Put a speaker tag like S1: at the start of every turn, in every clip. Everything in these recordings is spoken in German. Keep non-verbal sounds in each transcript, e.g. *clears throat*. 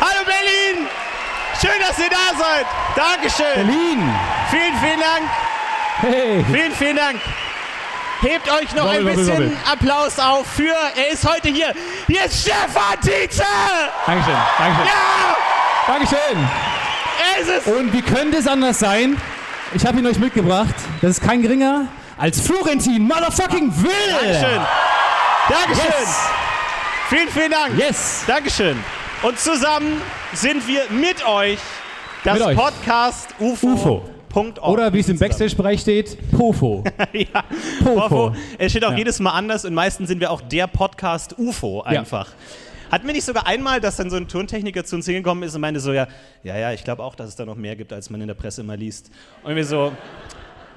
S1: Hallo Berlin! Schön, dass ihr da seid. Dankeschön.
S2: Berlin!
S1: Vielen, vielen Dank.
S2: Hey!
S1: Vielen, vielen Dank. Hebt euch noch
S2: Doppel,
S1: ein
S2: doppel,
S1: bisschen
S2: doppel.
S1: Applaus auf für, er ist heute hier. Hier ist Stefan Tietze!
S2: Dankeschön, Dankeschön,
S1: Ja!
S2: Dankeschön!
S1: Es
S3: Oh
S1: ist
S2: Und wie könnte es anders sein? Ich habe ihn euch mitgebracht. Das ist kein geringer als Florentin Motherfucking Will!
S1: Dankeschön. Dankeschön.
S2: Yes.
S1: Vielen, vielen Dank.
S2: Yes!
S1: Dankeschön. Und zusammen sind wir mit euch das
S3: Mit euch.
S1: Podcast UFO.
S3: UFO. Oder wie es im Backstage-Bereich steht, Pofo.
S1: *laughs* ja.
S3: Pofo.
S1: Es steht auch jedes Mal anders und meistens sind wir auch der Podcast UFO einfach. Hat mir nicht sogar einmal, dass dann so ein Tontechniker zu uns hingekommen ist und meinte so, ja, ja, ja, ich glaube auch, dass es da noch mehr gibt, als man in der Presse immer liest. Und wir so,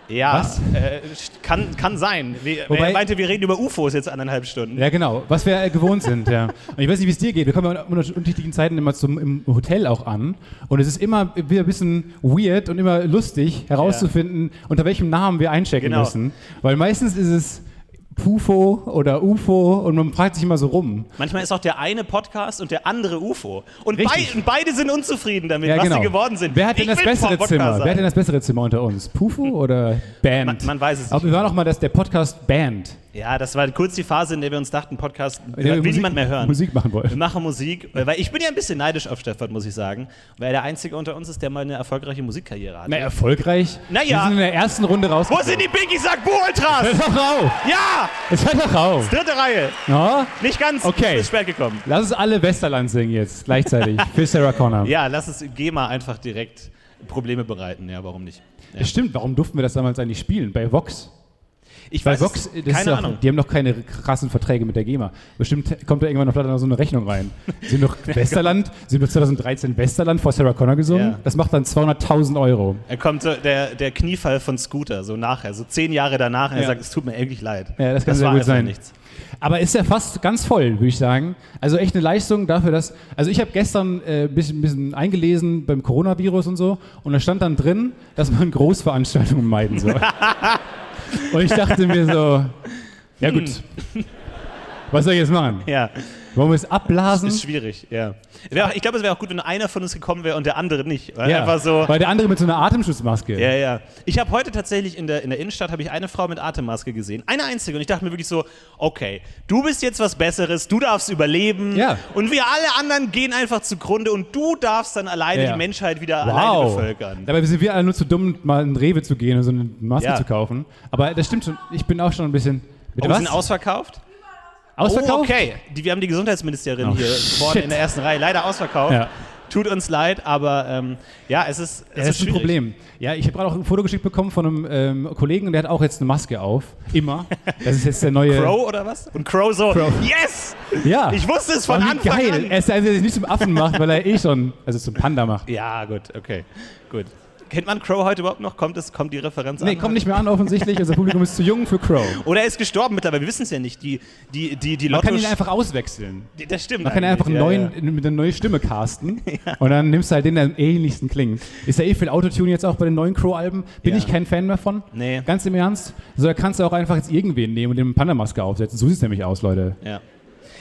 S1: ja,
S3: Was?
S1: äh, kann, kann sein. Wir,
S3: Wobei-
S1: er meinte, wir reden über UFOs jetzt eineinhalb Stunden.
S3: Ja, genau, was wir äh, gewohnt sind, ja. Und ich weiß nicht, wie es dir geht. Wir kommen ja in unterschiedlichen Zeiten immer zum, im Hotel auch an. Und es ist immer wieder ein bisschen weird und immer lustig herauszufinden, unter welchem Namen wir einchecken
S1: Genau.
S3: müssen. Weil meistens ist es Pufo oder UFO und man fragt sich immer so rum.
S1: Manchmal ist auch der eine Podcast und der andere UFO. Und, bei,
S3: Richtig.
S1: und beide sind unzufrieden damit,
S3: Ja,
S1: was
S3: genau.
S1: sie geworden sind.
S3: Wer hat denn
S1: Ich
S3: das
S1: will
S3: bessere
S1: Podcast
S3: Zimmer?
S1: sein.
S3: Wer hat denn das bessere Zimmer unter uns? Pufo oder Band?
S1: Man- man weiß es nicht.
S3: Aber wir waren auch mal das, der Podcast Band,
S1: ja, das war kurz die Phase, in der wir uns dachten, Podcast
S3: in der
S1: will
S3: wir Musik-
S1: niemand mehr hören.
S3: Musik machen
S1: Wir
S3: wollten.
S1: machen Musik, äh, weil ich bin ja ein bisschen neidisch auf Stefan, muss ich sagen, weil er der Einzige unter uns ist, der mal eine erfolgreiche Musikkarriere hat.
S3: Na, erfolgreich.
S1: Naja.
S3: Wir sind in der ersten Runde raus.
S1: Wo sind die Pinky Sack Boo
S2: *laughs*
S1: Ultras?
S3: Hört doch auf!
S1: Ja!
S3: Es hört doch auf!
S1: Dritte Reihe.
S3: Ja?
S1: Nicht ganz,
S3: Okay.
S1: ist spät gekommen.
S3: Lass uns alle Westerland singen jetzt, gleichzeitig,
S1: *laughs*
S3: für Sarah Connor.
S1: Ja, lass es GEMA einfach direkt Probleme bereiten. Ja, warum nicht?
S3: Stimmt, warum durften wir das damals eigentlich spielen? Bei Vox?
S1: Ich
S2: Weil
S1: weiß es,
S2: Vox, das ist
S1: keine
S2: doch-
S1: Ahnung.
S2: die haben doch keine krassen Verträge mit der GEMA. Bestimmt kommt da irgendwann noch vielleicht noch so eine Rechnung rein.
S1: *laughs*
S2: Sie haben doch Westerland, sie haben doch 2013 Westerland vor Sarah Connor gesungen.
S1: Ja.
S2: Das macht dann 200.000 Euro.
S1: Er kommt so, der, der Kniefall von Scooter, so nachher, so zehn Jahre danach. Und er
S2: Ja.
S1: sagt, es tut mir wirklich leid.
S2: Ja, das kann sehr
S1: war
S2: gut
S1: einfach
S2: sein.
S1: nichts.
S2: Aber ist ja fast ganz voll, würde ich sagen. Also echt eine Leistung dafür, dass. Also ich habe gestern äh, ein bisschen, bisschen eingelesen beim Coronavirus und so und da stand dann drin, dass man Großveranstaltungen meiden soll.
S1: *laughs*
S2: und ich dachte mir so,
S1: *laughs*
S2: ja gut. Was soll ich jetzt machen?
S1: Ja,
S2: Wollen wir es abblasen?
S1: ist schwierig, ja. Wär auch, ich glaube, es wäre auch gut, wenn einer von uns gekommen wäre und der andere nicht. Weil
S2: ja,
S1: einfach so.
S2: Weil der andere mit so einer Atemschutzmaske.
S1: Ja, ja. Ich habe heute tatsächlich in der, in der Innenstadt habe ich eine Frau mit Atemmaske gesehen. Eine einzige. Und ich dachte mir wirklich so, okay, du bist jetzt was Besseres, du darfst überleben.
S2: Ja.
S1: Und wir alle anderen gehen einfach zugrunde und du darfst dann alleine
S2: Ja, ja.
S1: die Menschheit wieder alleine
S2: Wow.
S1: bevölkern.
S2: Dabei sind wir alle nur zu dumm, mal in Rewe zu gehen und so eine Maske
S1: Ja.
S2: zu kaufen. Aber das stimmt schon. Ich bin auch schon ein bisschen. Bitte
S1: Oh, wir sind ausverkauft?
S2: Ausverkauft? Oh,
S1: Oh, okay. Die, wir haben die Gesundheitsministerin hier vorne
S2: shit.
S1: in der ersten Reihe leider ausverkauft.
S2: Ja.
S1: Tut uns leid, aber ähm, ja, es ist, es
S2: Ja, das ist ein
S1: schwierig.
S2: Problem. Ja, ich habe gerade auch ein Foto geschickt bekommen von einem ähm, Kollegen und der hat auch jetzt eine Maske auf. Immer. Das ist jetzt der neue.
S1: Crow oder was? Und Crow so,
S2: Crow.
S1: yes!
S2: Ja.
S1: Ich wusste es von
S2: Oh, wie
S1: Anfang
S2: geil.
S1: an.
S2: Er ist der Einzige, der sich nicht zum Affen macht, weil er eh schon, also zum Panda macht.
S1: Ja, gut, okay, gut. Kennt man Crow heute überhaupt noch? Kommt, es, kommt die Referenz
S2: Nee,
S1: an?
S2: kommt nicht mehr an offensichtlich. Unser Publikum ist zu jung für Crow.
S1: Oder er ist gestorben mittlerweile, wir wissen es ja nicht. Die, die, die, die
S2: Man
S1: Lotto...
S2: kann ihn einfach auswechseln.
S1: Die- das stimmt
S2: Man kann
S1: eigentlich,
S2: einfach einen
S1: ja,
S2: neuen,
S1: ja.
S2: mit einer neuen Stimme
S1: *laughs*
S2: casten und dann nimmst du halt den, der am ähnlichsten klingt. Ist ja eh viel Autotune jetzt auch bei den neuen Crow-Alben. Bin
S1: Ja.
S2: ich kein Fan mehr von.
S1: Nee.
S2: Ganz im Ernst. So, da kannst du auch einfach jetzt irgendwen nehmen und dem eine Panda-Maske aufsetzen. So sieht es nämlich aus, Leute.
S1: Ja.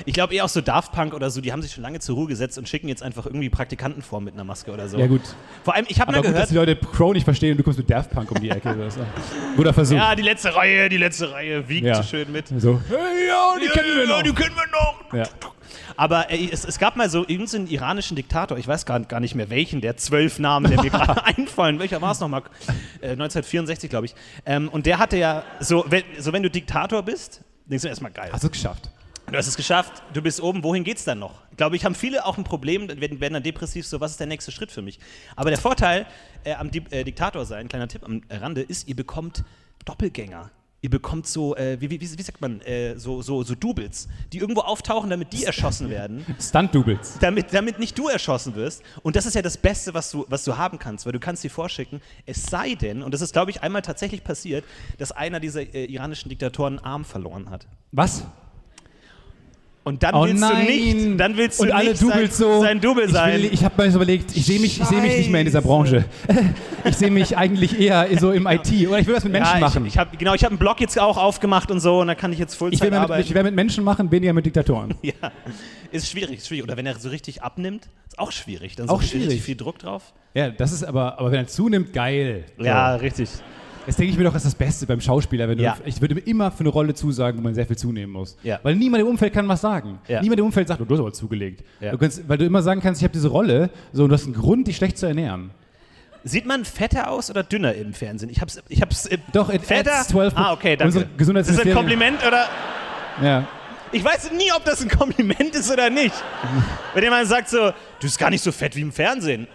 S1: Ich glaube eh auch so Daft Punk oder so, die haben sich schon lange zur Ruhe gesetzt und schicken jetzt einfach irgendwie Praktikanten vor mit einer Maske oder so.
S2: Ja, gut.
S1: Vor allem, ich habe
S2: Aber
S1: mal
S2: gut,
S1: gehört,
S2: dass die Leute Crow nicht verstehen und du kommst mit Daft Punk um die Ecke. Das ist auch ein guter Versuch.
S1: Ja, die letzte Reihe, die letzte Reihe wiegt
S2: Ja.
S1: schön mit.
S2: So, hey, ja, die kennen wir
S1: Ja, die
S2: noch.
S1: kennen wir noch.
S2: Ja.
S1: Aber ey, es, es gab mal so irgendeinen iranischen Diktator, ich weiß gar, gar nicht mehr welchen, der zwölf Namen, der mir gerade einfallen. Welcher war es nochmal? Äh, 1964, glaube ich. Ähm, und der hatte ja, so wenn, so wenn du Diktator bist, denkst du erstmal geil.
S2: Hast du geschafft.
S1: Du hast es geschafft, du bist oben, wohin geht's dann noch? Ich glaube, ich haben viele auch ein Problem, werden, werden dann depressiv, so was ist der nächste Schritt für mich. Aber der Vorteil äh, am Di äh, Diktator sein, kleiner Tipp am Rande, ist, ihr bekommt Doppelgänger. Ihr bekommt so, äh, wie, wie, wie wie sagt man, äh, so, so, so Doubles, die irgendwo auftauchen, damit die erschossen werden
S2: Stunt-Doubles.
S1: damit, damit nicht du erschossen wirst. Und das ist ja das Beste, was du, was du haben kannst, weil du kannst sie vorschicken. Es sei denn, und das ist, glaube ich, einmal tatsächlich passiert, dass einer dieser äh, iranischen Diktatoren einen Arm verloren hat.
S2: Was?
S1: Und dann
S2: Oh
S1: willst
S2: nein!
S1: du nicht, dann willst du
S2: Und alle
S1: nicht sein,
S2: Doubles so.
S1: sein Double
S2: ich
S1: sein.
S2: Will, ich habe mir so überlegt, ich sehe mich, ich seh mich nicht mehr in dieser
S1: Scheiße.
S2: Branche. ich sehe mich eigentlich eher so im IT. Oder ich will das mit Menschen
S1: ja, ich,
S2: machen.
S1: Ich hab, genau, ich habe einen Blog jetzt auch aufgemacht und so, und da kann ich jetzt
S2: Ich will
S1: Fulltime
S2: mehr mit,
S1: arbeiten.
S2: ich will mit Menschen machen, weniger mit Diktatoren.
S1: ja. Ist schwierig, ist schwierig. Oder wenn er so richtig abnimmt, ist auch schwierig. Dann
S2: Auch
S1: so richtig
S2: schwierig.
S1: viel Druck drauf.
S2: Ja, das ist aber, aber wenn er zunimmt, geil.
S1: Ja, richtig.
S2: Jetzt denke ich mir doch, das ist das Beste beim Schauspieler, wenn du.
S1: Ja.
S2: Ich würde mir immer für eine Rolle zusagen, wo man sehr viel zunehmen muss.
S1: Ja.
S2: Weil niemand im Umfeld kann was sagen.
S1: Ja.
S2: Niemand im Umfeld sagt, oh, du hast aber zugelegt.
S1: Ja.
S2: Du kannst, weil du immer sagen kannst, ich habe diese Rolle, so, und du hast einen Grund, dich schlecht zu ernähren.
S1: Sieht man fetter aus oder dünner im Fernsehen? Ich hab's, ich hab's. äh,
S2: Doch, it
S1: fetter?
S2: adds 12
S1: ah, okay, danke.
S2: Unsere
S1: ist das ein
S2: Gesundheitsministerium-
S1: Kompliment oder?
S2: Ja.
S1: Ich weiß nie, ob das ein Kompliment ist oder nicht. Wenn jemand sagt so, du bist gar nicht so fett wie im Fernsehen.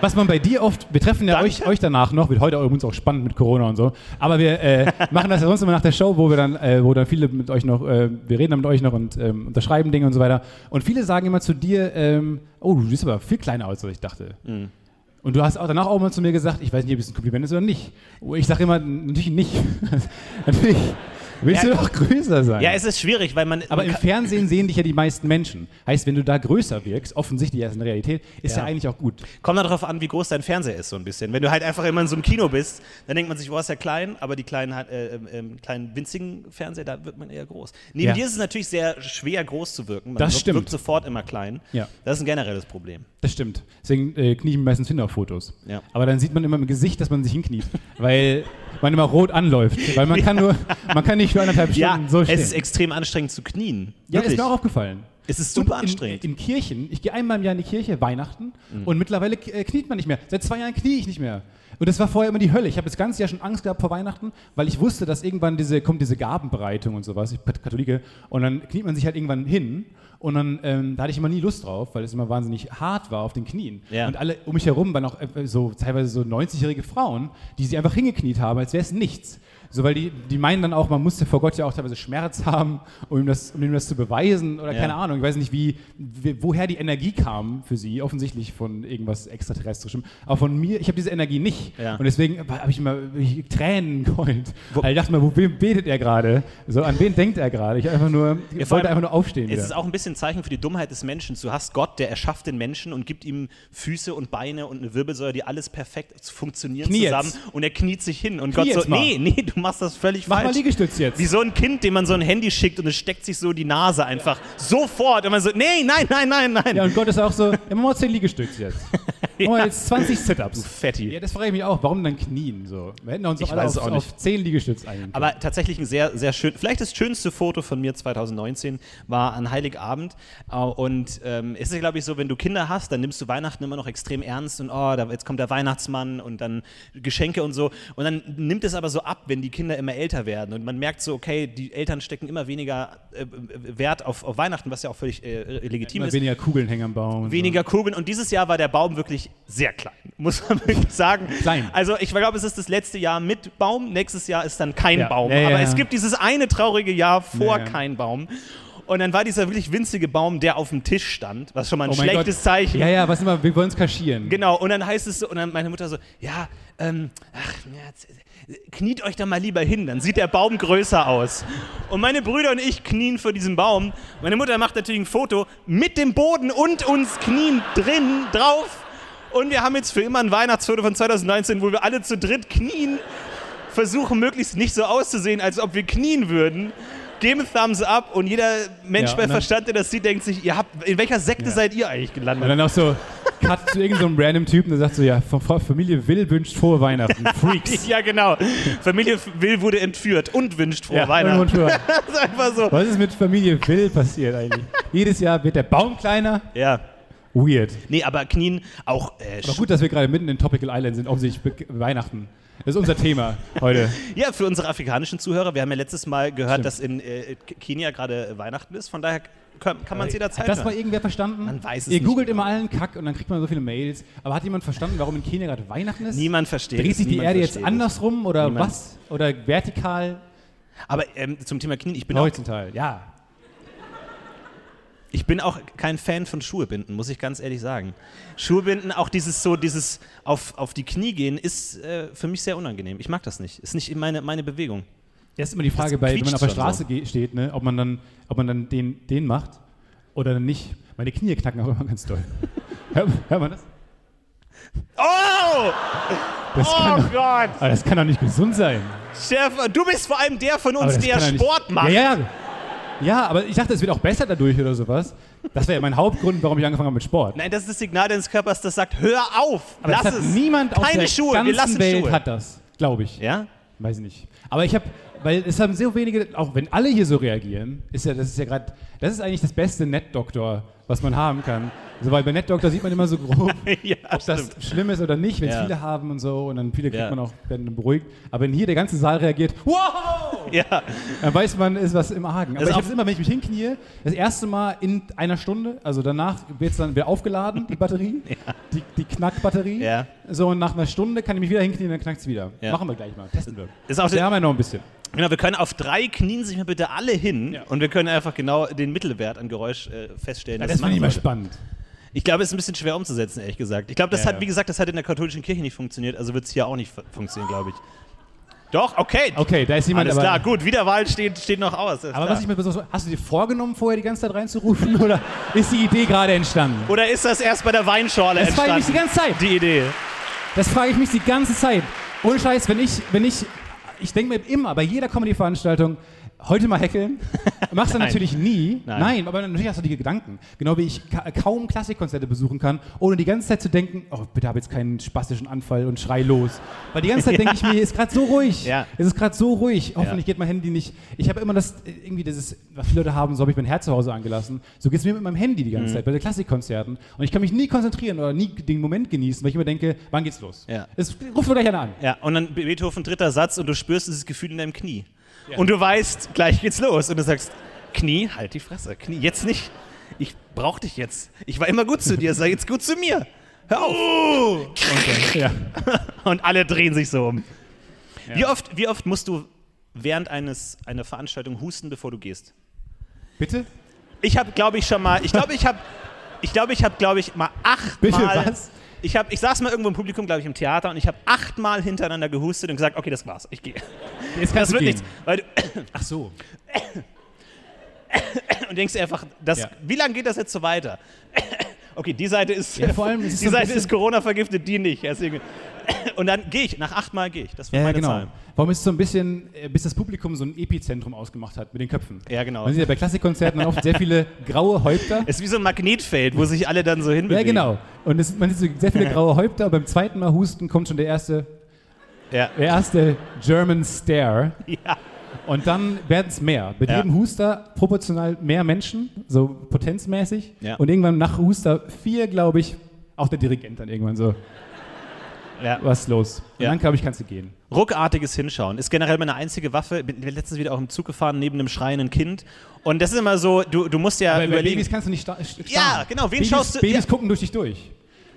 S2: Was man bei dir oft, wir treffen ja
S1: Danke.
S2: euch, euch danach noch, wird heute übrigens auch spannend mit Corona und so, aber wir äh,
S1: *laughs*
S2: machen das ja sonst immer nach der Show, wo wir dann, äh, wo dann viele mit euch noch, äh, wir reden dann mit euch noch und ähm, unterschreiben Dinge und so weiter. Und viele sagen immer zu dir, ähm, oh, du siehst aber viel kleiner aus, als ich dachte.
S1: Mhm.
S2: Und du hast auch danach auch mal zu mir gesagt, ich weiß nicht, ob das ein Kompliment ist oder nicht. Und Ich sage immer, natürlich nicht. *laughs* natürlich. Willst
S1: Ja.
S2: du doch größer sein?
S1: Ja, es ist schwierig, weil man.
S2: aber
S1: man
S2: im
S1: kann,
S2: Fernsehen sehen dich ja die meisten Menschen. Heißt, wenn du da größer wirkst, offensichtlich erst in der Realität, ist ja,
S1: Ja.
S2: eigentlich auch gut.
S1: kommt darauf an, wie groß dein Fernseher ist, so ein bisschen. Wenn du halt einfach immer in so einem Kino bist, dann denkt man sich, boah, ist ja klein, aber die kleinen, äh, ähm, ähm, kleinen winzigen Fernseher, da wird man eher groß. Neben
S2: Ja.
S1: dir ist es natürlich sehr schwer, groß zu wirken. Man
S2: Das
S1: wirkt,
S2: stimmt.
S1: wirkt sofort immer klein.
S2: Ja.
S1: Das ist ein generelles Problem.
S2: Das stimmt. Deswegen äh, knie ich mir meistens hin auf Fotos.
S1: Ja.
S2: Aber dann sieht man immer im Gesicht, dass man sich hinkniet, *laughs* weil man immer rot anläuft. Weil man kann nur, man kann nicht für anderthalb
S1: Ja,
S2: Stunden so stehen.
S1: es ist extrem anstrengend zu knien.
S2: ja, ist
S1: Wirklich.
S2: mir auch aufgefallen.
S1: Es ist super
S2: Und
S1: anstrengend. Mhm.
S2: In, in Kirchen, ich gehe einmal im Jahr in die Kirche, Weihnachten, und mittlerweile äh, kniet man nicht mehr. Seit zwei Jahren knie ich nicht mehr. Und das war vorher immer die Hölle. Ich habe das ganze Jahr schon Angst gehabt vor Weihnachten, weil ich wusste, dass irgendwann diese, kommt diese Gabenbereitung und sowas, ich bin Katholike, und dann kniet man sich halt irgendwann hin und dann ähm, da hatte ich immer nie Lust drauf, weil es immer wahnsinnig hart war auf den Knien.
S1: Ja.
S2: Und alle um mich herum waren auch äh, so teilweise so 90-jährige Frauen, die sich einfach hingekniet haben, als wäre es nichts. So, weil die, die meinen dann auch, man musste vor Gott ja auch teilweise Schmerz *laughs* haben, um ihm das, um ihm das zu beweisen oder
S1: Ja.
S2: keine Ahnung. Ich weiß nicht, wie, wie, woher die Energie kam für sie, offensichtlich von irgendwas Extraterrestrischem. Aber von mir, ich habe diese Energie nicht.
S1: Ja.
S2: Und deswegen habe ich immer ich, Tränen geheult. Weil ich dachte mir, wo wem betet er gerade? So, an wen denkt er gerade? Ich einfach nur,
S1: Ja, vor
S2: wollte
S1: allem
S2: einfach nur aufstehen.
S1: Es
S2: wieder.
S1: ist auch ein bisschen ein Zeichen für die Dummheit des Menschen. Du hast Gott, der erschafft den Menschen und gibt ihm Füße und Beine und eine Wirbelsäule, die alles perfekt funktionieren
S2: Knie jetzt.
S1: zusammen. Und er kniet sich hin. Und
S2: Knie
S1: Gott
S2: jetzt
S1: so,
S2: mal.
S1: nee, nee, du machst das völlig
S2: Mach mal
S1: falsch.
S2: Liegestütz jetzt.
S1: Wie so ein Kind, dem man so ein Handy schickt und es steckt sich so die Nase einfach sofort. Und man so, nee, nein, nein, nein, nein.
S2: Ja, und Gott ist auch so, ja, mach mal 10
S1: *laughs*
S2: Liegestütze jetzt. Mach mal jetzt 20
S1: du
S2: Sit-Ups.
S1: Fetti.
S2: Ja, das frage ich mich auch. Warum dann knien? So? Wir hätten uns
S1: Ich
S2: doch alle
S1: weiß es
S2: auf,
S1: auch nicht.
S2: auf 10 Liegestütze eingehen.
S1: Aber tatsächlich ein sehr, sehr schön. Vielleicht das schönste Foto von mir 2019 war an Heiligabend. Äh, Und ähm, es ist, glaube ich, so, wenn du Kinder hast, dann nimmst du Weihnachten immer noch extrem ernst und oh, da, jetzt kommt der Weihnachtsmann und dann Geschenke und so. Und dann nimmt es aber so ab, wenn die Kinder immer älter werden. Und man merkt so, okay, die Eltern stecken immer weniger äh, Wert auf, auf Weihnachten, was ja auch völlig äh, legitim
S2: Immer
S1: ist.
S2: weniger Kugeln hängen am Baum. und
S1: Weniger Kugeln. Und dieses Jahr war der Baum wirklich sehr klein, *laughs* muss man wirklich sagen.
S2: Klein.
S1: Also ich glaube, es ist das letzte Jahr mit Baum. Nächstes Jahr ist dann kein
S2: Ja.
S1: Baum.
S2: Ja, ja,
S1: Aber
S2: ja.
S1: es gibt dieses eine traurige Jahr vor
S2: Ja, ja.
S1: kein Baum. Und dann war dieser wirklich winzige Baum, der auf dem Tisch stand, was schon mal ein
S2: Oh mein
S1: schlechtes
S2: Gott.
S1: Zeichen.
S2: So. Ja, ja, was immer, wir wollen es kaschieren.
S1: Genau, und dann heißt es so, und dann meine Mutter so, ja, ähm, ach, ja, z- z- kniet euch da mal lieber hin, dann sieht der Baum größer aus. Und meine Brüder und ich knien vor diesem Baum. Meine Mutter macht natürlich ein Foto mit dem Boden und uns knien drin drauf. Und wir haben jetzt für immer ein Weihnachtsfoto von 2019, wo wir alle zu dritt knien, versuchen möglichst nicht so auszusehen, als ob wir knien würden. Geben Thumbs up und jeder Mensch
S2: Ja,
S1: bei
S2: und dann-
S1: Verstand, der das sieht, denkt sich, ihr habt, in welcher Sekte seid ihr eigentlich gelandet?
S2: Und dann auch so, Cut zu irgendeinem random Typen, der sagt so, ja, von Fra- Familie Will wünscht frohe Weihnachten.
S1: *laughs*
S2: Freaks.
S1: Ja, genau. Familie Will wurde entführt und wünscht frohe
S2: Ja,
S1: Weihnachten.
S2: und-
S1: *laughs*
S2: und-
S1: Das ist einfach so.
S2: Was ist mit Familie Will passiert eigentlich? Jedes Jahr wird der Baum kleiner.
S1: Ja.
S2: Weird.
S1: Nee, aber Knien auch. Äh,
S2: Aber
S1: sch-
S2: gut, dass wir gerade mitten in Topical Island sind, offensichtlich Be- Weihnachten. Das ist unser Thema heute.
S1: ja, für unsere afrikanischen Zuhörer, wir haben ja letztes Mal gehört,
S2: Stimmt.
S1: dass in äh, K- Kenia gerade Weihnachten ist. Von daher kann, kann man es jederzeit.
S2: Hat Äh, das mal
S1: hören.
S2: irgendwer verstanden?
S1: Man weiß es
S2: Ihr
S1: nicht genau.
S2: googelt immer allen Kack und dann kriegt man so viele Mails. Aber hat jemand verstanden, warum in Kenia gerade Weihnachten ist?
S1: Niemand versteht.
S2: Dreht
S1: es,
S2: sich die
S1: niemand
S2: Erde jetzt
S1: versteht es.
S2: andersrum oder
S1: Niemand.
S2: was? Oder vertikal?
S1: Aber ähm, zum Thema Knien, ich bin, auch,
S2: Horizontal, ja.
S1: ich bin auch kein Fan von Schuhebinden, muss ich ganz ehrlich sagen. Schuhebinden, auch dieses so, dieses auf, auf die Knie gehen, ist äh, für mich sehr unangenehm. Ich mag das nicht. Ist nicht meine, meine Bewegung.
S2: Das ist immer die Frage,
S1: Das
S2: bei, wenn man
S1: quietscht
S2: auf der
S1: schon
S2: Straße ge- steht, ne, ob man dann, ob man dann den, den macht oder dann nicht. Meine Knie knacken auch immer
S1: *laughs*
S2: ganz doll. hört, hört man das?
S1: Oh!
S2: Das,
S1: Oh
S2: kann, doch-
S1: Gott!
S2: aber das kann doch nicht gesund sein.
S1: Stefan, äh, du bist vor allem der von
S2: Aber
S1: uns,
S2: das
S1: der
S2: kann doch nicht-
S1: Sport macht.
S2: Ja, ja. ja, aber ich dachte, es wird auch besser dadurch oder sowas. Das wäre ja mein Hauptgrund, warum ich angefangen habe mit Sport.
S1: Nein, das ist das Signal deines Körpers, das sagt, hör auf,
S2: Aber
S1: Ne, lass
S2: das hat
S1: es.
S2: niemand auf
S1: Keine
S2: der
S1: Schuhe,
S2: ganzen
S1: wir lassen
S2: Welt
S1: Schuhe.
S2: hat das, glaube ich. *laughs*
S1: ja?
S2: Weiß nicht. Aber ich habe, weil es haben so wenige, auch wenn alle hier so reagieren, ist ja, das ist ja gerade, das ist eigentlich das beste Netdoktor, was man haben kann. Also, weil bei Netdoktor sieht man immer so grob,
S1: *laughs* ja,
S2: ob das
S1: stimmt.
S2: schlimm ist oder nicht, wenn es
S1: Ja.
S2: viele haben und so und dann viele kriegt
S1: Ja.
S2: man auch, werden dann beruhigt. Aber wenn hier der ganze Saal reagiert, wow!
S1: Ja.
S2: Dann weiß man, ist was im Argen. Aber
S1: Das
S2: ich
S1: auch-
S2: habe es immer, wenn ich mich hinknie, das erste Mal in einer Stunde, also danach wird es dann wieder aufgeladen, die Batterie, die, die Knackbatterie.
S1: Ja.
S2: So, und nach einer Stunde kann ich mich wieder hinknien, dann knackt es wieder.
S1: Ja.
S2: Machen wir gleich mal, testen wir.
S1: Ist auch
S2: wir haben ja noch ein bisschen.
S1: Genau, wir können auf drei Knien sich mal bitte alle hin und wir können einfach genau den Mittelwert an Geräusch äh, feststellen.
S2: Ja,
S1: das
S2: das
S1: man
S2: finde ich mal
S1: sollte.
S2: spannend.
S1: Ich glaube, es ist ein bisschen schwer umzusetzen, ehrlich gesagt. Ich glaube, das
S2: Ja,
S1: hat,
S2: ja.
S1: wie gesagt, das hat in der katholischen Kirche nicht funktioniert, also wird es hier auch nicht fu- funktionieren, glaube ich. Doch, okay.
S2: Okay, da ist jemand.
S1: Alles
S2: aber,
S1: klar, gut, Wiederwahl steht, steht noch aus. alles
S2: Aber
S1: klar.
S2: was ich mir besonders. Hast du dir vorgenommen, vorher die ganze Zeit reinzurufen *laughs* oder ist die Idee gerade entstanden?
S1: Oder ist das erst bei der Weinschorle
S2: Das frage ich mich die
S1: entstanden?
S2: ganze Zeit.
S1: die Idee.
S2: Das frage ich mich die ganze Zeit. Ohne Scheiß, wenn ich, wenn ich, ich denke mir immer bei jeder Comedy-Veranstaltung, heute
S1: *laughs*
S2: mal häkeln. Machst du
S1: Nein.
S2: natürlich nie.
S1: Nein.
S2: Nein. aber natürlich hast du die Gedanken. Genau wie ich ka kaum Klassikkonzerte besuchen kann, ohne die ganze Zeit zu denken, oh, bitte hab jetzt keinen spastischen Anfall und schrei los. Weil die ganze
S1: *laughs*
S2: Zeit denke ich mir, ist gerade so ruhig.
S1: Ja.
S2: Es ist gerade so ruhig. Hoffentlich geht mein Handy nicht. Ich habe immer das, äh, irgendwie dieses, was viele Leute haben, so habe ich mein Herz zu Hause angelassen. So geht es mir mit meinem Handy die ganze
S1: Mhm.
S2: Zeit bei den Klassikkonzerten. Und ich kann mich nie konzentrieren oder nie den Moment genießen, weil ich immer denke, wann geht's los?
S1: Ja.
S2: Es ruft doch gleich einer an.
S1: Ja, und dann Beethoven dritter Satz und du spürst dieses Gefühl in deinem Knie. Und du weißt, gleich geht's los. Und du sagst, Knie, halt die Fresse, Knie, jetzt nicht. Ich brauch dich jetzt. Ich war immer gut zu dir, sei jetzt gut zu mir. Hör auf. Und, dann, und alle drehen sich so um. Wie, oft, wie oft musst du während eines, einer Veranstaltung husten, bevor du gehst?
S2: Bitte?
S1: Ich habe, glaube ich, schon mal, ich glaube, ich habe, ich glaube, ich habe, glaube ich, mal achtmal.
S2: Bitte, was?
S1: Ich, hab, ich saß mal irgendwo im Publikum, glaube ich, im Theater und ich habe achtmal hintereinander gehustet und gesagt, okay, das war's, ich gehe. Das
S2: Jetzt kannst du
S1: wird
S2: gehen.
S1: nichts. Weil du, *clears throat*
S2: Ach so.
S1: und denkst dir einfach, das,
S2: Ja.
S1: wie lange geht das jetzt so weiter? *clears throat* Okay, die Seite ist,
S2: Ja, vor
S1: *laughs*
S2: allem ist es
S1: die
S2: so ein
S1: Seite
S2: bisschen-
S1: ist Corona vergiftet, die nicht. Deswegen. *clears throat* Und dann gehe ich, nach achtmal gehe ich. Das war
S2: Ja, ja
S1: meine
S2: genau.
S1: Zahl.
S2: Warum ist es so ein bisschen, äh, bis das Publikum so ein Epizentrum ausgemacht hat mit den Köpfen?
S1: Ja, genau.
S2: Man sieht ja bei Klassikkonzerten dann oft sehr viele graue Häupter.
S1: *laughs* Es ist wie so ein Magnetfeld, wo sich alle dann so
S2: Ja,
S1: hinbewegen.
S2: genau. Und es, man sieht so sehr viele graue Häupter. Beim zweiten Mal husten kommt schon der erste,
S1: Ja. *laughs*
S2: der erste German Stare.
S1: Ja.
S2: Und dann werden es mehr. Mit
S1: Ja.
S2: jedem Huster proportional mehr Menschen, so potenzmäßig.
S1: Ja.
S2: Und irgendwann nach Huster vier, glaube ich, auch der Dirigent dann irgendwann so,
S1: Ja.
S2: was ist los? Und
S1: Ja.
S2: dann, glaube ich, kannst du gehen.
S1: Ruckartiges Hinschauen ist generell meine einzige Waffe. Bin letztens wieder auch im Zug gefahren neben einem schreienden Kind. Und das ist immer so, du, du musst ja
S2: Weil bei
S1: überlegen.
S2: Babys kannst du nicht sta- starren.
S1: Ja, genau, wen
S2: Babys,
S1: schaust du-
S2: Babys
S1: ja.
S2: gucken durch dich durch.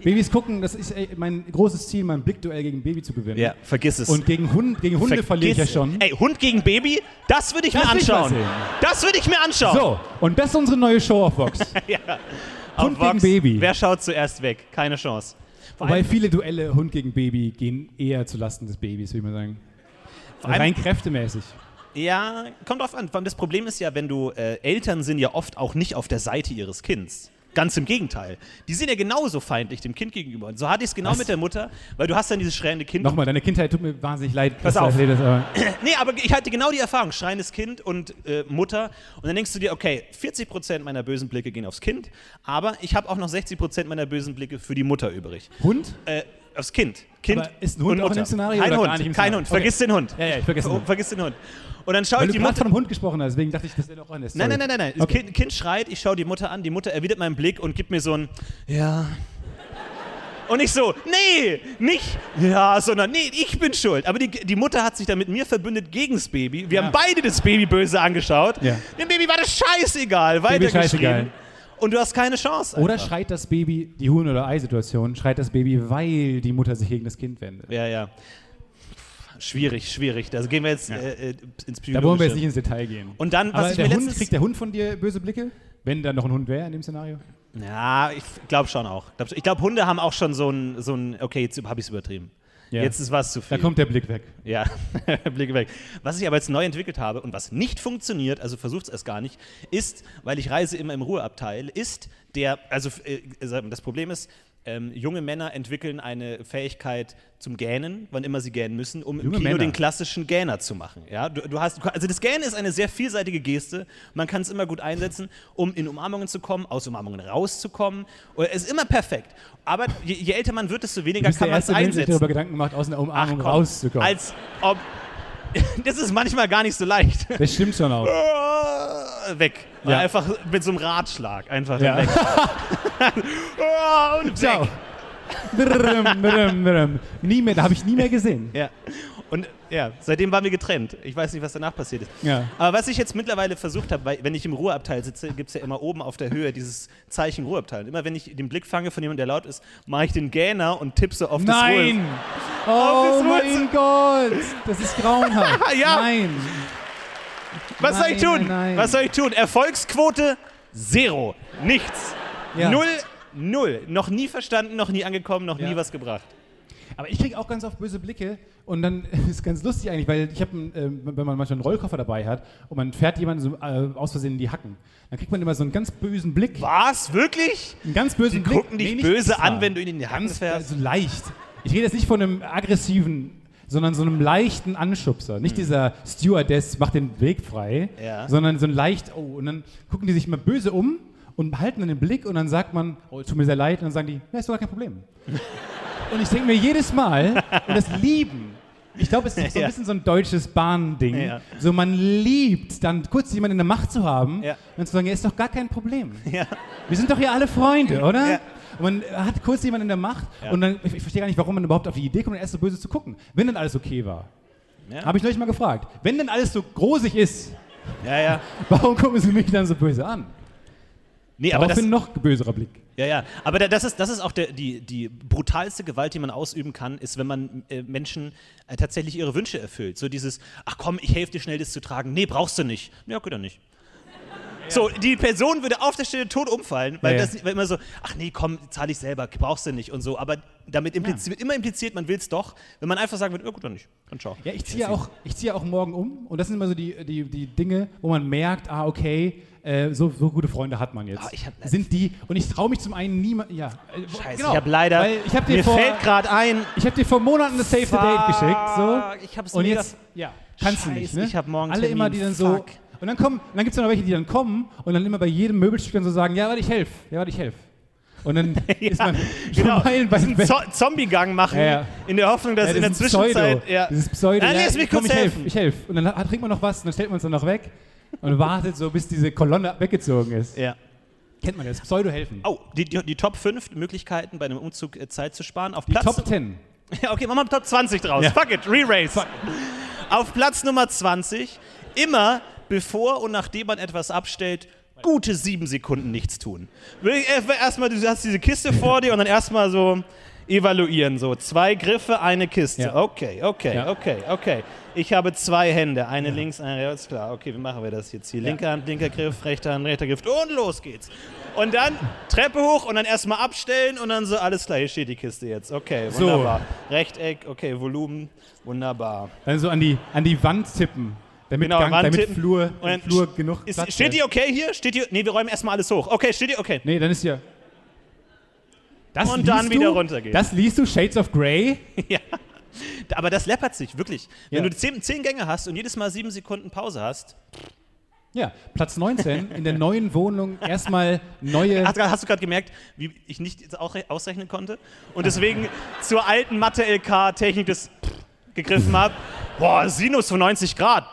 S2: Babys gucken, das ist ey, mein großes Ziel, mein Blickduell gegen Baby zu gewinnen.
S1: ja, vergiss es.
S2: Und gegen, Hund, gegen Hunde
S1: Vergiss
S2: verliere ich ja
S1: es.
S2: schon.
S1: Ey, Hund gegen Baby, das würde ich
S2: Das
S1: mir
S2: will ich mal
S1: anschauen.
S2: sehen.
S1: das würde ich mir anschauen.
S2: So, und das ist unsere neue Show
S1: *laughs*
S2: auf Vox.
S1: Auf
S2: Hund gegen Baby.
S1: Wer schaut zuerst weg? Keine Chance. Vor
S2: Wobei
S1: allem,
S2: viele Duelle Hund gegen Baby gehen eher zulasten des Babys, würde ich mal sagen.
S1: allem-
S2: Rein kräftemäßig.
S1: ja, kommt drauf an. Vor allem Das Problem ist ja, wenn du äh, Eltern sind ja oft auch nicht auf der Seite ihres Kindes. Ganz im Gegenteil. Die sind ja genauso feindlich dem Kind gegenüber. Und so hatte ich es genau
S2: Was?
S1: mit der Mutter, weil du hast dann dieses schreiende Kind.
S2: Nochmal, deine Kindheit tut mir wahnsinnig leid.
S1: Pass
S2: dass du
S1: auf.
S2: erlebst,
S1: *clears throat*
S2: aber
S1: Nee, aber ich hatte genau die Erfahrung, schreiendes Kind und äh, Mutter. Und dann denkst du dir, okay, 40% meiner bösen Blicke gehen aufs Kind, aber ich habe auch noch 60% meiner bösen Blicke für die Mutter übrig.
S2: Hund?
S1: Äh, aufs Kind. Kind
S2: Aber ist ein Hund
S1: und
S2: auch in
S1: Mutter.
S2: dem Szenario
S1: Kein
S2: oder
S1: Hund,
S2: gar nicht
S1: kein
S2: im Szenario?
S1: Hund. Vergiss den Hund.
S2: Ja, ja, ich vergesse
S1: Oh,
S2: ihn.
S1: vergiss den Hund. Und dann schaue
S2: Weil
S1: ich
S2: du
S1: die
S2: gerade
S1: Mutter.
S2: von einem Hund gesprochen hast, deswegen dachte ich, das wäre auch eine
S1: Nein,
S2: Story.
S1: nein, nein, nein, nein. Das
S2: Okay.
S1: Kind, kind schreit, ich schaue die Mutter an, die Mutter erwidert meinen Blick und gibt mir so ein Ja. Und ich so, nee, nicht ja, sondern nee, ich bin schuld. Aber die, die Mutter hat sich dann mit mir verbündet gegen das Baby. Wir
S2: Ja.
S1: haben beide das Baby böse angeschaut.
S2: Ja.
S1: Dem Baby war das scheißegal,
S2: scheißegal.
S1: weitergeschrieben. Und du hast keine Chance.
S2: Oder
S1: einfach.
S2: schreit das Baby, die Huhn- oder Ei-Situation, schreit das Baby, weil die Mutter sich gegen das Kind wendet.
S1: Ja, ja. Schwierig, schwierig. Da gehen wir jetzt äh, äh, ins Psychologische.
S2: Da wollen wir jetzt nicht ins Detail gehen.
S1: Und dann, was
S2: Aber
S1: ich
S2: der
S1: mir
S2: Hund,
S1: letztens-
S2: kriegt der Hund von dir böse Blicke? Wenn da noch ein Hund wäre in dem Szenario?
S1: Ja, ich glaube schon auch. Glaub- Ich glaube, Hunde haben auch schon so ein, so ein okay, jetzt habe ich es übertrieben.
S2: Ja.
S1: Jetzt ist was zu viel.
S2: Da kommt der Blick weg.
S1: ja, *laughs* Blick weg. Was ich aber jetzt neu entwickelt habe und was nicht funktioniert, also versucht es erst gar nicht, ist, weil ich reise immer im Ruheabteil, ist der, also äh, das Problem ist, ähm, junge Männer entwickeln eine Fähigkeit zum Gähnen, wann immer sie gähnen müssen, um im
S2: Junge
S1: Kino
S2: Männer.
S1: den klassischen Gähner zu machen. Ja, du, du hast, also das Gähnen ist eine sehr vielseitige Geste. Man kann es immer gut einsetzen, um in Umarmungen zu kommen, aus Umarmungen rauszukommen. Oder- Es ist immer perfekt. Aber je, je älter man wird, desto
S2: Du
S1: weniger
S2: bist
S1: kann
S2: der
S1: man es
S2: erste Mensch, der
S1: einsetzen.
S2: darüber Gedanken macht, aus einer
S1: Ach
S2: Umarmung
S1: komm,
S2: um
S1: Also
S2: rauszukommen.
S1: Als ob. *laughs* Das ist manchmal gar nicht so leicht. *laughs* Ah,
S2: das stimmt schon auch.
S1: Weg.
S2: Ja.
S1: Einfach mit so einem Ratschlag. Einfach
S2: Ja.
S1: weg. Ah, Und weg.
S2: Ciao. Brrrm, brrrm, brrrm. nie mehr, da habe ich nie mehr gesehen.
S1: Ja. Und ja, seitdem waren wir getrennt. Ich weiß nicht, was danach passiert ist.
S2: Ja.
S1: Aber was ich jetzt mittlerweile versucht habe, weil wenn ich im Ruheabteil sitze, gibt es ja immer oben auf der Höhe dieses Zeichen Ruheabteil. Und Immer wenn ich den Blick fange von jemandem, der laut ist, mache ich den Gähner und tippe so auf das Ruhe.
S2: Nein! Oh
S1: das
S2: mein Gott! Das ist grauenhaft.
S1: Ja.
S2: Nein!
S1: Was soll ich
S2: Nein,
S1: tun?
S2: nein, nein.
S1: Was soll ich tun? Erfolgsquote zero. Nichts.
S2: Ja.
S1: Null, null. Noch nie verstanden, noch nie angekommen, noch nie
S2: Ja.
S1: was gebracht.
S2: Aber ich kriege auch ganz oft böse Blicke und dann ist ganz lustig eigentlich, weil ich habe, ähm, wenn man manchmal einen Rollkoffer dabei hat und man fährt jemanden so, äh, aus Versehen in die Hacken, dann kriegt man immer so einen ganz bösen Blick.
S1: Was? Wirklich?
S2: Einen ganz bösen
S1: Die
S2: Blick.
S1: gucken dich
S2: nicht
S1: böse
S2: extra.
S1: an, wenn du ihnen in die Hand
S2: ganz
S1: fährst.
S2: also leicht. Ich rede jetzt nicht von einem aggressiven sondern so einem leichten Anschubser. Nicht dieser Stewardess macht den Weg frei,
S1: Hm. Ja.
S2: sondern so ein leicht, oh, und dann gucken die sich mal böse um und halten dann den Blick und dann sagt man, oh, tut mir sehr leid, und dann sagen die, ja, ist doch gar
S1: *laughs*
S2: kein Problem. und ich denke mir jedes Mal, und das Lieben, ich glaube, es ist so ein
S1: Ja.
S2: bisschen so ein deutsches Bahnding.
S1: Ja.
S2: So, man liebt, dann kurz jemanden in der Macht zu haben
S1: Ja.
S2: und dann zu sagen, ja, ist doch gar kein Problem.
S1: Ja.
S2: Wir sind doch hier alle Freunde, oder?
S1: Ja.
S2: Man hat kurz jemanden in der Macht und dann, ich, ich verstehe gar nicht, warum man überhaupt auf die Idee kommt, erst so böse zu gucken. Wenn dann alles okay war.
S1: Ja.
S2: Habe ich neulich mal gefragt. Wenn dann alles so großig ist, *laughs*
S1: Ja, ja.
S2: warum gucken sie mich dann so böse an?
S1: Nee, aber das,
S2: Daraufhin noch böserer Blick.
S1: ja, ja. aber da- das ist, das ist auch der, die, die brutalste Gewalt, die man ausüben kann, ist, wenn man äh, Menschen äh, tatsächlich ihre Wünsche erfüllt. So dieses, ach komm, ich helfe dir schnell, das zu tragen. Nee, brauchst du nicht. Ja, geht doch nicht. So, die Person würde auf der Stelle tot umfallen, weil
S2: Ja, ja.
S1: das weil immer so, ach nee, komm, zahle ich selber, brauchst du nicht und so. Aber damit impliz wird immer impliziert, man will es doch. Wenn man einfach sagen würde, ja gut, dann nicht, dann schau.
S2: Ja, ich ziehe ja auch, ich ziehe ja auch morgen um und das sind immer so die, die, die Dinge, wo man merkt, ah, okay, äh, so, so gute Freunde hat man jetzt.
S1: Ah, ich hab-
S2: sind die, und ich traue mich zum einen niemand, ja. äh, wo-
S1: Scheiße,
S2: genau,
S1: ich habe leider,
S2: Weil ne- ich habe dir,
S1: mir
S2: vor-
S1: fällt gerade ein,
S2: ich hab dir vor Monaten das Save the Date geschickt, so.
S1: Ich hab's
S2: und
S1: mega-
S2: jetzt, ja, kannst du nicht,
S1: Scheiße,
S2: ne?
S1: ich hab morgen
S2: Alle
S1: Termin,
S2: immer, die dann so,
S1: fuck.
S2: und dann kommen, und dann gibt's ja noch welche, die dann kommen und dann immer bei jedem Möbelstück dann so sagen, ja, warte, ich helf, ja, warte, ich helf.
S1: *laughs*
S2: Und dann ist man schon *laughs*
S1: genau.
S2: meilenweit weg.
S1: Zo Zombie-Gang machen,
S2: Ja, ja.
S1: in der Hoffnung, dass in der
S2: dieses
S1: Zwischenzeit.
S2: Pseudo,
S1: ja.
S2: Dieses Pseudo.
S1: Ah,
S2: ja,
S1: lass mich
S2: komm,
S1: kurz
S2: ich helfe.
S1: helfen.
S2: Ich helfe. Und dann hat- trinkt man noch was und dann stellt man es dann noch weg und wartet so, bis diese Kolonne weggezogen ist.
S1: Ja.
S2: Kennt man das? Pseudo-Helfen.
S1: Oh, die, die, die Top 5 Möglichkeiten, bei einem Umzug äh, Zeit zu sparen. Auf
S2: Die
S1: Platz
S2: Top 10.
S1: Ja, okay, machen wir Top 20 draus. Fuck it, re-race. Auf Platz Nummer 20, immer bevor und nachdem man etwas abstellt, gute sieben Sekunden nichts tun. Wirklich, äh, Erstmal, du hast diese Kiste vor dir und dann erstmal so evaluieren. So zwei Griffe, eine Kiste.
S2: Ja.
S1: Okay, okay,
S2: Ja.
S1: okay, okay. Ich habe zwei Hände, eine links, eine rechts. Alles klar, okay, wie machen wir das jetzt hier? Linke Hand, linker Griff, rechte Hand, rechter Griff und los geht's. Und dann Treppe hoch und dann erstmal abstellen und dann so, alles klar, hier steht die Kiste jetzt. Okay,
S2: So.
S1: wunderbar. Rechteck, okay, Volumen, wunderbar.
S2: Dann Also so an die, an die Wand tippen. Damit,
S1: Genau,
S2: Gang,
S1: Wand
S2: damit
S1: tippen.
S2: Flur,
S1: Und dann
S2: Flur
S1: st-
S2: genug
S1: Ist,
S2: Platz
S1: steht die
S2: ist.
S1: okay hier? Steht die, nee, wir räumen erstmal alles hoch. Okay, steht die okay.
S2: Nee, dann ist ja. Das
S1: Und
S2: liest
S1: dann wieder
S2: du?
S1: runtergehen.
S2: Das liest du, Shades of Grey?
S1: Ja. Aber das läppert sich, wirklich. Wenn
S2: Ja.
S1: du zehn, zehn Gänge hast und jedes Mal sieben Sekunden Pause hast,
S2: Ja, Platz 19 in der neuen *laughs* Wohnung erstmal neue.
S1: hast, hast du gerade gemerkt, wie ich nicht jetzt auch re- ausrechnen konnte und
S2: *laughs*
S1: deswegen zur alten Mathe-LK-Technik des gegriffen habe. Boah, Sinus von 90
S2: *laughs*
S1: Grad.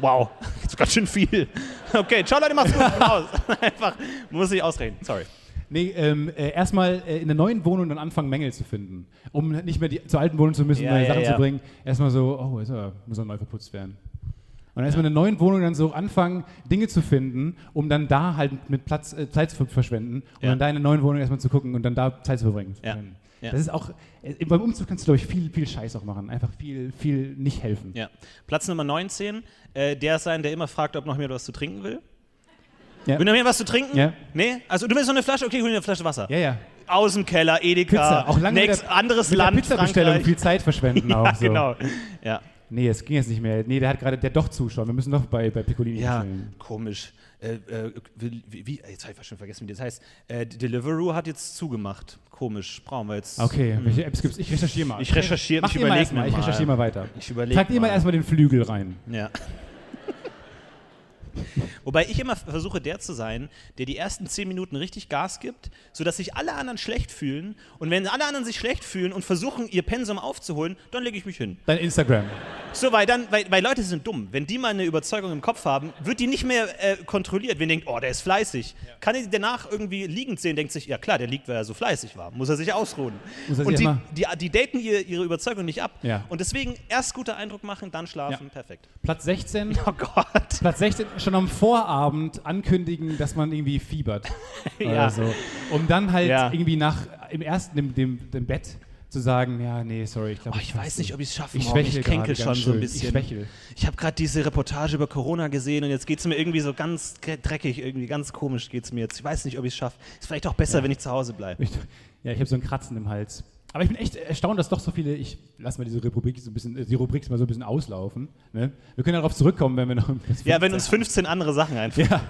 S1: Wow, *laughs* das ist ganz schön viel. Okay, ciao Leute,
S2: *laughs*
S1: macht's gut. Raus. *laughs* Einfach, muss ich ausrechnen, sorry.
S2: Nee, ähm, äh, erstmal äh, in der neuen Wohnung dann anfangen, Mängel zu finden. Um nicht mehr die, zur alten Wohnung zu müssen,
S1: Ja,
S2: neue
S1: ja,
S2: Sachen
S1: ja.
S2: zu bringen. Erstmal so, oh, ist aber, muss er neu verputzt werden. Und dann erstmal in der neuen Wohnung dann so anfangen, Dinge zu finden, um dann da halt mit Platz, äh, Zeit zu verschwenden. Und
S1: Ja.
S2: dann da in der neuen Wohnung erstmal zu gucken und dann da Zeit zu verbringen.
S1: Ja. Ja.
S2: Das ist auch, äh, beim Umzug kannst du, glaube ich, viel, viel Scheiß auch machen. Einfach viel, viel nicht helfen.
S1: Ja. Platz Nummer 19, äh, der sein, der immer fragt, ob noch jemand was zu trinken will.
S2: Ja.
S1: Will noch jemand was zu trinken?
S2: Ja.
S1: Nee? Also du willst noch eine Flasche? Okay, hol dir eine Flasche Wasser.
S2: Ja, ja.
S1: Aus dem Keller, Edeka,
S2: Pizza, auch lange
S1: nächst,
S2: mit der-
S1: anderes
S2: Mit der
S1: Land,
S2: Pizzabestellung
S1: Frankreich.
S2: viel
S1: *laughs*
S2: Zeit verschwenden
S1: ja,
S2: auch so.
S1: genau. Ja.
S2: Nee, es ging jetzt nicht mehr. Nee, der hat gerade, der hat doch zuschauen. Wir müssen noch bei, bei Piccolini
S1: Ja,
S2: bestellen.
S1: komisch. Äh, äh, wie, wie, jetzt habe ich schon vergessen, wie das heißt. Äh, Deliveroo hat jetzt zugemacht. Komisch. Brauchen wir jetzt.
S2: Okay, welche Apps gibt's? Ich recherchiere mal.
S1: Mhm. Ich recherchiere,
S2: Macht
S1: ich
S2: ihr mal
S1: überlege
S2: erstmal,
S1: mir
S2: ich
S1: mal.
S2: recherchiere mal weiter.
S1: Ich überlege
S2: Packt ihr mal erstmal den Flügel rein.
S1: Ja. *laughs* Wobei ich immer versuche, der zu sein, der die ersten zehn Minuten richtig Gas gibt, sodass sich alle anderen schlecht fühlen. Und wenn alle anderen sich schlecht fühlen und versuchen, ihr Pensum aufzuholen, dann lege ich mich hin.
S2: Dein Instagram.
S1: So, weil dann, weil, weil Leute sind dumm. Wenn die mal eine Überzeugung im Kopf haben, wird die nicht mehr äh, kontrolliert. Wenn ihr denkt, oh, der ist fleißig, kann ihr danach irgendwie liegend sehen, denkt sich, ja klar, der liegt, weil er so fleißig war. Muss er sich ausruhen.
S2: Muss er
S1: Und
S2: sich
S1: die,
S2: erstmal-
S1: die, die daten ihre, ihre Überzeugung nicht ab.
S2: Ja.
S1: Und deswegen erst guter Eindruck machen, dann schlafen,
S2: Ja.
S1: perfekt. *laughs*
S2: Platz 16.
S1: Oh Gott.
S2: Platz 16 schon am Vorabend ankündigen, dass man irgendwie fiebert.
S1: *laughs* Ja.
S2: Oder so. Um dann halt
S1: Ja.
S2: irgendwie nach im ersten dem, dem, dem Bett zu sagen, ja, nee, sorry, ich glaube,
S1: Oh, ich weiß nicht, ob ich es schaffe.
S2: Ich
S1: morgen.
S2: schwächel
S1: ich kränkel
S2: gerade
S1: schon
S2: ganz
S1: so ein
S2: schön.
S1: bisschen.
S2: Ich schwächel.
S1: Ich habe gerade diese Reportage über Corona gesehen und jetzt geht es mir irgendwie so ganz dre- dreckig, irgendwie ganz komisch geht es mir jetzt. Ich weiß nicht, ob ich es schaffe. Ist vielleicht auch besser, wenn ich zu Hause bleibe.
S2: Ich, ja, ich habe so ein Kratzen im Hals. Aber ich bin echt erstaunt, dass doch so viele. Ich lass mal diese Rubrik so ein bisschen, äh, die Rubrik mal so ein bisschen auslaufen. *laughs* Ne? Wir können darauf zurückkommen, wenn wir noch.
S1: Ja, wenn uns 15 andere Sachen einfallen.
S2: Ja.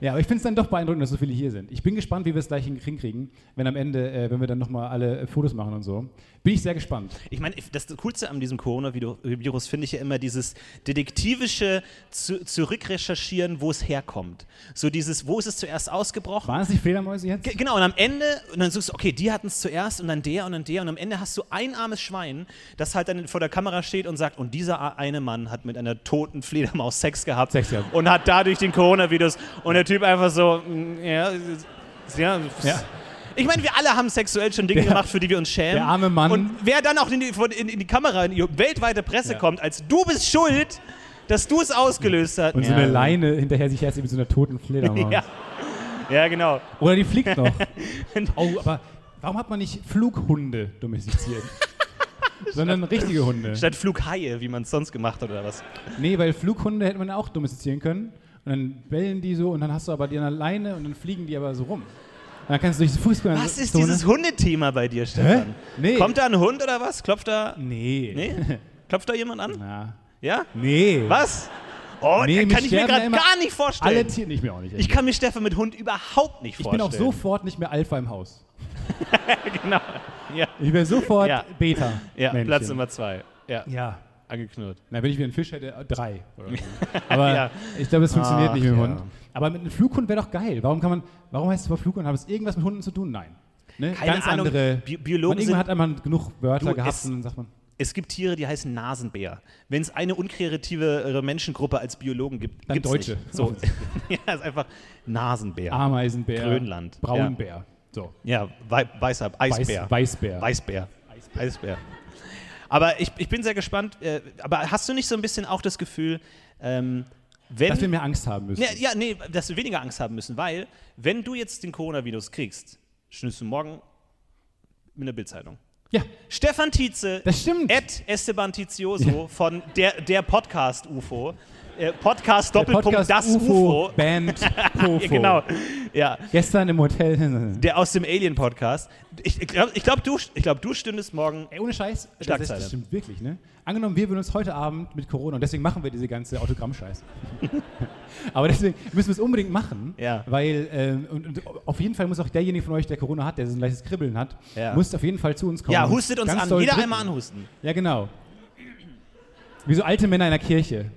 S2: Ja, aber ich finde es dann doch beeindruckend, dass so viele hier sind. Ich bin gespannt, wie wir es gleich hinkriegen, wenn am Ende, äh, wenn wir dann nochmal alle äh, Fotos machen und so. Bin ich sehr gespannt.
S1: Ich meine, das Coolste an diesem Coronavirus finde ich ja immer dieses detektivische zu, Zurückrecherchieren, wo es herkommt. So dieses, wo ist es zuerst ausgebrochen?
S2: Waren es nicht Fledermäuse jetzt?
S1: Ge- Genau, und am Ende, und dann suchst du, okay, die hatten es zuerst und dann der und dann der und am Ende hast du ein armes Schwein, das halt dann vor der Kamera steht und sagt, und dieser a- eine Mann hat mit einer toten Fledermaus Sex gehabt
S2: Sex gehabt.
S1: und hat dadurch den Coronavirus und der Typ einfach so, mm, ja, ja,
S2: Ja.
S1: Ich meine, wir alle haben sexuell schon Dinge
S2: Ja.
S1: gemacht, für die wir uns schämen.
S2: Der arme Mann.
S1: Und wer dann auch in die, von- in, in die Kamera, in die weltweite Presse
S2: Ja.
S1: kommt, als du bist schuld, dass du es ausgelöst hast.
S2: Und so eine Leine hinterher sich erst mit so einer toten
S1: *laughs*
S2: Fledermaus.
S1: ja. ja, genau.
S2: Oder die fliegt
S1: *laughs*
S2: noch. oh, aber warum hat man nicht Flughunde
S1: *laughs*
S2: domestiziert? Sondern richtige Hunde.
S1: Statt Flughaie, wie man es sonst gemacht hat oder was.
S2: Nee, weil Flughunde hätte man ja auch domestizieren können. Und dann bellen die so und dann hast du aber die an der Leine und dann fliegen die aber so rum. Und dann kannst du durch die Fußgänger.
S1: Was ist dieses Hundethema bei dir,
S2: Hä?
S1: Stefan?
S2: Nee.
S1: Kommt da ein Hund oder was? Klopft da.
S2: Nee. *laughs*
S1: Nee? Klopft da jemand an?
S2: Ja.
S1: Ja?
S2: Nee.
S1: Was? Oh,
S2: Nee,
S1: kann
S2: mich
S1: ich mir
S2: sterben ja
S1: gerade
S2: immer
S1: gar nicht
S2: Alle
S1: vorstellen.
S2: Tiere nicht mehr auch nicht.
S1: ich kann mir Stefan mit Hund überhaupt nicht
S2: ich bin
S1: vorstellen.
S2: auch sofort nicht mehr Alpha im Haus. *laughs*
S1: Genau. Ja,
S2: Ich bin sofort
S1: Ja.
S2: Beta.
S1: ja
S2: Männchen.
S1: Platz Nummer zwei. Ja,
S2: Ja.
S1: angeknurrt.
S2: Na, wenn ich wieder einen Fisch hätte, äh, drei.
S1: *laughs*
S2: Oder so. Aber
S1: Ja.
S2: ich glaube, es funktioniert
S1: Ach,
S2: nicht mit dem
S1: ja.
S2: Hund. Aber mit einem Flughund wäre doch geil. Warum kann man, warum heißt es aber Flughund? Hat es irgendwas mit Hunden zu tun? Nein. Ne?
S1: Keine
S2: Ganz
S1: Ahnung.
S2: andere.
S1: Bi- Biologen
S2: man irgendwann
S1: sind-
S2: hat einmal genug Wörter
S1: Du,
S2: gehabt
S1: es-
S2: und dann sagt man.
S1: Es gibt Tiere, die heißen Nasenbär. Wenn es eine unkreativere Menschengruppe als Biologen gibt,
S2: Dann
S1: gibt's
S2: Deutsche. Ah.
S1: Nicht. So. *laughs* ja, ist einfach Nasenbär.
S2: Ameisenbär.
S1: Grönland.
S2: Braunbär. So.
S1: Ja, Wei- Weißer, Eisbär.
S2: Weiß, Weißbär.
S1: Weißbär. Eisbär. Aber ich, ich bin sehr gespannt. Äh, aber hast du nicht so ein bisschen auch das Gefühl, ähm, wenn.
S2: Dass wir mehr Angst haben müssen.
S1: ja, ja, nee, dass wir weniger Angst haben müssen, weil, wenn du jetzt den Coronavirus kriegst, schnürst du morgen mit einer Bildzeitung.
S2: Ja,
S1: Stefan Tietze,
S2: Das stimmt.
S1: at Esteban Tizioso von der, der Podcast UFO, äh, Podcast Doppelpunkt
S2: Podcast
S1: das
S2: UFO,
S1: UFO,
S2: Band Pofo.
S1: *laughs* Ja, genau, ja,
S2: Gestern im Hotel. *laughs*
S1: der aus dem Alien Podcast. Ich glaube, ich glaub, du, ich glaub, du stündest morgen.
S2: Ey, ohne Scheiß.
S1: Schlagzeile.
S2: Das, das stimmt wirklich, ne? Angenommen, wir würden uns heute Abend mit Corona, und deswegen machen wir diese
S1: *laughs*
S2: ganze Autogramm-Scheiß. Aber deswegen müssen wir es unbedingt machen,
S1: Ja.
S2: weil ähm, und, und auf jeden Fall muss auch derjenige von euch, der Corona hat, der so ein leichtes Kribbeln hat,
S1: Ja.
S2: muss auf jeden Fall zu uns kommen.
S1: Ja, hustet uns
S2: Ganz
S1: an.
S2: doll
S1: Jeder
S2: drücken.
S1: einmal anhusten.
S2: Ja, genau. Wie so alte Männer in der Kirche,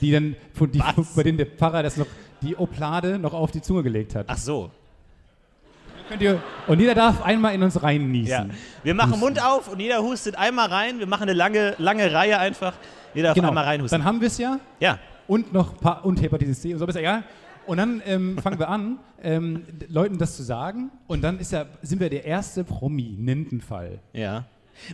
S2: die dann, von- die,
S1: Was?
S2: bei denen der Pfarrer das noch, die Oplade noch auf die Zunge gelegt hat.
S1: Ach so.
S2: Könnt ihr, und jeder darf einmal in uns
S1: Ja.
S2: reinniesen.
S1: Wir machen Mund auf und jeder hustet einmal rein. Wir machen eine lange, lange Reihe einfach. Jeder darf einmal reinhusten.
S2: Genau. Dann haben wir es ja.
S1: ja.
S2: und noch ein paar und Hepatitis C und so, aber ist egal. Und dann ähm,
S1: *laughs*
S2: fangen wir an, ähm, d- Leuten das zu sagen. Und dann ist ja, sind wir der erste Prominentenfall.
S1: Ja.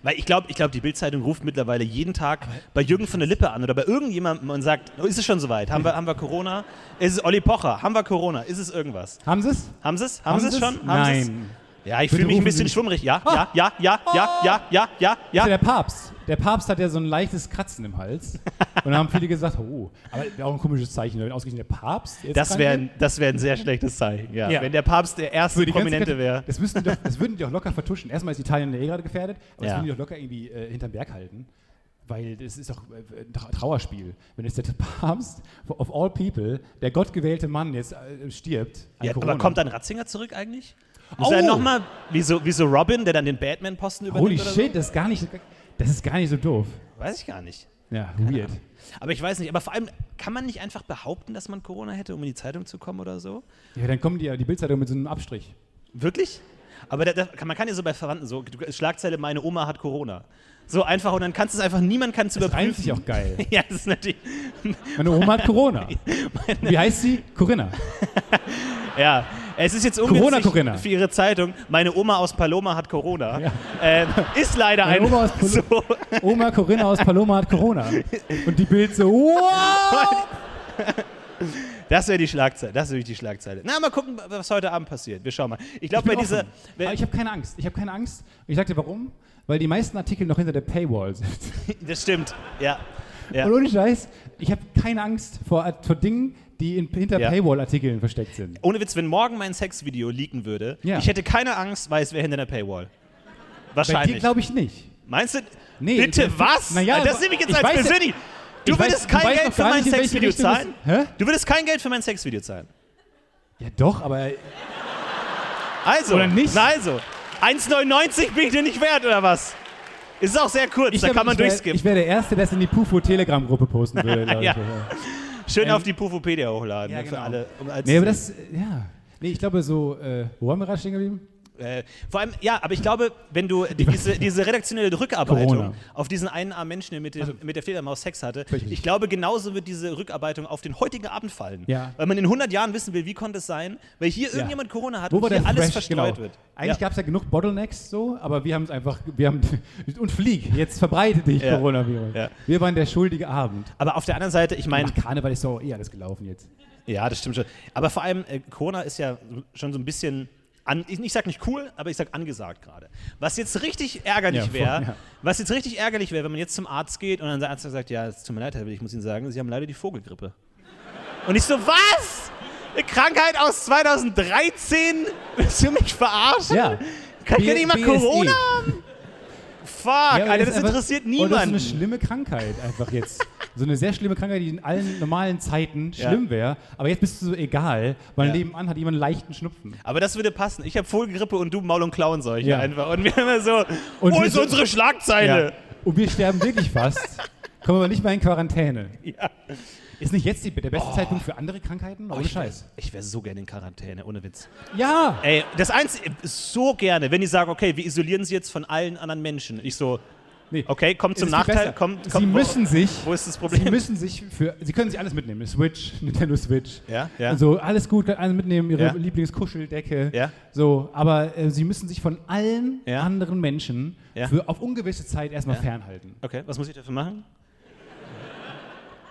S1: Weil ich glaube, ich glaub, die Bildzeitung ruft mittlerweile jeden Tag bei Jürgen von der Lippe an oder bei irgendjemandem und sagt, oh, ist es schon soweit? Haben wir, haben wir Corona? Ist es Olli Pocher? Haben wir Corona? Ist es irgendwas?
S2: Haben Sie es?
S1: Haben sie es? Haben, sie es schon? Haben sie's?
S2: Nein.
S1: Ja, ich
S2: Bitte
S1: fühle mich ein
S2: rufen Sie
S1: bisschen
S2: mich.
S1: schwummrig. Ja, ja, ja, ja, ja, ja, ja, ja,
S2: Ja,
S1: ja.
S2: Der Papst. Der Papst hat ja so ein leichtes Kratzen im Hals. Und da haben viele gesagt, oh, aber wäre auch ein komisches Zeichen, wenn ausgerechnet der Papst jetzt
S1: Das
S2: krank
S1: wäre
S2: wird.
S1: ein, das wär ein sehr schlechtes Zeichen. Ja.
S2: Ja.
S1: Wenn der Papst der erste
S2: Für die ganze
S1: Prominente
S2: Kette-
S1: wäre.
S2: Das, müssten die doch, das würden die doch locker vertuschen. Erstmal ist Italien ja eh gerade gefährdet, aber
S1: Ja.
S2: das würden die doch locker irgendwie äh, hinterm Berg halten. Weil das ist doch äh, ein Trau- Trauerspiel. Wenn jetzt der *laughs* Papst, of all people, der gottgewählte Mann jetzt äh, stirbt. an
S1: Ja, aber
S2: Corona.
S1: kommt dann Ratzinger zurück eigentlich? Muss er
S2: Oh!
S1: nochmal, wie so, wie so Robin, der dann den Batman-Posten übernimmt?
S2: Holy
S1: oder
S2: shit, das, ist gar nicht, das ist gar nicht so doof.
S1: So? Weiß ich gar nicht.
S2: Ja, weird.
S1: Aber ich weiß nicht, aber vor allem, kann man nicht einfach behaupten, dass man Corona hätte, um in die Zeitung zu kommen oder so?
S2: Ja, dann kommen die ja die Bildzeitung mit so einem Abstrich.
S1: Wirklich? Aber da, da, kann- man kann ja so bei Verwandten so, du- Schlagzeile, meine Oma hat Corona. So einfach und dann kannst du es einfach, niemand kann es
S2: Das reimt
S1: überprüfen.
S2: sich auch geil.
S1: *laughs* Ja, das ist natürlich,
S2: Meine Oma hat
S1: *laughs*
S2: Corona. Wie heißt sie? Corinna.
S1: ja. Es ist jetzt
S2: Corona,
S1: ungünstig
S2: Corinna.
S1: für ihre Zeitung, meine Oma aus Paloma hat Corona.
S2: Ja.
S1: Ähm, ist leider
S2: Meine
S1: ein, *laughs*
S2: Oma aus Pal-
S1: so,
S2: Oma Corinna aus Paloma hat Corona. Und die
S1: *laughs*
S2: Bild so, wow!
S1: das wäre die Schlagzeile, das wäre die Schlagzeile. Na, mal gucken, was heute Abend passiert. Wir schauen mal. Ich glaube, bei
S2: bin
S1: dieser,
S2: offen.
S1: wenn-
S2: Aber ich habe keine Angst. Ich habe keine Angst. Und ich sagte, warum? Weil die meisten Artikel noch hinter der Paywall sind.
S1: das stimmt, ja. ja.
S2: Und ohne Scheiß, ich habe keine Angst vor, vor Dingen, die in, hinter
S1: Ja.
S2: Paywall-Artikeln versteckt sind.
S1: Ohne Witz, wenn morgen mein Sexvideo leaken würde,
S2: Ja.
S1: ich hätte keine Angst, weil es wäre hinter einer Paywall.
S2: Bei dir
S1: Wahrscheinlich.
S2: glaube ich nicht.
S1: Meinst du?
S2: Nee,
S1: Bitte
S2: das-
S1: was?
S2: na ja,
S1: das
S2: aber
S1: nehme ich jetzt
S2: ich
S1: als
S2: weiß-
S1: persönlich. Du
S2: ich weiß-
S1: würdest
S2: du
S1: kein
S2: weißt
S1: Geld
S2: noch
S1: für
S2: gar
S1: mein
S2: nicht, in welche
S1: Sexvideo
S2: Richtung es-
S1: zahlen?
S2: Hä?
S1: Du würdest kein Geld für mein Sexvideo zahlen.
S2: Ja, doch, aber
S1: Also.
S2: Oder nicht?
S1: Na also. 1,99 bin ich dir nicht wert, oder was? Ist auch sehr kurz, da
S2: glaub,
S1: kann man
S2: ich wär-
S1: durchskippen.
S2: Ich wäre der Erste, der es in die
S1: *laughs*
S2: Pufo-Telegram-Gruppe posten würde. glaub ich.
S1: Ja. Schön
S2: Ähm,
S1: auf die Pufopedia hochladen. ne, für
S2: genau.
S1: alle, um als,
S2: Nee, aber das, ja. Nee, ich glaube so, äh, wo waren wir gerade stehen geblieben?
S1: äh, vor allem, ja, aber ich glaube, wenn du die, diese, diese redaktionelle Rückarbeitung
S2: Corona. Also
S1: auf diesen einen armen Menschen, der mit, dem, mit der Fledermaus Sex hatte,
S2: Völlig
S1: ich
S2: richtig.
S1: glaube, genauso wird diese Rückarbeitung auf den heutigen Abend fallen.
S2: Ja.
S1: Weil man in 100 Jahren wissen will, wie konnte es sein, weil hier irgendjemand Corona hat
S2: Wo war
S1: und hier
S2: der
S1: alles
S2: Thrash?
S1: verstreut
S2: Genau.
S1: wird.
S2: Eigentlich
S1: ja.
S2: gab es ja genug Bottlenecks so, aber wir haben es einfach, wir haben, *laughs* und flieg, jetzt verbreite dich
S1: Ja.
S2: Coronavirus.
S1: Ja.
S2: Wir waren der schuldige Abend.
S1: Aber auf der anderen Seite, ich meine,
S2: Ach, Karneval ist doch eh alles gelaufen jetzt.
S1: Ja, das stimmt schon. Aber vor allem, äh, Corona ist ja schon so ein bisschen. An, ich, ich sag nicht cool, aber ich sag angesagt gerade. Was jetzt richtig ärgerlich
S2: Ja, voll,
S1: wäre,
S2: ja.
S1: was jetzt richtig ärgerlich wäre, wenn man jetzt zum Arzt geht und dann der Arzt sagt, ja, es tut mir leid, Herr Will, ich muss Ihnen sagen, Sie haben leider die Vogelgrippe. Und ich so, was? Eine Krankheit aus 2013? Willst du mich verarschen?
S2: Ja.
S1: Kann ich
S2: B-
S1: denn nicht mal
S2: BSE.
S1: Corona haben? Fuck,
S2: Ja, aber
S1: Alter, das
S2: ist einfach-
S1: interessiert
S2: Und das ist
S1: niemanden.
S2: eine schlimme Krankheit einfach jetzt. so eine sehr schlimme Krankheit, die in allen normalen Zeiten
S1: Ja.
S2: schlimm wäre. Aber jetzt bist du so egal, weil
S1: Ja.
S2: nebenan hat jemand einen leichten Schnupfen.
S1: Aber das würde passen. Ich habe Vogelgrippe und du Maul- und Klauenseuche
S2: Ja.
S1: einfach. Und wir haben immer so,
S2: Und
S1: wo
S2: wir
S1: ist
S2: so-
S1: unsere Schlagzeile?
S2: Und wir sterben wirklich
S1: *laughs*
S2: fast, kommen aber nicht mal in Quarantäne.
S1: Ja.
S2: Ist nicht jetzt die, der beste Zeitpunkt für andere Krankheiten? Ohne
S1: Oh, ich
S2: Scheiß.
S1: Wär, ich wäre so gerne in Quarantäne, ohne Witz.
S2: Ja!
S1: Ey, das Einzige, so gerne, wenn die sagen, okay, wir isolieren sie jetzt von allen anderen Menschen. Ich so,
S2: Nee.
S1: okay, kommt
S2: Es
S1: zum
S2: ist
S1: Nachteil,
S2: besser.
S1: kommt,
S2: Sie
S1: kommt
S2: müssen sich.
S1: wo, wo ist das
S2: Sie
S1: Problem?
S2: müssen sich für. Sie können sich alles mitnehmen. Eine Switch, *laughs* Nintendo Switch.
S1: Ja, ja.
S2: Also alles gut, können alles mitnehmen, ihre
S1: Ja.
S2: Lieblingskuscheldecke.
S1: Ja.
S2: So, aber äh, sie müssen sich von allen
S1: Ja.
S2: anderen Menschen
S1: Ja.
S2: für auf ungewisse Zeit erstmal fernhalten.
S1: Okay, was muss ich dafür machen?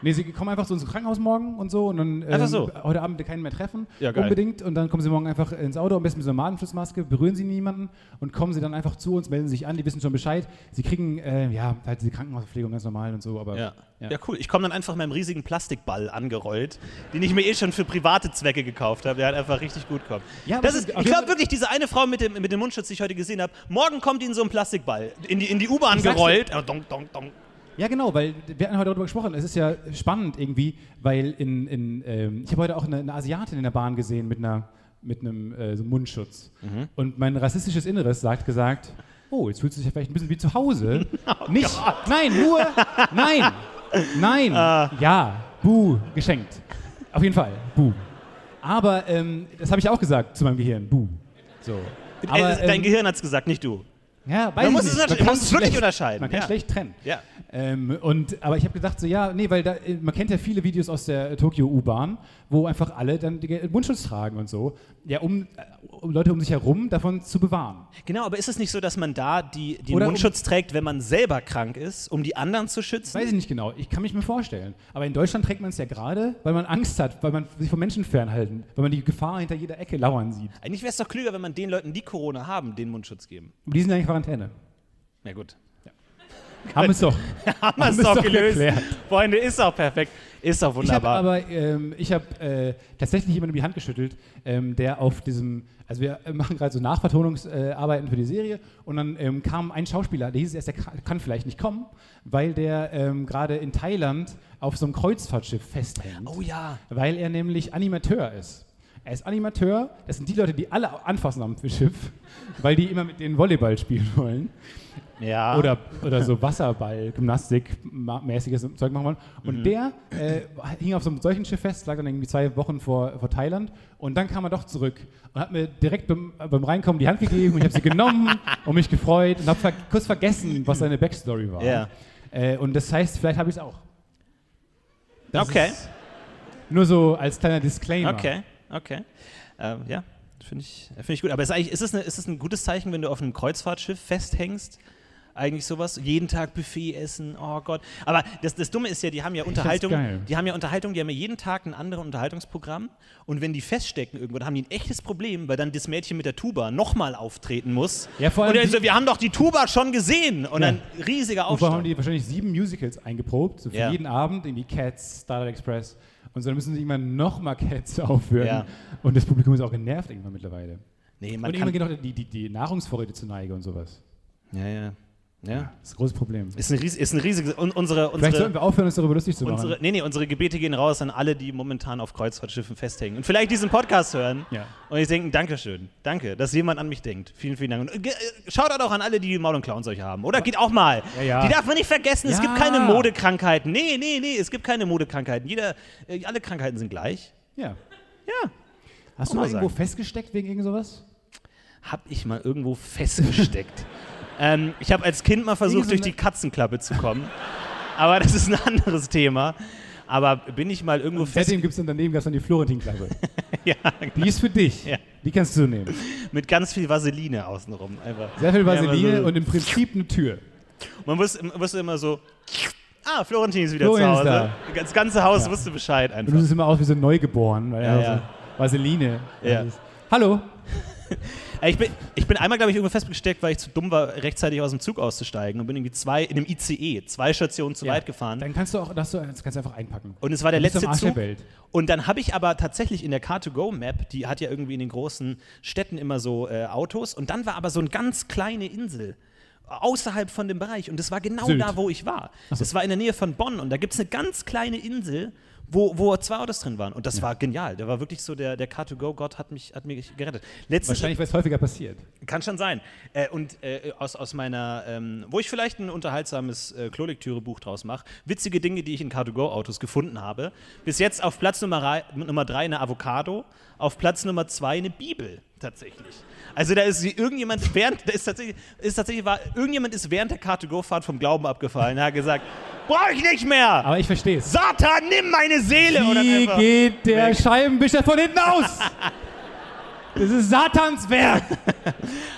S2: Nee, sie kommen einfach zu uns im Krankenhaus morgen und so und dann ähm,
S1: Einfach so.
S2: heute Abend keinen mehr treffen.
S1: Ja, geil.
S2: Unbedingt. Und dann kommen sie morgen einfach ins Auto, am besten mit so einer Magenflussmaske, berühren sie niemanden und kommen sie dann einfach zu uns, melden sich an, die wissen schon Bescheid. Sie kriegen, äh, ja, halt die Krankenhausverpflegung ganz normal und so, aber
S1: Ja. Ja.
S2: ja.
S1: cool. Ich komme dann einfach mit meinem riesigen Plastikball angerollt, den ich mir eh schon für private Zwecke gekauft habe. Der halt einfach richtig gut kommt.
S2: Ja,
S1: das
S2: aber
S1: ist,
S2: auf
S1: ich
S2: jeden
S1: glaube
S2: Fall-
S1: wirklich, diese eine Frau mit dem, mit dem Mundschutz, die ich heute gesehen habe, morgen kommt ihnen so ein Plastikball in die, in die U-Bahn
S2: sag's dir.
S1: gerollt. Ah, donk, donk, donk.
S2: Ja, genau, weil wir hatten heute darüber gesprochen. Es ist ja spannend irgendwie, weil in, in ähm, ich habe heute auch eine, eine Asiatin in der Bahn gesehen mit einer mit einem äh, so Mundschutz.
S1: Mhm.
S2: Und mein rassistisches Inneres sagt gesagt, oh, jetzt fühlst du dich ja vielleicht ein bisschen wie
S1: *laughs*
S2: zu Hause.
S1: Oh
S2: Nicht, nein, nur, nein, nein,
S1: Ah.
S2: ja, buh, geschenkt. Auf jeden Fall, buh. Aber ähm, das habe ich auch gesagt zu meinem Gehirn, buh. So. ähm,
S1: Ey, Äh, Dein Gehirn hat's gesagt, nicht du.
S2: ja, weiß
S1: Man
S2: ich
S1: muss
S2: nicht.
S1: es natürlich-
S2: kann
S1: man muss es wirklich
S2: schlecht-
S1: unterscheiden,
S2: Man kann
S1: ja.
S2: schlecht trennen.
S1: Ja.
S2: Ähm, und, aber ich habe gedacht, so, ja, nee, weil da, äh, man kennt ja viele Videos aus der äh, Tokio-U-Bahn, wo einfach alle dann die Ge- Mundschutz tragen und so. Ja, um, äh, um Leute um sich herum davon zu bewahren.
S1: Genau, aber ist es nicht so, dass man da die, den
S2: Oder um-
S1: Mundschutz trägt, wenn man selber krank ist, um die anderen zu schützen?
S2: Weiß ich nicht genau, ich kann mich mir vorstellen. Aber in Deutschland trägt man es ja gerade, weil man Angst hat, weil man sich von Menschen fernhalten, weil man die Gefahr hinter jeder Ecke lauern sieht.
S1: Eigentlich wäre es doch klüger, wenn man den Leuten, die Corona haben, den Mundschutz geben.
S2: Und die sind ja in Quarantäne.
S1: Na gut.
S2: Haben es doch.
S1: *laughs* Haben wir es
S2: ist
S1: doch
S2: doch
S1: gelöst.
S2: geklärt.
S1: Freunde, ist auch perfekt. Ist doch
S2: Ich habe
S1: wunderbar.
S2: aber, ähm, ich habe äh, tatsächlich jemandem die Hand geschüttelt, ähm, der auf diesem, also wir machen gerade so Nachvertonungsarbeiten äh, Arbeiten für die Serie und dann ähm, kam ein Schauspieler, der hieß erst, der kann, kann vielleicht nicht kommen, weil der ähm, gerade in Thailand auf so einem Kreuzfahrtschiff festhängt,
S1: oh ja.
S2: weil er nämlich Animateur ist. Er ist Animateur, das sind die Leute, die alle anfassen am Schiff, *laughs* weil die immer mit denen Volleyball spielen wollen
S1: Ja.
S2: oder, oder so Wasserball, Gymnastik, ma- mäßiges Zeug machen wollen. Und
S1: Mhm.
S2: der äh, hing auf so einem solchen Schiff fest, lag dann irgendwie zwei Wochen vor, vor Thailand. Und dann kam er doch zurück und hat mir direkt beim, beim Reinkommen die Hand gegeben.
S1: *laughs*
S2: und Ich habe sie genommen und mich gefreut und habe ver kurz vergessen, was seine Backstory war.
S1: Ja.
S2: Äh, und das heißt, vielleicht habe ich es auch.
S1: Okay.
S2: ist Nur so als kleiner Disclaimer.
S1: Okay, okay. Ähm, ja, finde ich, find ich gut. Aber ist, eigentlich, ist, es eine, ist es ein gutes Zeichen, wenn du auf einem Kreuzfahrtschiff festhängst? Eigentlich sowas, jeden Tag Buffet essen, oh Gott. Aber das, das Dumme ist ja, die haben ja Unterhaltung,
S2: geil.
S1: die haben ja Unterhaltung, die haben ja jeden Tag ein anderes Unterhaltungsprogramm. Und wenn die feststecken irgendwo, dann haben die ein echtes Problem, weil dann das Mädchen mit der Tuba nochmal auftreten muss.
S2: Ja, vor allem
S1: und dann so,
S2: die-
S1: wir haben doch die Tuba schon gesehen. Und
S2: Ja.
S1: dann riesiger
S2: Und vorher haben
S1: Aufstand.
S2: die wahrscheinlich sieben Musicals eingeprobt, so für
S1: Ja.
S2: jeden Abend, irgendwie Cats, Starlight Express. Und so dann müssen sie irgendwann nochmal Cats *laughs* aufführen.
S1: Ja.
S2: Und das Publikum ist auch genervt irgendwann mittlerweile.
S1: Nee, man
S2: und
S1: kann,
S2: irgendwann gehen auch die, die, die Nahrungsvorräte zur Neige und sowas.
S1: ja, ja. Ja.
S2: Das ist ein großes Problem.
S1: Ist ein, ries ist ein riesiges. Un unsere,
S2: Vielleicht
S1: unsere,
S2: sollten wir aufhören, uns darüber lustig zu machen.
S1: unsere, nee, nee, unsere Gebete gehen raus an alle, die momentan auf Kreuzfahrtschiffen festhängen und vielleicht diesen Podcast hören
S2: Ja.
S1: und ich denken, Dankeschön, danke, dass jemand an mich denkt. Vielen, vielen Dank. Und, äh, äh, Shoutout auch an alle, die Maul und Clowns euch haben. Oder geht auch mal.
S2: Ja, ja.
S1: Die darf man nicht vergessen. Es
S2: Ja.
S1: gibt keine Modekrankheiten. Nee, nee, nee, es gibt keine Modekrankheiten. Jeder, äh, alle Krankheiten sind gleich.
S2: ja.
S1: Ja.
S2: Hast
S1: Auch
S2: du
S1: mal
S2: mal irgendwo
S1: sagen.
S2: festgesteckt wegen irgend sowas?
S1: Hab ich mal irgendwo
S2: *laughs*
S1: festgesteckt. ähm, ich habe als Kind mal versucht, durch die Katzenklappe zu kommen. Aber das ist ein anderes Thema. Aber bin ich mal irgendwo fest. genau.
S2: Seitdem gibt es dann daneben gab's dann
S1: *laughs*
S2: die Florentin-Klappe. Die ist für dich.
S1: Ja.
S2: Die kannst du nehmen.
S1: mit ganz viel Vaseline außenrum. Einfach.
S2: Sehr viel
S1: Ja, immer
S2: Vaseline
S1: so.
S2: und im Prinzip eine Tür.
S1: Man wusste, man wusste immer so, ah, Florentin ist wieder zu
S2: Florentin ist
S1: Hause.
S2: da. Mhm.
S1: Das ganze Haus wusste Bescheid
S2: Du
S1: einfach.
S2: siehst immer aus wie so ein Neugeboren, weil
S1: Ja,
S2: er
S1: ja.
S2: so Vaseline.
S1: Ja.
S2: Hallo?
S1: Ey, Ich bin, ich bin einmal, glaube ich, irgendwo festgesteckt, weil ich zu dumm war, rechtzeitig aus dem Zug auszusteigen und bin irgendwie zwei, in einem ICE, E, zwei Stationen zu weit gefahren.
S2: Dann kannst du auch, das, so- das kannst du einfach einpacken.
S1: Hm? Und es war der
S2: Dann bist du
S1: letzte
S2: am Arsch
S1: Zug.
S2: der Welt.
S1: Und dann habe ich aber tatsächlich in der Car2Go-Map, die hat ja irgendwie in den großen Städten immer so äh, Autos, und dann war aber so eine ganz kleine Insel außerhalb von dem Bereich. Und das war genau
S2: Sylt.
S1: da, wo ich war. Das war in der Nähe von Bonn. Und da gibt es eine ganz kleine Insel, wo, wo zwei Autos drin waren. Und das war genial. Da war wirklich so, der, der Car2Go-Gott hat mich, hat mich gerettet. Letztens,
S2: Wahrscheinlich, weil es häufiger passiert.
S1: kann schon sein. Äh, und äh, aus, aus meiner, ähm, wo ich vielleicht ein unterhaltsames äh, Klolektüre-Buch draus mache, witzige Dinge, die ich in Car2Go-Autos gefunden habe. Bis jetzt auf Platz Nummer, rei- Nummer drei eine Avocado, auf Platz Nummer zwei eine Bibel tatsächlich. Also da ist irgendjemand während, da ist tatsächlich, ist tatsächlich war, irgendjemand ist während der Car2Go-Fahrt vom Glauben abgefallen. Er hat gesagt, brauche ich nicht mehr!
S2: Aber ich verstehe es.
S1: Satan, nimm meine Seele! Und dann
S2: Wie
S1: einfach-
S2: geht der
S1: weg.
S2: Scheibenwischer von
S1: *laughs*
S2: hinten aus? das ist Satans Werk.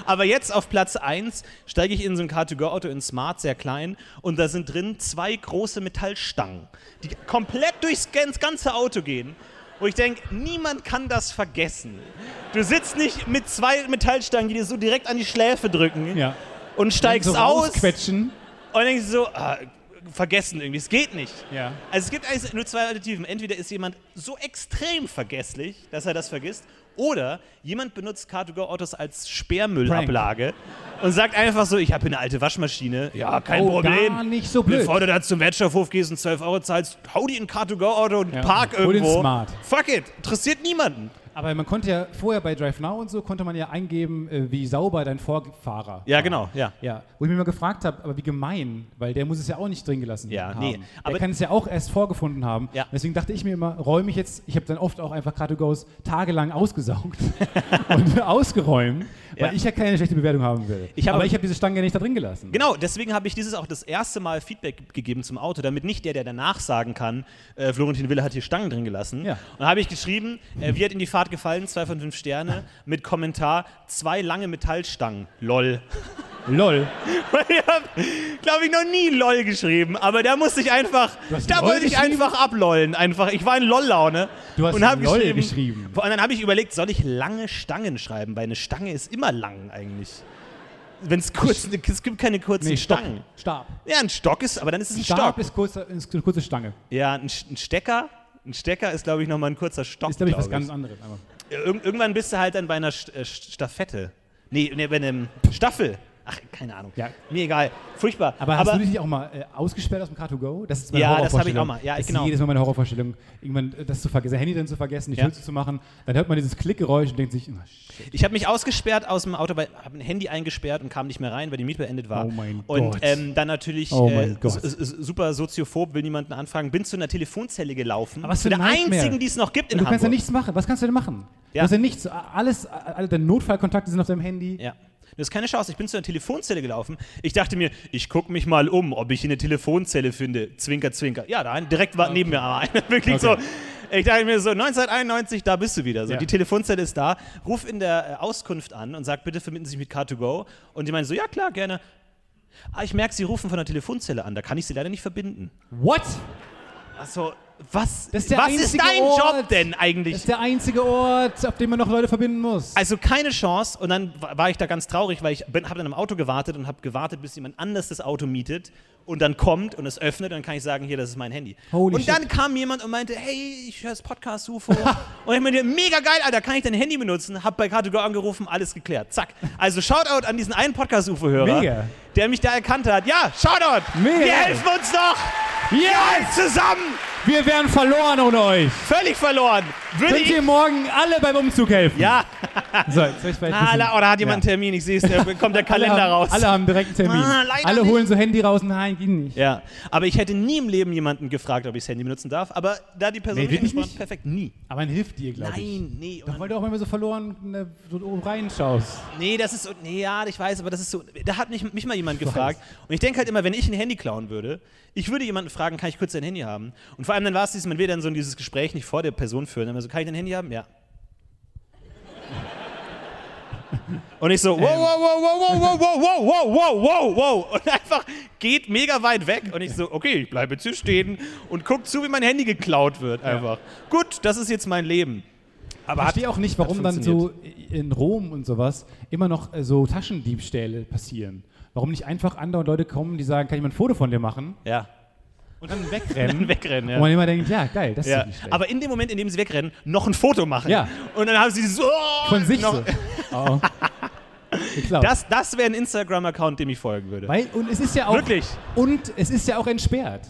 S1: Aber jetzt auf Platz 1 steige ich in so ein Car2Go-Auto in Smart, sehr klein, und da sind drin zwei große Metallstangen, die komplett durchs ganz- ganze Auto gehen. Wo ich denke, niemand kann das vergessen. Du sitzt nicht mit zwei Metallstangen, die dir so direkt an die Schläfe drücken
S2: Ja.
S1: und steigst
S2: so
S1: aus
S2: rausquetschen.
S1: und denkst so, ah, vergessen irgendwie, es geht nicht.
S2: Ja.
S1: Also es gibt eigentlich nur zwei Alternativen. Entweder ist jemand so extrem vergesslich, dass er das vergisst, oder jemand benutzt Car2Go-Autos als Sperrmüllablage und sagt einfach so, ich habe hier eine alte Waschmaschine. Ja, kein
S2: Oh,
S1: Problem.
S2: gar nicht so blöd.
S1: Bevor du da zum Wertstoffhof gehst und 12 Euro zahlst, hau die in Car2Go-Auto und
S2: Ja,
S1: park
S2: hol den
S1: irgendwo.
S2: Smart.
S1: Fuck it, interessiert niemanden.
S2: Aber man konnte ja vorher bei DriveNow und so, konnte man ja eingeben, äh, wie sauber dein Vorfahrer
S1: Ja,
S2: war.
S1: genau, ja.
S2: Ja, wo ich mich mal gefragt habe, aber wie gemein, weil der muss es ja auch nicht drin gelassen
S1: Ja,
S2: haben.
S1: nee, aber-
S2: der kann es ja auch erst vorgefunden haben.
S1: Ja.
S2: Deswegen dachte ich mir immer, räume ich jetzt, ich habe dann oft auch einfach Car to Goes tagelang ausgesaugt
S1: *laughs*
S2: *laughs* und ausgeräumt, weil
S1: Ja.
S2: ich ja keine schlechte Bewertung haben will.
S1: Ich hab
S2: aber
S1: aber-
S2: ich habe diese Stange ja nicht da drin gelassen.
S1: Genau, deswegen habe ich dieses auch das erste Mal Feedback ge- gegeben zum Auto, damit nicht der, der danach sagen kann, äh, Florentin Wille hat hier Stangen drin gelassen.
S2: Ja.
S1: Und da habe ich geschrieben, äh, wie hat Ihnen die Fahrt gefallen? Zwei von fünf Sterne mit Kommentar, zwei lange Metallstangen. Lol. *laughs*
S2: LOL.
S1: ich habe, glaube ich, noch nie LOL geschrieben, aber da musste ich einfach,
S2: hast
S1: da
S2: LOL
S1: wollte ich
S2: geschrieben?
S1: einfach ablollen. Einfach. Ich war in LOL-Laune.
S2: Du hast
S1: und habe
S2: LOL
S1: geschrieben,
S2: geschrieben.
S1: Und dann habe ich überlegt, soll ich lange Stangen schreiben? Weil eine Stange ist immer lang eigentlich. Wenn es kurz, es gibt keine kurzen
S2: Stock.
S1: Stangen.
S2: Stab.
S1: Ja, ein Stock ist, aber dann ist es ein
S2: Stab
S1: Stock.
S2: ist, kurz, ist eine kurze Stange.
S1: ja, ein, Sch- ein Stecker. Ein Stecker ist, glaube ich, nochmal ein kurzer Stock.
S2: Ist, glaube ich, was
S1: glaub ich.
S2: ganz anderes. Aber
S1: Irg irgendwann bist du halt dann bei einer St äh, St- Staffette. Nee, nee, bei einem Staffel. Ach, keine Ahnung.
S2: Ja.
S1: Mir egal. Furchtbar.
S2: Aber hast du dich auch mal äh, ausgesperrt aus dem Car to Go? Das ist meine
S1: Ja, das
S2: Horrorvorstellung.
S1: hab ich auch mal. Ja,
S2: das
S1: genau.
S2: Ist jedes Mal meine Horrorvorstellung, irgendwann äh, das zu vergessen, sein Handy drin zu vergessen, die
S1: Ja.
S2: Schürze zu machen. Dann hört man dieses Klickgeräusch und denkt sich, oh, shit.
S1: Ich habe mich ausgesperrt aus dem Auto, weil habe ein Handy eingesperrt und kam nicht mehr rein, weil die Miete beendet war.
S2: Oh mein
S1: und
S2: Gott.
S1: Ähm, dann natürlich
S2: Oh
S1: äh,
S2: mein Gott.
S1: s- s- super soziophob, will niemanden anfangen, bin zu einer Telefonzelle gelaufen.
S2: Aber was
S1: zu
S2: für
S1: der
S2: ein Nightmare.
S1: einzigen, die es noch gibt in
S2: du kannst ja
S1: Hamburg.
S2: nichts machen. Was kannst du denn machen?
S1: Ja.
S2: Du hast ja nichts. Alles, alle deine Notfallkontakte sind auf deinem Handy.
S1: Ja. Das ist keine Chance. Ich bin zu einer Telefonzelle gelaufen. Ich dachte mir, ich gucke mich mal um, ob ich hier eine Telefonzelle finde. Zwinker, zwinker. Ja, da ein- direkt war neben mir aber einer. *laughs* Wirklich
S2: Okay.
S1: so. Ich dachte mir so, 1991, da bist du wieder. So,
S2: Ja.
S1: Die Telefonzelle ist da. Ruf in der äh, Auskunft an und sag, bitte verbinden Sie sich mit Car2Go. Und die meinen so, ja klar, gerne. Ah, ich merke, Sie rufen von der Telefonzelle an. Da kann ich Sie leider nicht verbinden.
S2: What?
S1: Ach so, was,
S2: Das ist der
S1: was ist
S2: einzige
S1: dein
S2: Ort.
S1: Job denn eigentlich?
S2: Das ist der einzige Ort, auf den man noch Leute verbinden muss.
S1: Also keine Chance. Und dann wa- war ich da ganz traurig, weil ich habe dann im Auto gewartet und habe gewartet, bis jemand anders das Auto mietet und dann kommt und es öffnet. Und dann kann ich sagen, hier, das ist mein Handy.
S2: Holy
S1: und dann
S2: shit.
S1: kam jemand und meinte, hey, ich höre das Podcast UFO. *laughs* und ich meinte, mega geil, Alter, kann ich dein Handy benutzen? Hab bei Kategorie angerufen, alles geklärt. Zack. Also Shoutout an diesen einen Podcast UFO-Hörer,
S2: Mega.
S1: der mich da erkannt hat. Ja, Shoutout.
S2: Mega.
S1: Wir helfen uns doch.
S2: Yes!
S1: Zusammen.
S2: Wir wären verloren ohne euch.
S1: Völlig verloren. Würde
S2: Könnt
S1: ich.
S2: ihr morgen alle beim Umzug helfen?
S1: Ja,
S2: So, jetzt soll ich vielleicht
S1: ah,
S2: wissen.
S1: da- oh, da hat jemand einen Termin, ich sehe es, da kommt der
S2: *laughs* alle
S1: Kalender
S2: haben,
S1: raus.
S2: Alle haben direkt einen Termin.
S1: Ah, leider
S2: alle
S1: nicht.
S2: holen so Handy raus. Nein, geht nicht.
S1: Ja, aber ich hätte nie im Leben jemanden gefragt, ob ich das Handy benutzen darf. Aber da die Person
S2: Nee,
S1: mich
S2: wirklich
S1: angesprochen
S2: nicht?
S1: hat, perfekt, nie.
S2: Aber man hilft dir, glaube ich.
S1: Nein, nee. Und
S2: Doch, weil du auch manchmal so verloren ne, so oben reinschaust.
S1: Nee, das ist so, nee, ja, ich weiß, aber das ist so, da hat mich, mich mal jemand gefragt und ich denke halt immer, wenn ich ein Handy klauen würde, ich würde jemanden fragen, kann ich kurz dein Handy haben? Und vor allem dann war es dieses, man will dann so dieses Gespräch nicht vor der Person führen, dann immer so, kann ich dein Handy haben? Ja. Und ich so, wow, wow, wow, wow, wow, wow, wow, wow, wow, wow, wow. Und einfach geht mega weit weg. Und ich so, okay, ich bleibe jetzt hier stehen und guck zu, wie mein Handy geklaut wird einfach. Gut, das ist jetzt mein Leben. Aber
S2: Ich
S1: hat-
S2: verstehe auch nicht, warum
S1: hat
S2: dann so in Rom und sowas immer noch äh, so Taschendiebstähle passieren. Warum nicht einfach andauernd Leute kommen, die sagen, kann ich mal ein Foto von dir machen?
S1: Ja.
S2: Und
S1: *laughs*
S2: dann wegrennen.
S1: Wegrennen, ja.
S2: Und man immer denkt, ja, geil, das
S1: Ja,
S2: ist nicht schlecht.
S1: aber in dem Moment, in dem sie wegrennen, noch ein Foto machen.
S2: Ja.
S1: Und dann haben sie so.
S2: Von sich
S1: noch, *laughs*
S2: so. Oh. Geklaut.
S1: Das, das wäre ein Instagram-Account, dem ich folgen würde.
S2: Weil, und es ist ja auch.
S1: Wirklich?
S2: Und es ist ja auch entsperrt.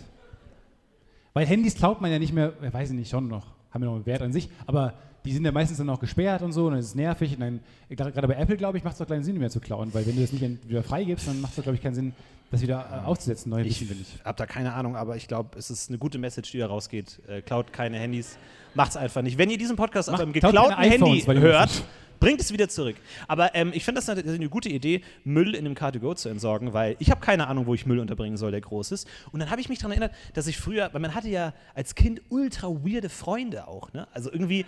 S2: Weil Handys klaut man ja nicht mehr, ja, weiß ich nicht, schon noch, haben ja noch einen Wert an sich, aber die sind ja meistens dann auch gesperrt und so, und dann ist es nervig. Und dann, gerade gerade bei Apple, glaube ich, macht es doch keinen Sinn mehr zu klauen, weil wenn du das nicht dann wieder freigibst, dann macht es doch, glaube ich, keinen Sinn, das wieder äh, auszusetzen, neue Wissen, finde ich.
S1: habe da keine Ahnung, aber ich glaube, es ist eine gute Message, die da rausgeht. Äh, klaut keine Handys, macht's einfach nicht. Wenn ihr diesen Podcast auf
S2: Macht-
S1: einem
S2: klaut keine
S1: geklauten Handy
S2: iPhones, weil die
S1: hört,
S2: müssen.
S1: bringt es wieder zurück. Aber ähm, ich finde das eine, eine gute Idee, Müll in einem Car-to-Go zu entsorgen, weil ich habe keine Ahnung, wo ich Müll unterbringen soll, der groß ist. Und dann habe ich mich daran erinnert, dass ich früher, weil man hatte ja als Kind ultra weirde Freunde auch. Ne? Also
S2: *laughs*
S1: irgendwie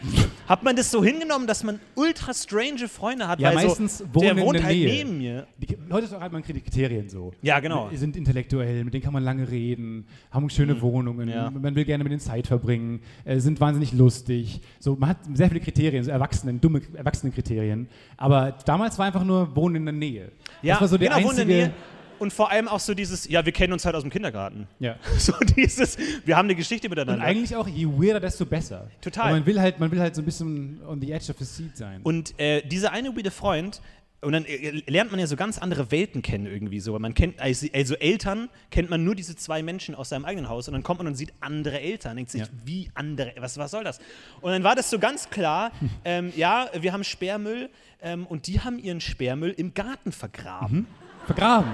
S1: hat man das so hingenommen, dass man ultra strange Freunde hat,
S2: Ja,
S1: weil
S2: meistens
S1: so,
S2: wohnen
S1: der
S2: in
S1: wohnt
S2: der
S1: halt
S2: Nähe.
S1: neben mir.
S2: Die, Leute ist auch halt mal Kriterien so.
S1: Ja, genau. Mhm.
S2: Die sind intellektuell, mit denen kann man lange reden, haben schöne Wohnungen,
S1: Ja.
S2: man will gerne mit denen Zeit verbringen, äh, sind wahnsinnig lustig. So, man hat sehr viele Kriterien, so Erwachsenen, dumme Erwachsenenkriterien. Aber damals war einfach nur Wohnen in der Nähe. das war so der
S1: genau, wohnen
S2: einzige.
S1: in der Nähe. Und vor allem auch so dieses, ja, wir kennen uns halt aus dem Kindergarten. *laughs*
S2: Ja.
S1: So dieses, wir haben eine Geschichte
S2: Und
S1: miteinander.
S2: eigentlich auch, je weirder, desto besser.
S1: Total.
S2: Aber man will halt, man will halt so ein bisschen on the edge of the seat sein.
S1: Und äh, dieser eine weirde Freund, und dann äh, lernt man ja so ganz andere Welten kennen irgendwie so. Weil Man kennt, also also Eltern kennt man nur diese zwei Menschen aus seinem eigenen Haus und dann kommt man und sieht andere Eltern. Denkt sich,
S2: Ja.
S1: wie andere, was, was soll das? Und dann war das so ganz klar,
S2: Hm.
S1: ähm, ja, wir haben Sperrmüll ähm, und die haben ihren Sperrmüll im Garten
S2: Mhm.
S1: vergraben.
S2: Vergraben.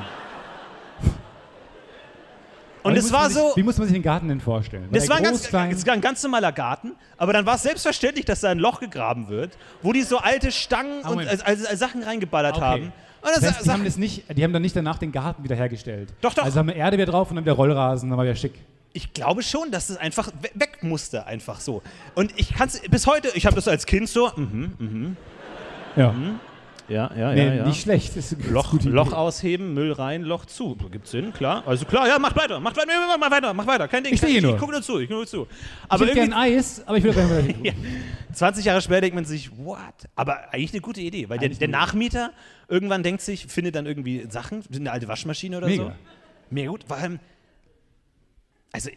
S1: Und
S2: Wie
S1: es
S2: muss
S1: war
S2: man sich,
S1: so.
S2: Wie muss man sich den Garten denn vorstellen? War
S1: Das
S2: der
S1: war, ein
S2: groß,
S1: ganz,
S2: klein?
S1: das war ein ganz normaler Garten, aber dann war es selbstverständlich, dass da ein Loch gegraben wird, wo die so alte Stangen
S2: Ah,
S1: und
S2: Moment. Ah,
S1: also, also, Sachen reingeballert
S2: Okay.
S1: haben. Und das,
S2: Das heißt, die,
S1: sa-
S2: haben das nicht, die haben dann nicht danach den Garten wiederhergestellt.
S1: Doch, doch.
S2: Also haben wir Erde wieder drauf und dann wieder Rollrasen, dann war wieder schick.
S1: ich glaube schon, dass es einfach we- weg musste, einfach so. Und ich kann es bis heute, ich habe das als Kind so, mhm, mhm.
S2: Ja.
S1: ja, Mhm. ja,
S2: Nee, nicht schlecht. Das ist eine
S1: Loch,
S2: gute Idee.
S1: Loch ausheben, Müll rein, Loch zu. Gibt's Sinn, klar. Also klar, ja, macht weiter, macht weiter, mach weiter, mach weiter, kein Ding.
S2: Ich stehe
S1: kein-
S2: hier
S1: Ich
S2: nur.
S1: gucke nur zu, ich gucke nur zu.
S2: Ich
S1: Aber
S2: hätte
S1: irgendwie
S2: gerne Eis, aber ich würde
S1: *laughs*
S2: gerne wieder
S1: 20 Jahre später denkt man sich, what? Aber eigentlich eine gute Idee, weil der,
S2: Eigentlich
S1: der
S2: mega.
S1: Nachmieter irgendwann denkt sich, findet dann irgendwie Sachen, eine alte Waschmaschine oder so.
S2: Mega.
S1: Mega gut, vor allem. Also,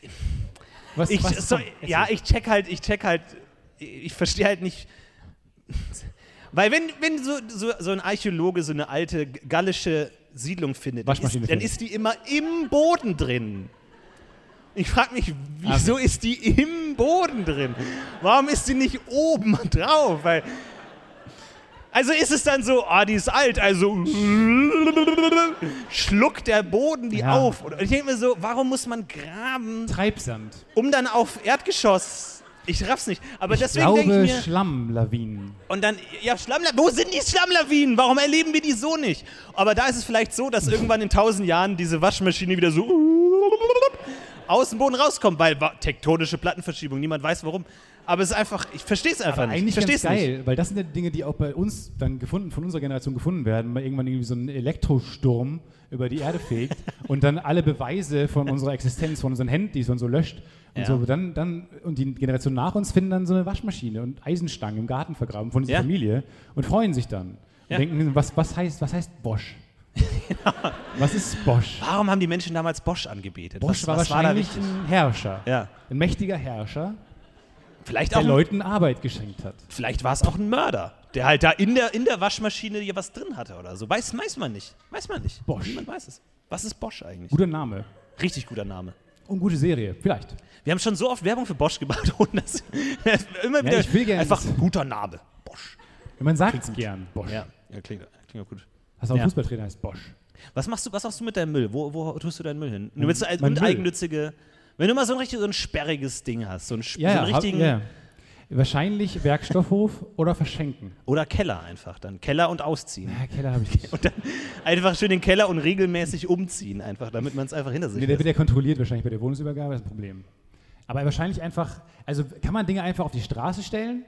S2: Was,
S1: ich,
S2: was,
S1: so,
S2: komm, erzähl.
S1: ja, ich check halt, ich check halt, ich verstehe halt nicht. *laughs* Weil, wenn, wenn so, so, so ein Archäologe so eine alte gallische Siedlung findet, dann ist,
S2: Waschmaschine
S1: dann
S2: findet.
S1: ist die immer im Boden drin. Ich frage mich, wieso
S2: Also.
S1: ist die im Boden drin? Warum ist die nicht oben *laughs* drauf? Weil, also ist es dann so, ah, die ist alt, also *laughs* schluckt der Boden die
S2: Ja.
S1: auf. Und ich denke mir so, warum muss man graben?
S2: Treibsand.
S1: um dann auf Erdgeschoss. Ich raff's nicht. Aber deswegen denke
S2: Glaube
S1: ich mir.
S2: Schlammlawinen.
S1: Und dann, ja, Schlammla wo sind die Schlammlawinen? Warum erleben wir die so nicht? Aber da ist es vielleicht so, dass irgendwann in tausend Jahren diese Waschmaschine wieder so aus dem Boden rauskommt, weil wa- tektonische Plattenverschiebung, niemand weiß warum. Aber es ist einfach, ich verstehe es einfach nicht.
S2: Eigentlich
S1: ich verstehe
S2: ganz
S1: es nicht.
S2: geil, weil das sind ja die Dinge, die auch bei uns dann gefunden, von unserer Generation gefunden werden, weil irgendwann irgendwie so ein Elektrosturm über die
S1: *laughs*
S2: Erde fegt und dann alle Beweise von unserer Existenz, von unseren Handys und so löscht. Und,
S1: Ja.
S2: so, dann, dann, und die Generation nach uns finden dann so eine Waschmaschine und Eisenstangen im Garten vergraben von dieser
S1: Ja.
S2: Familie und freuen sich dann.
S1: Ja.
S2: Und denken, was, was, heißt, was
S1: *laughs*
S2: heißt Bosch? Was ist Bosch?
S1: Warum haben die Menschen damals Bosch angebetet?
S2: Bosch
S1: was,
S2: war
S1: was war da
S2: wahrscheinlich
S1: wichtig?
S2: ein Herrscher,
S1: Ja.
S2: ein mächtiger Herrscher,
S1: Vielleicht
S2: der
S1: auch, ein,
S2: Leuten Arbeit geschenkt hat.
S1: vielleicht war es auch ein Mörder, der halt da in der, in der Waschmaschine hier was drin hatte oder so. Weiß, weiß man nicht. Weiß man nicht.
S2: Bosch.
S1: Niemand weiß es. Was ist Bosch eigentlich?
S2: Guter Name.
S1: Richtig guter Name.
S2: Und gute Serie, vielleicht.
S1: Wir haben schon so oft Werbung für Bosch gemacht, *laughs* ohne dass immer wieder
S2: ich will gerne
S1: einfach
S2: das-
S1: guter Name. Bosch.
S2: Man sagt es gern. Bosch.
S1: Ja, ja klingt, klingt auch gut.
S2: Hast du auch einen
S1: Ja.
S2: Fußballtrainer, heißt Bosch.
S1: Was machst du, was machst du mit deinem Müll? Wo, wo tust du deinen Müll hin? Du willst so ein
S2: mein Müll.
S1: uneigennützige. Wenn du mal so ein richtig so ein sperriges Ding hast, so ein, sp- so einen
S2: hab-
S1: richtigen
S2: ja. Wahrscheinlich Werkstoffhof oder verschenken.
S1: oder Keller einfach, dann Keller und ausziehen. *laughs*
S2: Ja, Keller habe ich nicht.
S1: Und dann einfach schön den Keller und regelmäßig umziehen, einfach, damit man es einfach hinter sich
S2: Nee, der wird ja kontrolliert wahrscheinlich bei der Wohnungsübergabe, das ist ein Problem. Aber wahrscheinlich einfach, also kann man Dinge einfach auf die Straße stellen,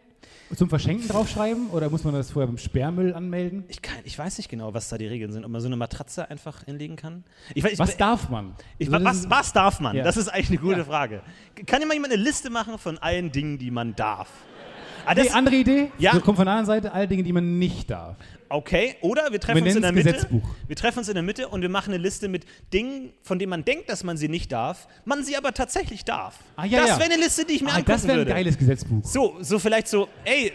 S2: zum Verschenken draufschreiben oder muss man das vorher beim Sperrmüll anmelden?
S1: Ich, kann, ich weiß nicht genau, was da die Regeln sind, ob man so eine Matratze einfach hinlegen kann. Ich weiß, ich,
S2: Was darf man?
S1: Ich,
S2: Also das
S1: was,
S2: ist-
S1: was darf man?
S2: Ja.
S1: Das ist eigentlich eine gute Frage. Kann immer jemand eine Liste machen von allen Dingen, die man darf? Ah, das
S2: Nee, andere Idee?
S1: Ja.
S2: So kommt von der anderen Seite alle Dinge, die man nicht darf. Ah,
S1: okay, oder wir treffen
S2: Wir
S1: uns in der
S2: nennen
S1: Mitte.
S2: es Gesetzbuch.
S1: Wir treffen uns in der Mitte und wir machen eine Liste mit Dingen, von denen man denkt, dass man sie nicht darf, man sie aber tatsächlich darf.
S2: Ah, ja,
S1: das
S2: ja.
S1: wäre eine Liste, die ich mir
S2: Ah,
S1: angucken
S2: das wäre ein
S1: würde.
S2: geiles Gesetzbuch.
S1: So, so vielleicht so, ey,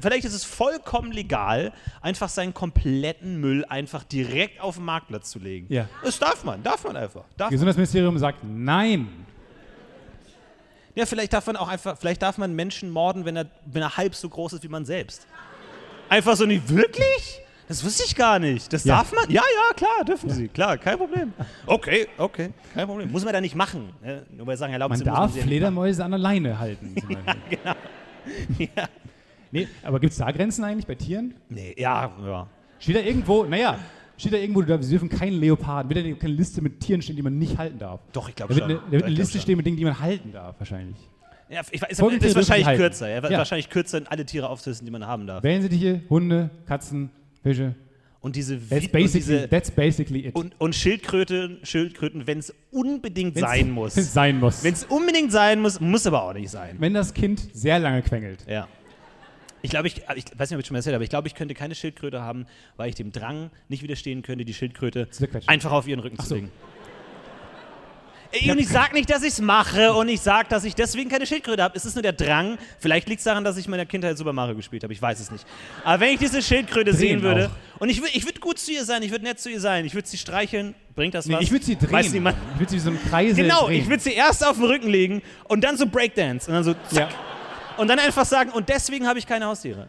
S1: vielleicht ist es vollkommen legal, einfach seinen kompletten Müll einfach direkt auf den Marktplatz zu legen.
S2: Ja.
S1: Das darf man, darf man einfach. Darf
S2: Gesundheitsministerium sagt nein.
S1: Ja, vielleicht darf man auch einfach, vielleicht darf man Menschen morden, wenn er, wenn er halb so groß ist wie man selbst. Einfach so nicht, wirklich? Das wusste ich gar nicht. Das
S2: Ja.
S1: darf man? Ja, ja, klar, dürfen sie. Klar, kein Problem. Okay, okay, kein Problem. Muss man da nicht machen. Ne? Nur weil sagen, erlaubt
S2: Man
S1: sie, muss
S2: darf
S1: sie ja nicht machen.
S2: Fledermäuse an der Leine halten.
S1: *laughs*
S2: Zum Beispiel.
S1: genau. Ja.
S2: Nee, aber gibt es da Grenzen eigentlich bei Tieren?
S1: Nee, ja, ja.
S2: Steht da irgendwo, naja, steht da irgendwo, du darfst- sie dürfen keinen Leoparden, wird da irgendwo keine Liste mit Tieren stehen, die man nicht halten darf.
S1: Doch, ich
S2: Da
S1: glaube
S2: wird
S1: schon.
S2: eine, da
S1: Ja,
S2: wird
S1: ich
S2: eine
S1: glaub
S2: Liste
S1: schon.
S2: stehen mit Dingen, die man halten darf, wahrscheinlich.
S1: Ja, ich weiß,
S2: Folgende
S1: das ist
S2: Tiere dürfen
S1: wahrscheinlich
S2: halten.
S1: kürzer. Ja,
S2: Ja.
S1: Wahrscheinlich kürzer, alle Tiere aufzulisten, die man haben darf.
S2: Wählen Sie die hier, Hunde, Katzen, Fische.
S1: Und diese, Wi-
S2: That's
S1: und,
S2: basically,
S1: diese
S2: that's basically it.
S1: und, und Schildkröten, Schildkröten wenn es unbedingt
S2: Wenn's-
S1: sein muss.
S2: wenn's *laughs* sein muss.
S1: Wenn es unbedingt sein muss, muss aber auch nicht sein.
S2: Wenn das Kind sehr lange quengelt.
S1: Ja. Ich glaube, ich, also ich weiß nicht, ob ich schon mal erzählt habe, aber ich glaube, ich könnte keine Schildkröte haben, weil ich dem Drang nicht widerstehen könnte, die Schildkröte
S2: zerquetschen.
S1: einfach auf ihren Rücken zu
S2: so.
S1: legen. Ey, Und ich sag nicht, dass ich es mache und ich sag, dass ich deswegen keine Schildkröte habe. Es ist nur der Drang. Vielleicht liegt es daran, dass ich in meiner Kindheit Super Mario gespielt habe. Ich weiß es nicht. Aber wenn ich diese Schildkröte sehen würde und ich, wür- ich würde gut zu ihr sein, ich würde nett zu ihr sein, ich würde sie streicheln, bringt das
S2: Nee,
S1: was?
S2: ich würde sie drehen.
S1: Weiß niemand.
S2: ich würde sie so im Kreise
S1: Genau,
S2: drehen.
S1: ich würde sie erst auf den Rücken legen und dann so Breakdance und dann so zack. Und dann einfach sagen, und deswegen habe ich keine Haustiere.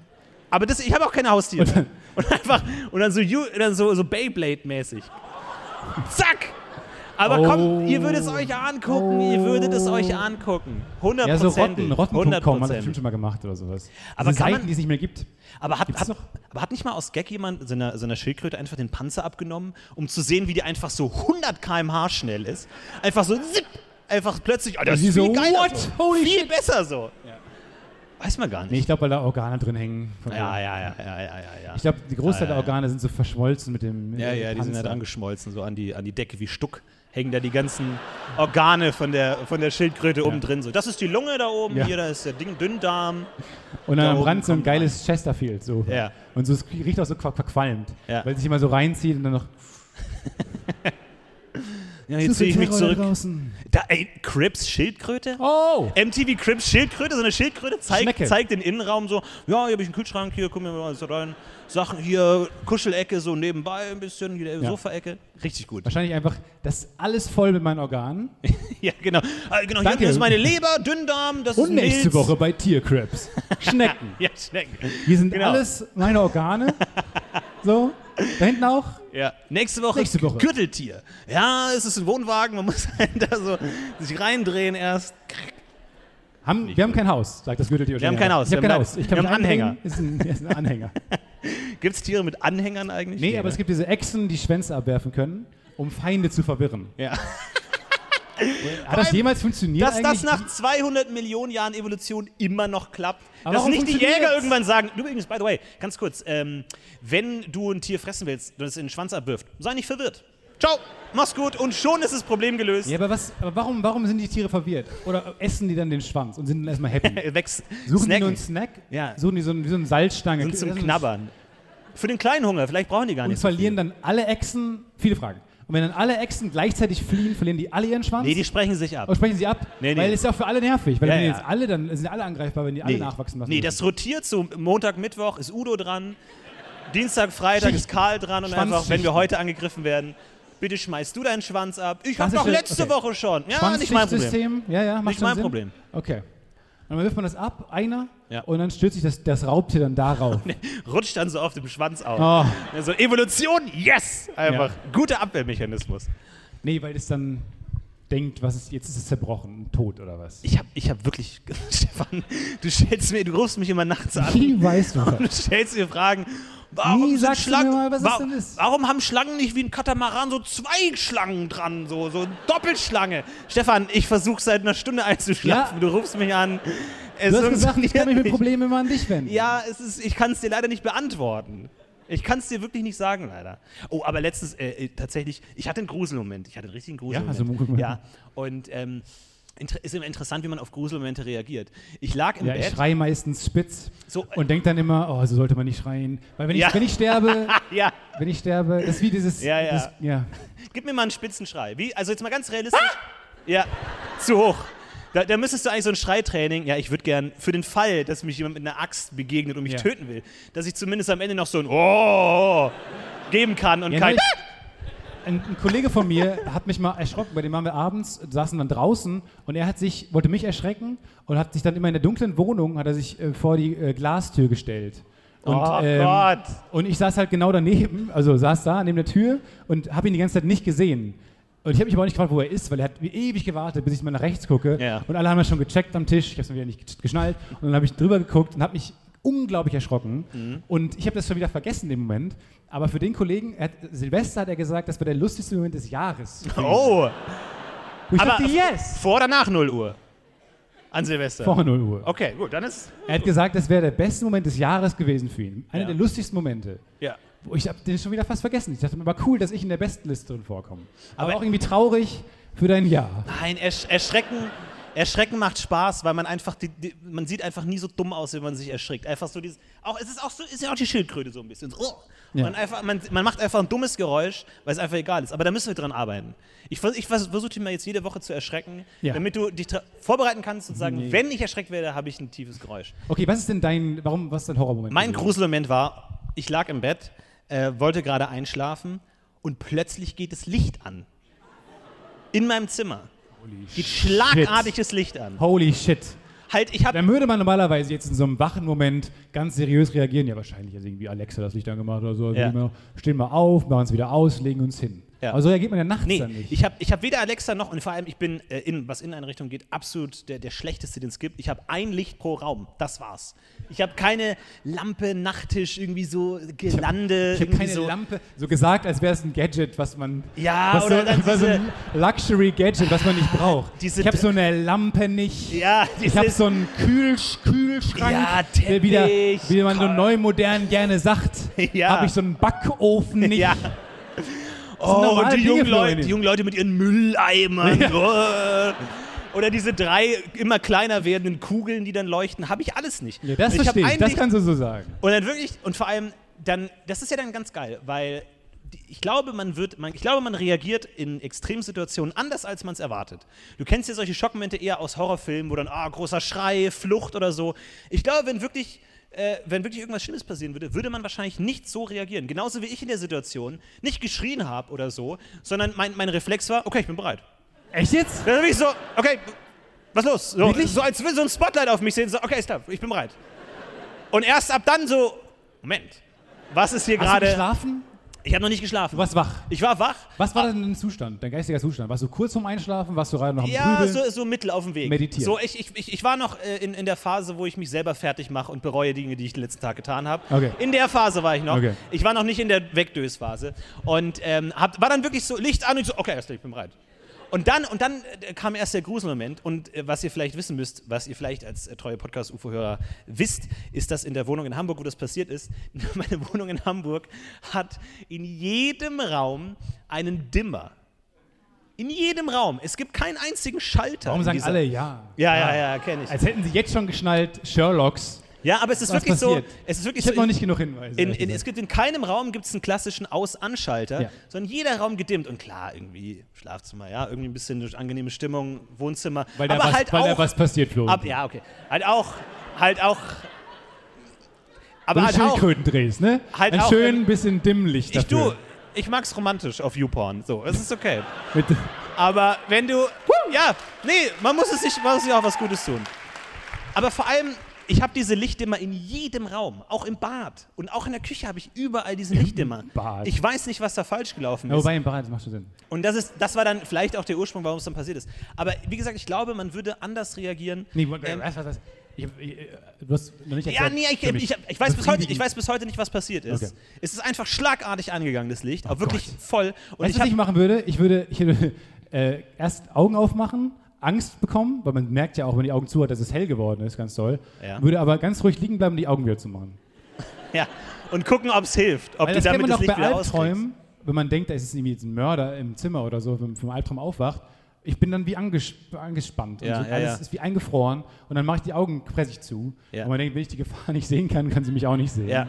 S1: Aber das, ich habe auch keine Haustiere. Und, einfach, und dann so, Ju- dann so, so Beyblade-mäßig. Zack! Aber
S2: Oh.
S1: komm, ihr würdet es euch angucken, ihr würdet es euch angucken. 100
S2: Ja, so Rotten, Rotten.com hat das bestimmt
S1: Hundertprozentig.
S2: schon mal gemacht oder sowas.
S1: Aber
S2: Diese
S1: kann man-
S2: Seiten, die es nicht mehr gibt.
S1: Aber hat,
S2: Gibt's
S1: hat,
S2: noch?
S1: aber hat nicht mal aus Gag jemand so einer, so einer Schildkröte einfach den Panzer abgenommen, um zu sehen, wie die einfach so 100 km/h schnell ist? Einfach so zip, einfach plötzlich, oh, das
S2: Die
S1: ist
S2: so,
S1: viel geiler
S2: what?
S1: so.
S2: Holy
S1: viel besser so. Weiß man gar
S2: Nee,
S1: nicht.
S2: ich glaube, weil da Organe drin hängen. Von
S1: Ja, ja, ja, ja, ja, ja. ja.
S2: Ich glaube, die Großteil
S1: Ja, ja,
S2: der Organe sind so verschmolzen mit dem.
S1: ja,
S2: äh,
S1: ja, die sind
S2: Panzer.
S1: halt angeschmolzen, so an die, an die Decke wie Stuck. Hängen da die ganzen Organe von der, von der Schildkröte oben drin. So, das ist die Lunge da oben,
S2: Ja.
S1: hier, da ist der Ding, Dünndarm.
S2: Und dann
S1: Da
S2: am
S1: oben
S2: Rand so ein
S1: kommt
S2: geiles Chesterfield. So.
S1: Ja.
S2: Und so, es riecht auch so ver- verqualmt.
S1: Ja.
S2: Weil es sich immer so reinzieht und dann noch.
S1: Ja, jetzt ziehe ich mich zurück.
S2: Draußen.
S1: Da, ey, Crips Schildkröte?
S2: Oh!
S1: MTV Crips Schildkröte, so eine Schildkröte zeigt,
S2: Schnecke.
S1: zeigt den Innenraum so, ja, hier habe ich einen Kühlschrank, hier, guck mir mal so rein, Sachen hier, Kuschelecke so nebenbei ein bisschen, hier
S2: Ja.
S1: Sofaecke. Richtig gut.
S2: Wahrscheinlich einfach, das ist alles voll mit meinen Organen.
S1: *laughs* Ja, genau. Ah, genau
S2: Danke.
S1: hier ist meine Leber, Dünndarm, das ist
S2: Und nächste
S1: Milz.
S2: Woche
S1: *laughs*
S2: bei Tiercrabs. Schnecken.
S1: Ja, Schnecken.
S2: Hier sind
S1: Genau.
S2: alles meine Organe. So. Da hinten auch.
S1: Ja. Nächste Woche,
S2: Nächste Woche.
S1: Gürteltier. Ja, es ist ein Wohnwagen, man *laughs* muss halt da so sich reindrehen erst.
S2: Haben, wir haben kein Haus, sagt das Gürteltier.
S1: haben kein Haus,
S2: Ich
S1: wir
S2: habe kein
S1: haben
S2: Haus.
S1: ein-
S2: Ich kann
S1: wir
S2: mich
S1: haben Anhänger.
S2: einbringen. *laughs* Ist ein, ist
S1: *laughs*
S2: ein Anhänger.
S1: Gibt es Tiere mit Anhängern eigentlich?
S2: Nee, aber es gibt diese Echsen, die Schwänze abwerfen können, um Feinde zu verwirren.
S1: Ja.
S2: Hat das jemals funktioniert
S1: Dass das
S2: eigentlich?
S1: nach 200 Millionen Jahren Evolution immer noch klappt.
S2: Aber
S1: dass
S2: warum
S1: nicht die
S2: funktioniert's?
S1: Jäger irgendwann sagen, übrigens, by the way, ganz kurz, ähm, wenn du ein Tier fressen willst und es in den Schwanz abwirft, sei nicht verwirrt. Ciao, mach's gut und schon ist das Problem gelöst.
S2: ja, aber, was, aber warum, warum sind die Tiere verwirrt? Oder essen die dann den Schwanz und sind dann
S1: *laughs*
S2: erstmal happy?
S1: Äh, Wächst,
S2: Suchen die nur
S1: snacken,
S2: einen Snack?
S1: Ja.
S2: Suchen die so, ein- wie so eine Salzstange?
S1: sind zum
S2: Das ist-
S1: Knabbern. Für den kleinen Hunger, vielleicht brauchen die gar
S2: Und
S1: nicht so viel.
S2: verlieren dann alle Echsen, viele Fragen. Und wenn dann alle Echsen gleichzeitig fliehen, verlieren die alle ihren Schwanz?
S1: Nee, die sprechen sich ab.
S2: Oder sprechen sie ab?
S1: Nee, nee.
S2: Weil ist ja auch für alle nervig. Weil
S1: Ja,
S2: wenn die
S1: ja.
S2: jetzt alle, dann sind alle angreifbar, wenn die alle nachwachsen lassen.
S1: Nee,
S2: müssen.
S1: das rotiert so. Montag, Mittwoch ist Udo dran. Dienstag, Freitag
S2: Schicht.
S1: ist Karl dran. Und einfach, wenn
S2: Schwanzschichten.
S1: wir heute angegriffen werden, bitte schmeißt du deinen Schwanz ab. Ich hab
S2: Klassische-
S1: doch letzte
S2: okay.
S1: Woche schon. Ja,
S2: Schwanz-
S1: Ah, nicht mein Problem.
S2: Schichtsystem, Ja, ja, macht
S1: Nicht
S2: schon
S1: mein
S2: Sinn.
S1: Problem.
S2: Okay. Und dann wirft man das ab, einer,
S1: Ja.
S2: und dann stürzt sich das, das Raubtier
S1: *laughs*
S2: dann darauf.
S1: Rutscht dann so auf dem Schwanz auf.
S2: oh.
S1: Also Evolution, yes! Einfach. Guter Abwehrmechanismus.
S2: Nee, weil es dann denkt, was ist, jetzt ist es zerbrochen, tot oder was.
S1: Ich hab, ich hab wirklich, *laughs* Stefan, du stellst mir, du rufst mich immer nachts an.
S2: Wie
S1: *laughs*
S2: weißt du
S1: Du stellst mir Fragen. Warum,
S2: Nie
S1: sind
S2: sagst du mir
S1: Schlangen,
S2: mal, was es
S1: wa
S2: denn ist.
S1: warum haben Schlangen nicht wie ein Katamaran so zwei Schlangen dran, so, so eine Doppelschlange? Stefan, ich versuche seit einer Stunde einzuschlafen. Du rufst mich an. Es
S2: Du hast gesagt, ich
S1: funktioniert
S2: kann mich mit
S1: nicht.
S2: Problemen immer an dich wenden.
S1: Ja, es ist, ich kann es dir leider nicht beantworten. Ich kann es dir wirklich nicht sagen, leider. Oh, aber letztens äh, äh, tatsächlich, ich hatte einen Gruselmoment. Ich hatte einen richtigen Gruselmoment.
S2: also Moment.
S1: ja. und ähm, inter- ist immer interessant, wie man auf Gruselmomente reagiert. Ich lag im
S2: Ja, ich
S1: Bett.
S2: schreie meistens spitz
S1: So, äh,
S2: und denk dann immer, oh, so sollte man nicht schreien. Weil wenn ich,
S1: Ja.
S2: wenn ich
S1: *laughs*
S2: sterbe,
S1: ja,
S2: wenn ich sterbe, das ist wie dieses.
S1: Ja, ja.
S2: Das, ja.
S1: gib mir mal einen Spitzenschrei. Wie, also jetzt mal ganz realistisch.
S2: Ah!
S1: Ja, zu hoch. Da, da müsstest du eigentlich so ein Schreitraining, ja, ich würde gern, für den Fall, dass mich jemand mit einer Axt begegnet und mich
S2: Ja.
S1: töten will, dass ich zumindest am Ende noch so ein Oh geben kann und
S2: Ja,
S1: kein
S2: nee, Ein, ein Kollege von mir hat mich mal erschrocken, bei dem waren wir abends, saßen dann draußen und er hat sich, wollte mich erschrecken und hat sich dann immer in der dunklen Wohnung, hat er sich äh, vor die äh, Glastür gestellt. Und,
S1: Oh
S2: ähm,
S1: Gott.
S2: Und ich saß halt genau daneben, also saß da neben der Tür und habe ihn die ganze Zeit nicht gesehen. Und ich habe mich aber auch nicht gefragt, wo er ist, weil er hat wie ewig gewartet, bis ich mal nach rechts gucke.
S1: Ja.
S2: Und alle haben das schon gecheckt am Tisch. Ich habe es mir wieder nicht gesch- geschnallt. Und dann habe ich drüber geguckt und habe mich unglaublich erschrocken.
S1: Mhm.
S2: Und ich habe das schon wieder vergessen im Moment. Aber für den Kollegen, er hat, Silvester hat er gesagt, das war der lustigste Moment des Jahres.
S1: *laughs* Oh,
S2: Wo ich
S1: aber-
S2: dachte, yes!
S1: vor oder nach 0 Uhr? An Silvester.
S2: Vor 0 Uhr.
S1: Okay, gut, dann ist.
S2: Er hat gesagt, das wäre der beste Moment des Jahres gewesen für ihn. Einer
S1: Ja.
S2: der lustigsten Momente.
S1: Ja.
S2: Wo Ich habe den schon wieder fast vergessen. Ich dachte mir, war cool, dass ich in der Bestenliste drin vorkomme. Aber, auch irgendwie traurig für dein Jahr.
S1: Nein, ersch erschrecken. Erschrecken macht Spaß, weil man einfach, die, die, man sieht einfach nie so dumm aus, wenn man sich erschrickt. Einfach so dieses, auch es ist auch so, ist ja auch die Schildkröte so ein bisschen. So, oh.
S2: Ja.
S1: man, einfach, man, man macht einfach ein dummes Geräusch, weil es einfach egal ist. Aber da müssen wir dran arbeiten. Ich, vers- ich vers- versuche dich mal jetzt jede Woche zu erschrecken,
S2: Ja.
S1: damit du dich dra- vorbereiten kannst und sagen, wenn ich erschreckt werde, habe ich ein tiefes Geräusch.
S2: Okay, was ist denn dein, warum, was ist dein Horrormoment?
S1: Mein
S2: gewesen?
S1: Gruselmoment war, ich lag im Bett, äh, wollte gerade einschlafen und plötzlich geht das Licht an. In meinem Zimmer. geht schlagartig das Licht an.
S2: Holy shit.
S1: Halt, ich habe
S2: Dann würde man normalerweise jetzt in so einem wachen Moment ganz seriös reagieren. Ja, wahrscheinlich hat irgendwie Alexa das Licht angemacht oder so. Also
S1: Ja.
S2: immer, stehen wir auf, machen es wieder aus, legen uns hin.
S1: Ja.
S2: Aber so reagiert man ja nachts
S1: Nee,
S2: dann nicht.
S1: ich habe ich hab weder Alexa noch und vor allem ich bin, äh, in, was Inneneinrichtung geht, absolut der, der schlechteste, den es gibt. Ich habe ein Licht pro Raum, das war's. Ich habe keine Lampe, Nachttisch, irgendwie so Gelande.
S2: Ich habe
S1: irgendwie
S2: keine
S1: so,
S2: Lampe, so gesagt, als wäre es ein Gadget, was man.
S1: Ja,
S2: was
S1: oder
S2: so,
S1: dann
S2: was so ein Luxury-Gadget, was
S1: *laughs*
S2: man nicht braucht.
S1: Diese-
S2: ich habe so eine Lampe nicht.
S1: Ja,
S2: Ich habe
S1: dieses-
S2: so einen Kühlsch Kühlschrank,
S1: Ja,
S2: der wieder,
S1: Teppich,
S2: wie man so
S1: Kohl.
S2: neu modern gerne sagt,
S1: *laughs* Ja.
S2: habe ich so einen Backofen
S1: *laughs*
S2: nicht.
S1: Ja. Oh,
S2: normale
S1: und die
S2: Dinge,
S1: jungen, Leute,
S2: Florian.
S1: die jungen Leute mit ihren Mülleimern. Oh. Oder diese drei immer kleiner werdenden Kugeln, die dann leuchten, habe ich alles nicht.
S2: Ja, das
S1: Und ich hab
S2: verstehe ich,
S1: ein
S2: das
S1: Licht-
S2: kannst du so sagen.
S1: Und dann wirklich, und vor allem, dann, das ist ja dann ganz geil, weil die- ich glaube, man wird, man, ich glaube, man reagiert in Extremsituationen anders, als man es erwartet. Du kennst ja solche Schockmomente eher aus Horrorfilmen, wo dann, ah, großer Schrei, Flucht oder so. Ich glaube, wenn wirklich. Äh, wenn wirklich irgendwas Schlimmes passieren würde, würde man wahrscheinlich nicht so reagieren. Genauso wie ich in der Situation nicht geschrien habe oder so, sondern mein, mein Reflex war, okay, ich bin bereit.
S2: Echt jetzt?
S1: Dann bin ich so, okay, was los? So,
S2: Wirklich?
S1: so als würde so ein Spotlight auf mich sehen, so, okay, ist klar, ich bin bereit. Und erst ab dann so, Moment, was ist hier
S2: Hast du
S1: gerade?
S2: geschlafen?
S1: Ich habe noch nicht geschlafen.
S2: Du warst wach.
S1: Ich war wach,
S2: Was war denn dein Zustand, dein geistiger Zustand? Warst du kurz vorm Einschlafen? Warst du gerade noch am
S1: ja,
S2: Grübeln?
S1: so, so mittel auf dem Weg.
S2: Meditieren.
S1: So, ich, ich, ich, ich war noch äh, in, in der Phase, wo ich mich selber fertig mache und bereue Dinge, die ich den letzten Tag getan habe.
S2: Okay.
S1: In der Phase war ich noch.
S2: Okay.
S1: Ich war noch nicht in der Wegdösphase. Und ähm, hab, war dann wirklich so, Licht an und ich so, okay, alles klar, ich bin bereit. Und dann, und dann äh, kam erst der Gruselmoment. Und äh, was ihr vielleicht wissen müsst, was ihr vielleicht als äh, treue Podcast-UFO-Hörer wisst, ist, dass in der Wohnung in Hamburg, wo das passiert ist, *laughs* meine Wohnung in Hamburg hat in jedem Raum einen Dimmer. In jedem Raum. Es gibt keinen einzigen Schalter.
S2: Warum
S1: in
S2: sagen
S1: dieser-
S2: alle Ah. ja?
S1: Ja, ja, ja, kenne ich.
S2: Als hätten sie jetzt schon geschnallt, Sherlocks.
S1: Ja, aber es ist
S2: Was
S1: wirklich
S2: passiert?
S1: so. Es ist wirklich
S2: Ich habe
S1: so.
S2: noch nicht genug Hinweise.
S1: In, in, es gibt in keinem Raum gibt es einen klassischen Aus-An-Schalter,
S2: Ja.
S1: sondern jeder Raum gedimmt. Und klar, irgendwie Schlafzimmer, ja, irgendwie ein bisschen durch angenehme Stimmung, Wohnzimmer.
S2: weil da,
S1: aber
S2: was,
S1: halt
S2: weil
S1: auch,
S2: da was passiert, Flo.
S1: ab, ja, okay. Halt auch, halt auch. Aber
S2: Wenn du
S1: halt
S2: schön
S1: auch.
S2: Kröten drehst, ne?
S1: Halt
S2: Ein
S1: auch,
S2: schön bisschen Dimmlicht
S1: Ich, du,
S2: dafür.
S1: ich mag's romantisch auf YouPorn. So, es ist okay.
S2: Mit,
S1: Aber wenn du. Ja, nee, man muss es sich, man muss sich auch was Gutes tun. Aber vor allem, ich habe diese Lichtdimmer in jedem Raum, auch im Bad. Und auch in der Küche habe ich überall diese Lichtdimmer.
S2: Bad.
S1: Ich weiß nicht, was da falsch gelaufen
S2: ja,
S1: ist.
S2: wobei im Bad, das macht schon Sinn.
S1: Und das, ist, das war dann vielleicht auch der Ursprung, warum es dann passiert ist. Aber wie gesagt, ich glaube, man würde anders reagieren.
S2: Nee, was,
S1: Ähm,
S2: was, was, was? Ich, hab- ich, äh, du hast noch nicht
S1: ja,
S2: erklärt.
S1: nee, ich,
S2: Für mich.
S1: ich, ich, weiß bis heute, ich
S2: Befriedigend.
S1: weiß bis heute nicht, was passiert ist.
S2: Okay. Oh
S1: Es ist einfach schlagartig angegangen, das Licht. aber wirklich voll. Und
S2: Weißt du,
S1: ich
S2: was
S1: hab,
S2: ich machen würde? Ich würde, ich würde äh, erst Augen aufmachen, Angst bekommen, weil man merkt ja auch, wenn die Augen zu hat, dass es hell geworden ist, ganz toll.
S1: Ja.
S2: Würde aber ganz ruhig liegen bleiben, um die Augen wieder zu machen.
S1: ja, und gucken, ob es hilft. Ob
S2: Weil
S1: du
S2: das kennt
S1: damit
S2: man
S1: das
S2: doch
S1: Licht
S2: bei
S1: wieder auskriegst.
S2: Albträumen, wenn man denkt, da ist jetzt irgendwie jetzt ein Mörder im Zimmer oder so, wenn man vom Albtraum aufwacht. Ich bin dann wie anges angespannt
S1: Ja,
S2: und so,
S1: ja,
S2: alles
S1: ja.
S2: ist wie eingefroren und dann mache ich die Augen pressig zu
S1: Ja.
S2: und man denkt, wenn ich die Gefahr nicht sehen kann, kann sie mich auch nicht sehen.
S1: Ja.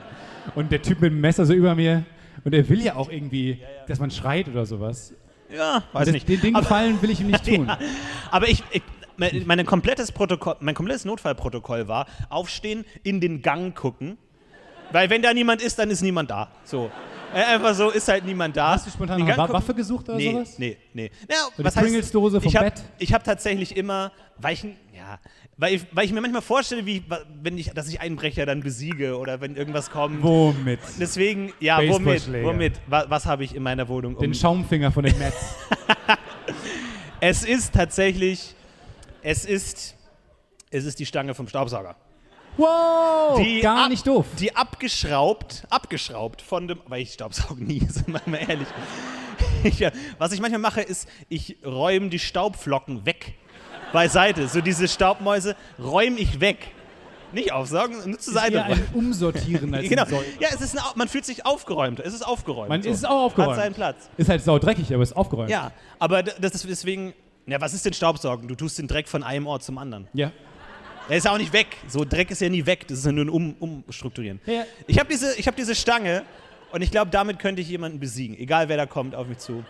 S2: Und der Typ mit dem Messer so über mir und er will ja auch irgendwie, dass man schreit oder sowas.
S1: Ja, weiß
S2: Das-
S1: Also nicht.
S2: Also Den, den
S1: aber,
S2: Gefallen will ich
S1: *laughs*
S2: ihm nicht tun.
S1: aber ich, ich mein, mein komplettes Protokoll, mein komplettes Notfallprotokoll war aufstehen, in den Gang gucken, weil wenn da niemand ist, dann ist niemand da. So. Äh, Einfach so ist halt niemand da.
S2: Hast du spontan
S1: Den
S2: nach
S1: Gang
S2: einer
S1: gucken-
S2: Waffe gesucht oder
S1: nee,
S2: sowas?
S1: Nee, nee. Naja,
S2: die Pringles-Dose vom
S1: ich hab,
S2: Bett?
S1: Ich habe tatsächlich immer, weil ich, ja, weil ich, weil ich mir manchmal vorstelle, wie, wenn ich, dass ich Einbrecher dann besiege oder wenn irgendwas kommt.
S2: Womit?
S1: Deswegen, ja, womit,
S2: Baseballschläger.
S1: womit, was, was habe ich in meiner Wohnung um?
S2: Den Schaumfinger von
S1: *laughs*
S2: den Mets.
S1: es ist tatsächlich, es ist, es ist die Stange vom Staubsauger.
S2: Wow!
S1: Die
S2: Oh, gar
S1: ab-
S2: nicht doof.
S1: Die abgeschraubt, abgeschraubt von dem, weil ich staubsauge *laughs* nie, sind wir mal ehrlich. Ich, äh, was ich manchmal mache, ist, ich räume die Staubflocken weg. Beiseite. So diese Staubmäuse räume ich weg. Nicht aufsaugen, nur zur
S2: ist
S1: Seite
S2: eher ein
S1: *laughs* räumen.
S2: Umsortieren
S1: *laughs*
S2: als
S1: Genau.
S2: ein Säu-
S1: Ja, es ist ein, Au- man fühlt sich aufgeräumter. Es ist aufgeräumt.
S2: Man
S1: so.
S2: ist auch aufgeräumt.
S1: Hat seinen Platz.
S2: Ist halt saudreckig, aber ist aufgeräumt.
S1: Ja, aber d- das ist deswegen. Ja, was ist denn Staubsaugen? Du tust den Dreck von einem Ort zum anderen.
S2: Ja.
S1: Er ist ja auch nicht weg. So Dreck ist ja nie weg. Das ist ja nur ein um Umstrukturieren.
S2: Ja, ja.
S1: Ich habe diese, ich hab diese Stange und ich glaube, damit könnte ich jemanden besiegen. Egal wer da kommt auf mich zu.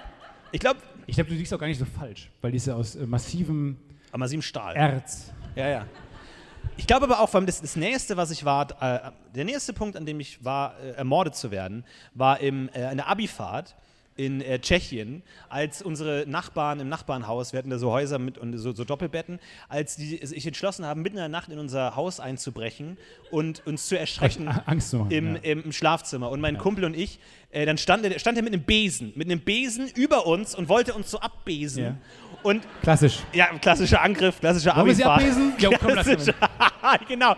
S1: Ich glaube,
S2: Ich glaube, du liegst auch gar nicht so falsch, weil die ist ja aus äh, massivem
S1: aber sie im Stahl.
S2: Erz.
S1: Ja, ja. Ich glaube aber auch, vor allem das, das nächste, was ich war, äh, der nächste Punkt, an dem ich war, äh, ermordet zu werden, war im, äh, eine Abifahrt in äh, Tschechien, als unsere Nachbarn im Nachbarnhaus, wir hatten da so Häuser mit und so, so Doppelbetten, als die sich entschlossen haben, mitten in der Nacht in unser Haus einzubrechen und uns zu
S2: Echt *laughs*
S1: erschrecken.
S2: a- Äh, Angst zu machen.
S1: im,
S2: ja.
S1: im, im Schlafzimmer und mein Kumpel und ich, äh, dann stand er, stand er mit einem Besen, mit einem Besen über uns und wollte uns so abbesen.
S2: Ja.
S1: Und
S2: Klassisch.
S1: ja, klassischer Angriff, klassischer
S2: Wollen wir sie
S1: Abifahrt. *laughs*
S2: abbesen? Jo, komm, lass
S1: Klassischer- *laughs* genau.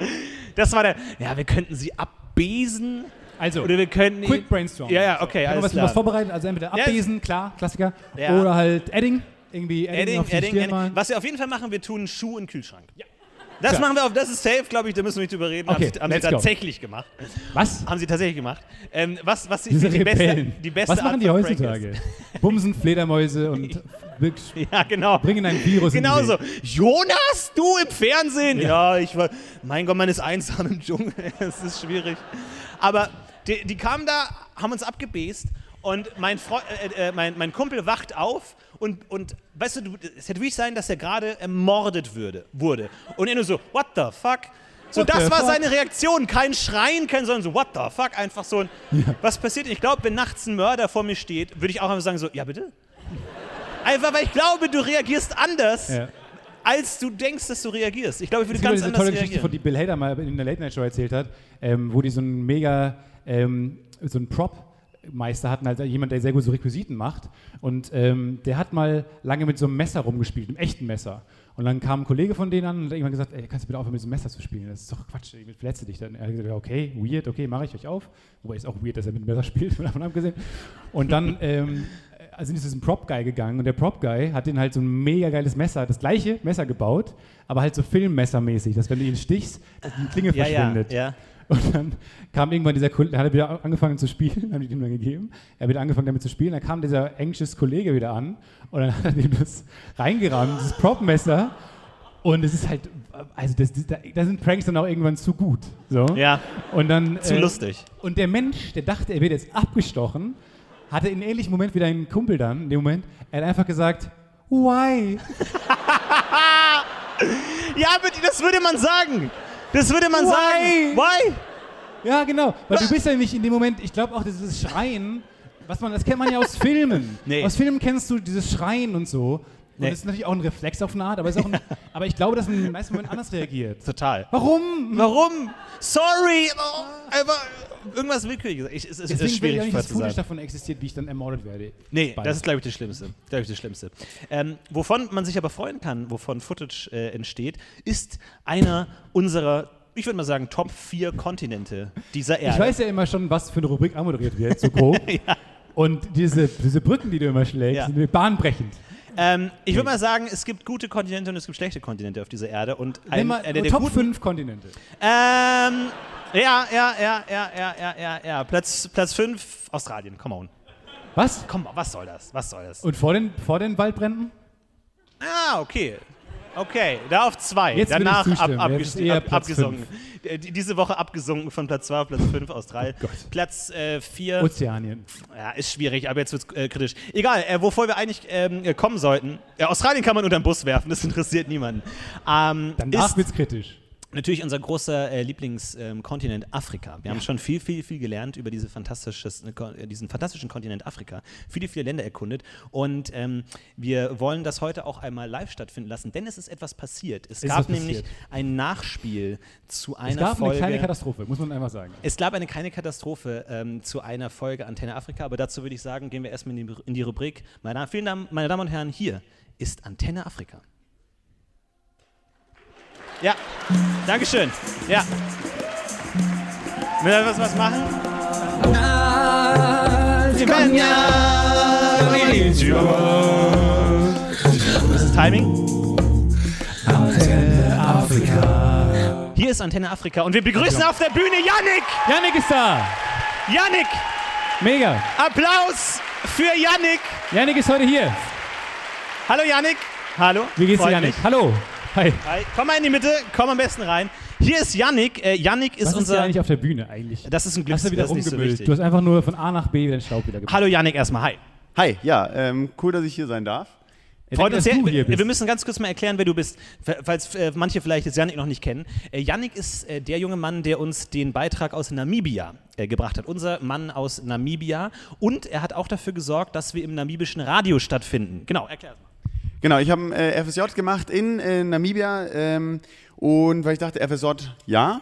S1: Das war der, ja, wir könnten sie abbesen
S2: Also,
S1: oder wir könnten
S2: quick
S1: ihn,
S2: brainstorm.
S1: Ja, ja, okay,
S2: Ich hab
S1: alles
S2: was,
S1: klar.
S2: was vorbereitet, also entweder
S1: Ja,
S2: ablesen, klar, Klassiker.
S1: Ja.
S2: Oder halt Edding. Irgendwie Edding,
S1: Edding,
S2: auf die
S1: Edding,
S2: Stirn
S1: Edding.
S2: malen.
S1: Was wir auf jeden Fall machen, wir tun einen Schuh in den Kühlschrank. Das
S2: Klar.
S1: machen wir auf, das ist safe, glaube ich, da müssen wir nicht drüber reden.
S2: Okay,
S1: haben sie, haben sie
S2: let's go.
S1: tatsächlich gemacht.
S2: Was?
S1: Haben sie tatsächlich gemacht. Ähm, was, was die,
S2: Diese
S1: die beste,
S2: Rebellen.
S1: die beste
S2: Was machen
S1: Art
S2: die
S1: von Prank
S2: heutzutage? Bumsen, Fledermäuse
S1: *laughs*
S2: und wirklich
S1: ist? Ja, genau.
S2: bringen ein Virus in die
S1: Genauso.
S2: Welt.
S1: Jonas, du im Fernsehen. Ja, ich war. Mein Gott, man ist einsam im Dschungel. *laughs* Es ist schwierig. Aber die, die kamen da, haben uns abgebäst und mein, Freund, äh, äh, mein, mein Kumpel wacht auf und, und weißt du, du, es hätte wirklich sein, dass er gerade ermordet würde, wurde. Und er nur so, what the fuck? So,
S2: What
S1: das
S2: the
S1: war
S2: fuck?
S1: seine Reaktion. Kein Schreien, kein sondern so, what the fuck? Einfach so ein, was passiert? Ich glaube, wenn nachts ein Mörder vor mir steht, würde ich auch einfach sagen so, ja bitte? Einfach, weil ich glaube, du reagierst anders
S2: Ja.
S1: als du denkst, dass du reagierst. Ich glaube, ich würde
S2: Es gibt
S1: ganz
S2: ja diese
S1: anders
S2: tolle Geschichte,
S1: reagieren.
S2: von die Bill Hader mal in der Late Night Show erzählt hat, ähm, wo die so einen mega, ähm, so einen Prop-Meister hatten, also jemand, der sehr gut so Requisiten macht. Und ähm, der hat mal lange mit so einem Messer rumgespielt, einem echten Messer. Und dann kam ein Kollege von denen an und hat irgendwann gesagt, ey, kannst du bitte aufhören, mit diesem Messer zu spielen? Das ist doch Quatsch, ich verletze dich dann. Er hat gesagt, ja, okay, weird, *laughs* okay, mache ich euch auf. Wobei ist auch weird, dass er mit dem Messer spielt, davon abgesehen. Und dann ähm, sind sie zu diesem Prop-Guy gegangen und der Prop-Guy hat den halt so ein mega geiles Messer, das gleiche Messer gebaut, aber halt so Filmmessermäßig, dass wenn du ihn stichst, dass die Klinge
S1: Ja, ja,
S2: verschwindet.
S1: ja.
S2: Und dann kam irgendwann dieser Kollege, hat er wieder angefangen zu spielen, *laughs* haben die ihm dann gegeben. Er hat wieder angefangen damit zu spielen, dann kam dieser anxious Kollege wieder an und dann hat er ihm das reingerammt, dieses Prop-Messer. Und es ist halt, also das, das, da, da sind Pranks dann auch irgendwann zu gut. So.
S1: Ja,
S2: Und dann,
S1: zu
S2: äh,
S1: lustig.
S2: Und der Mensch, der dachte, er wird jetzt abgestochen, hatte in einem ähnlichen Moment wie dein Kumpel dann, in dem Moment, er hat einfach gesagt, why?
S1: Ja, bitte, das würde man sagen. Das würde man
S2: Why?
S1: sagen. Why?
S2: Ja, genau. Weil du bist ja nicht in dem Moment, ich glaube auch dieses Schreien, was man, das kennt man ja aus Filmen.
S1: Nee.
S2: Aus Filmen kennst du dieses Schreien und so. Und
S1: Nee.
S2: das ist natürlich auch ein Reflex auf eine Art, aber, ist auch ein, aber ich glaube, dass man im meisten Moment anders reagiert.
S1: Total.
S2: Warum?
S1: Warum? Sorry. Oh, einfach irgendwas willkürlich gesagt. Ich, es, es
S2: Deswegen
S1: ist
S2: will ich auch
S1: schwierig
S2: nicht,
S1: vorher
S2: dass
S1: zu sagen.
S2: Footage davon existiert, wie ich dann ermordet werde.
S1: Nee,
S2: Beides.
S1: das ist, glaube ich, das Schlimmste. Glaube ich, das Schlimmste. Ähm, wovon man sich aber freuen kann, wovon Footage äh, entsteht, ist einer unserer, ich würde mal sagen, Top 4 Kontinente dieser Erde.
S2: Ich weiß ja immer schon, was für eine Rubrik anmoderiert wird, so
S1: *laughs*
S2: grob. Und diese, diese Brücken, die du immer schlägst,
S1: Ja.
S2: sind bahnbrechend.
S1: ähm, ich
S2: Hm.
S1: würde mal sagen, es gibt gute Kontinente und es gibt schlechte Kontinente auf dieser Erde. Und
S2: Nenn
S1: ein,
S2: mal
S1: einer der
S2: Top
S1: guten,
S2: 5 Kontinente.
S1: Ähm, ja, ja, ja, ja, ja, ja, ja, ja. Platz 5, Platz fünf, Australien. Come on.
S2: Was?
S1: Komm, was soll das? Was soll das?
S2: Und vor den, vor den Waldbränden?
S1: Ah, okay. Okay, da auf zwei.
S2: Jetzt will ich
S1: Danach ab,
S2: zustimmen. Jetzt ist
S1: abgest-
S2: eher
S1: ab,
S2: Platz
S1: abgesunken. Äh, die- Diese Woche abgesunken von Platz 2 auf Platz 5 Australien.
S2: Oh Gott.
S1: Platz 4
S2: Ozeanien.
S1: ja, ist schwierig, aber jetzt wird es äh, kritisch. Egal, äh, wovor wir eigentlich ähm, äh, kommen sollten. Äh, Australien kann man unter den Bus werfen, das *laughs* interessiert niemanden. Ähm,
S2: Danach
S1: ist-
S2: wird's kritisch.
S1: Natürlich unser großer äh, Lieblingskontinent ähm, Afrika. Wir haben schon viel, viel, viel gelernt über diese fantastisches, äh, diesen fantastischen Kontinent Afrika. Viele, viele Länder erkundet. Und ähm, wir wollen das heute auch einmal live stattfinden lassen, denn es ist etwas passiert. Es
S2: Ist was
S1: gab
S2: passiert.
S1: nämlich ein Nachspiel zu einer
S2: Es gab
S1: Folge.
S2: eine kleine Katastrophe, muss man einfach sagen.
S1: es gab eine kleine Katastrophe ähm, zu einer Folge Antenne Afrika, aber dazu würde ich sagen, gehen wir erstmal in die, in die Rubrik. Meine, Damen- vielen Damen, meine Damen und Herren, hier ist Antenne Afrika. Ja, Dankeschön. Ja. Will etwas was machen? Das ist Timing. Antenne Afrika. Hier ist Antenne Afrika und wir begrüßen auf der Bühne Yannick.
S2: Janik ist da!
S1: Yannick,
S2: Mega!
S1: Applaus für Yannick.
S2: Janik ist heute hier.
S1: Hallo Yannick. Hallo.
S2: Wie geht's dir,
S1: Freut
S2: Janik?
S1: mich.
S2: Hallo! Hi!
S1: Hi. Komm mal in die Mitte, komm am besten rein. Hier ist Yannick. Äh, Yannick ist
S2: Was ist hier
S1: unser.
S2: eigentlich auf der Bühne eigentlich?
S1: das ist ein Glück,
S2: hast du wieder
S1: das ist nicht so
S2: rumgebildet.
S1: wichtig.
S2: du hast einfach nur von A nach B den Staub wieder gemacht.
S1: Hallo Yannick erstmal. Hi.
S4: Hi, ja, ähm, cool, dass ich hier sein darf.
S1: Freut uns
S2: dass
S1: sehr.
S2: du hier bist.
S1: Wir müssen ganz kurz mal erklären, wer du bist, fa- falls äh, manche vielleicht jetzt Yannick noch nicht kennen. Äh, Yannick ist äh, der junge Mann, der uns den Beitrag aus Namibia äh, gebracht hat. Unser Mann aus Namibia. Und er hat auch dafür gesorgt, dass wir im namibischen Radio stattfinden. Genau, erklär es mal.
S4: Genau, ich habe ein äh, FSJ gemacht in äh, Namibia ähm, und weil ich dachte, FSJ ja,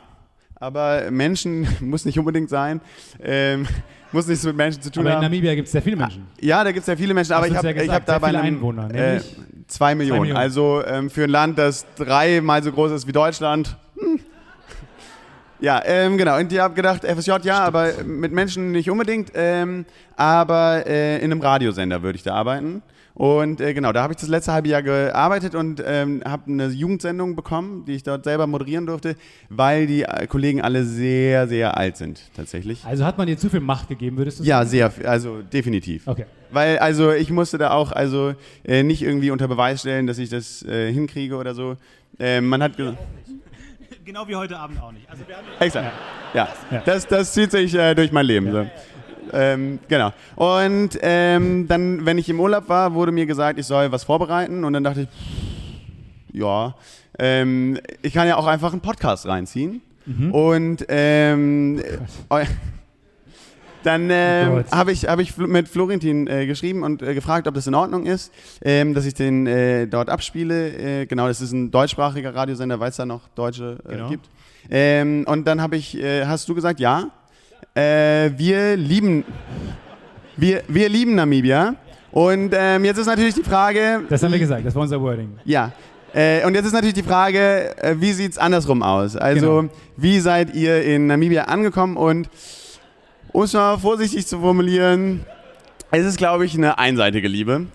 S4: aber Menschen *laughs* muss nicht unbedingt sein, ähm, muss nichts mit Menschen zu tun
S2: Aber in
S4: haben.
S2: Namibia gibt es sehr viele Menschen.
S4: ja, da gibt es ja viele Menschen, aber
S2: Hast
S4: ich
S2: du uns
S4: habe
S2: ja
S4: ich
S2: gesagt,
S4: hab da
S2: sehr
S4: bei
S2: viele
S4: einem
S2: Einwohner,
S4: äh,
S2: nämlich?
S4: zwei, Millionen.
S2: Millionen.
S4: Also ähm, für ein Land, das dreimal so groß ist wie Deutschland. Hm. Ja, ähm, genau. Und ich habe gedacht, FSJ ja, aber mit Menschen nicht unbedingt. Ähm, aber äh, in einem Radiosender würde ich da arbeiten. Und äh, genau, da habe ich das letzte halbe Jahr gearbeitet und ähm, habe eine Jugendsendung bekommen, die ich dort selber moderieren durfte, weil die äh, Kollegen alle sehr, sehr alt sind tatsächlich.
S1: Ah.
S2: Also hat man dir zu viel Macht gegeben, würdest du
S4: Ja, sehr, also definitiv.
S2: Okay.
S4: Weil, also, ich musste da auch, also, äh, nicht irgendwie unter Beweis stellen, dass ich das äh, hinkriege oder so. Äh, man hat gesagt.
S1: Genau wie heute Abend auch nicht. Also wir haben
S4: Exakt. Ja.
S2: Ja.
S4: Das, das zieht sich äh, durch mein Leben. So. Ähm, genau. Und ähm, dann, wenn ich im Urlaub war, wurde mir gesagt, ich soll was vorbereiten. Und dann dachte ich, ja, ähm, ich kann ja auch einfach einen Podcast reinziehen.
S2: Mhm.
S4: Und ähm, eu- *laughs* dann
S2: Oh
S4: ähm,
S2: Gott.
S4: habe ich, hab ich Fl- mit Florentin äh, geschrieben und äh, gefragt, ob das in Ordnung ist, ähm, dass ich den äh, dort abspiele. Äh, genau, das ist ein deutschsprachiger Radiosender, weil es da noch Deutsche äh,
S2: Genau.
S4: gibt. Ähm, und dann habe ich, äh, hast du gesagt, ja. Äh, wir lieben, wir, wir lieben Namibia. Und ähm, jetzt ist natürlich die Frage,
S2: Das haben wir gesagt, das war unser Wording.
S4: ja. Äh, und jetzt ist natürlich die Frage, äh, wie sieht's andersrum aus? Also,
S2: Genau.
S4: wie seid ihr in Namibia angekommen? Und um es mal vorsichtig zu formulieren, Es ist, glaube ich, eine einseitige Liebe.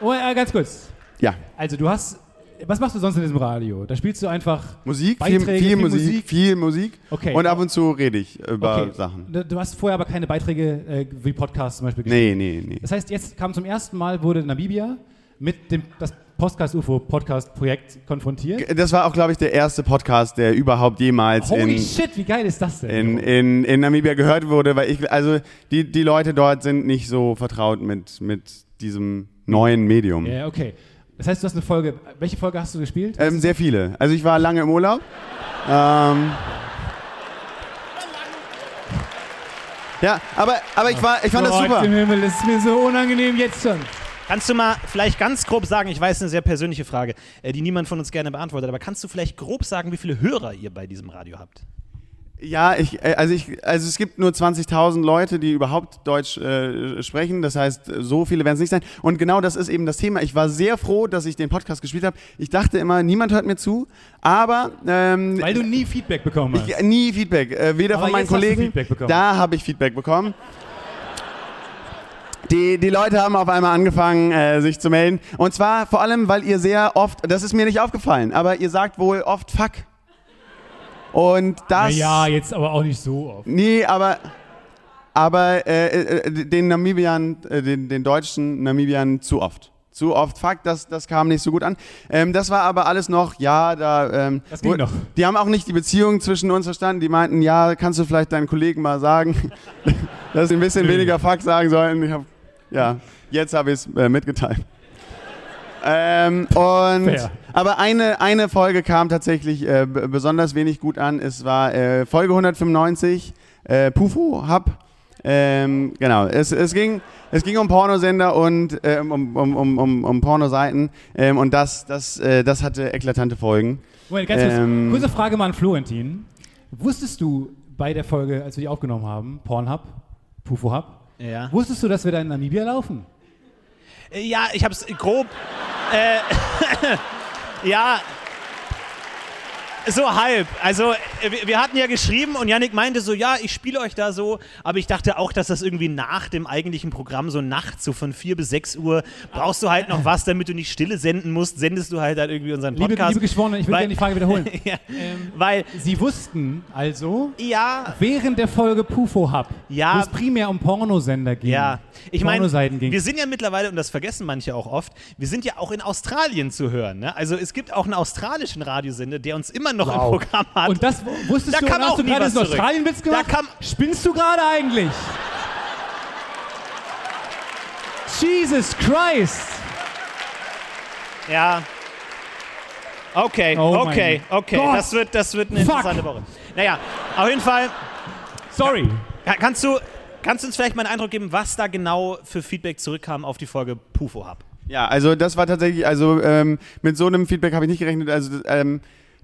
S2: Oh, äh, ganz kurz.
S4: Ja.
S2: Also du hast, was machst du sonst in diesem Radio? Da spielst du einfach
S4: Musik, viel,
S2: Beiträge,
S4: viel Musik, viel Musik.
S2: Okay.
S4: Und ab und zu rede ich über
S2: Okay.
S4: Sachen.
S2: Du du hast vorher aber keine Beiträge äh, wie Podcasts zum Beispiel
S4: Nee, nee, nee.
S2: Das heißt, jetzt kam zum ersten Mal, wurde Namibia mit dem das Podcast-UFO-Podcast-Projekt konfrontiert.
S4: Das war auch, glaube ich, der erste Podcast, der überhaupt jemals
S2: Holy
S4: in,
S2: shit, wie geil ist das denn?
S4: in, in, in Namibia gehört wurde, weil ich, also die, die Leute dort sind nicht so vertraut mit, mit diesem neuen Medium.
S2: ja, okay. Das heißt, du hast eine Folge. Welche Folge hast du gespielt?
S4: Ähm, sehr viele. Also ich war lange im Urlaub. Ähm, ja, aber, aber ich, war, ich fand das
S2: Gott
S4: super.
S2: im Himmel, das ist mir so unangenehm jetzt schon.
S1: Kannst du mal vielleicht ganz grob sagen, ich weiß, eine sehr persönliche Frage, äh, die niemand von uns gerne beantwortet, aber kannst du vielleicht grob sagen, wie viele Hörer ihr bei diesem Radio habt?
S4: Ja, ich, äh, also, ich, also es gibt nur 20.000 Leute, die überhaupt Deutsch äh, sprechen. Das heißt, so viele werden es nicht sein. Und genau das ist eben das Thema. Ich war sehr froh, dass ich den Podcast gespielt habe. Ich dachte immer, niemand hört mir zu. Aber ähm,
S2: Weil du nie Feedback bekommen hast.
S4: ich, nie Feedback. Äh, weder
S2: Aber
S4: von meinen
S2: jetzt hast du
S4: Kollegen.
S2: Feedback bekommen.
S4: Da habe ich Feedback bekommen. Die, die Leute haben auf einmal angefangen, äh, sich zu melden. Und zwar vor allem, weil ihr sehr oft, das ist mir nicht aufgefallen, aber ihr sagt wohl oft Fuck. Und das.
S2: Naja, jetzt aber auch nicht so oft.
S4: Nee, aber, aber äh, äh, den Namibian, äh, den, den deutschen Namibian zu oft. Zu oft, fuck, das, das kam nicht so gut an. Ähm, das war aber alles noch, ja, da. Ähm,
S2: Das ging
S4: wo-
S2: noch.
S4: Die haben auch nicht die Beziehung zwischen uns verstanden. Die meinten, ja, kannst du vielleicht deinen Kollegen mal sagen, *laughs* dass sie ein bisschen weniger fuck sagen sollen. Ich hab, ja, jetzt habe ich es äh, mitgeteilt. Ähm, und
S2: Fair.
S4: aber eine, eine Folge kam tatsächlich äh, b- besonders wenig gut an. Es war äh, Folge 195, äh, Pufo Hub. Ähm, genau, es, es, ging, es ging um Pornosender und äh, um, um, um, um, um Pornoseiten ähm, und das, das, äh, das hatte eklatante Folgen.
S2: Moment, ganz kurz.
S4: Ähm.
S2: Kurze Frage mal an Florentin. Wusstest du bei der Folge, als wir die aufgenommen haben, Pornhub, Pufo Hub,
S1: Ja.
S2: wusstest du, dass wir da in Namibia laufen?
S1: Äh, Ja, ich hab's grob. Äh, *laughs* ja. So halb. Also, äh, wir- wir hatten ja geschrieben und Yannick meinte so, ja, ich spiele euch da so, aber ich dachte auch, dass das irgendwie nach dem eigentlichen Programm, so nachts, so von 4 bis 6 Uhr, brauchst du halt noch was, damit du nicht Stille senden musst, sendest du halt dann irgendwie unseren
S2: Liebe,
S1: Podcast.
S2: liebe Geschworene, ich will
S1: Weil-
S2: gerne die
S1: *laughs*
S2: Frage wiederholen.
S1: ja, weil,
S2: Sie wussten also
S1: ja,
S2: während der Folge Pufo Hub,
S1: Ja.
S2: wo es primär um Pornosender ging,
S1: Ja, ich meine,
S2: Pornoseiten ging.
S1: wir sind ja mittlerweile, und das vergessen manche auch oft, wir sind ja auch in Australien zu hören. Ne? Also es gibt auch einen australischen Radiosender, der uns immer noch im Programm hat.
S2: und das wusstest
S1: Da
S2: du,
S1: kam
S2: und
S1: auch
S2: hast du
S1: nie
S2: gerade
S1: was
S2: diesen
S1: zurück.
S2: Australienwitz
S1: Da
S2: gemacht?
S1: kam-
S2: Spinnst du gerade
S1: *laughs*
S2: eigentlich? Jesus Christ!
S1: ja. Okay,
S2: Oh mein
S1: okay, okay.
S2: Gott.
S1: Das wird, das wird eine
S2: Fuck.
S1: interessante Woche. Naja, auf jeden Fall,
S2: Sorry.
S1: ka- kannst du, kannst du uns vielleicht mal einen Eindruck geben, was da genau für Feedback zurückkam auf die Folge Pufo Hub?
S4: Ja, also das war tatsächlich, also ähm, mit so einem Feedback habe ich nicht gerechnet. Also ähm,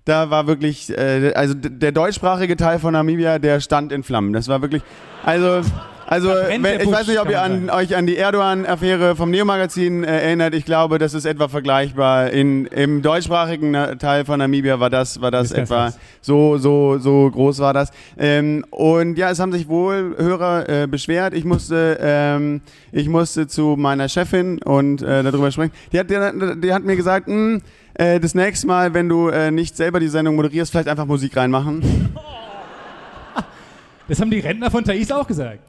S4: da war wirklich, äh, also d- der deutschsprachige Teil von Namibia, der stand in Flammen. Das war wirklich, also, also
S2: brennt
S4: wenn,
S2: der
S4: ich
S2: Busch,
S4: weiß nicht, ob
S2: kann
S4: ihr
S2: man
S4: an, euch an die Erdogan-Affäre vom Neo-Magazin äh, erinnert. Ich glaube, das ist etwa vergleichbar. In, Im deutschsprachigen Na- Teil von Namibia war das, war das
S2: Ist ganz
S4: etwa
S2: krass.
S4: so, so, so groß war das. Ähm, und ja, es haben sich wohl Hörer äh, beschwert. Ich musste, ähm, ich musste zu meiner Chefin und äh, darüber sprechen. Die hat, die, die hat mir gesagt, "Hm, äh, das nächste Mal, wenn du äh, nicht selber die Sendung moderierst, vielleicht einfach Musik reinmachen.
S2: Das haben die Rentner von Thais auch
S4: *laughs*
S2: gesagt.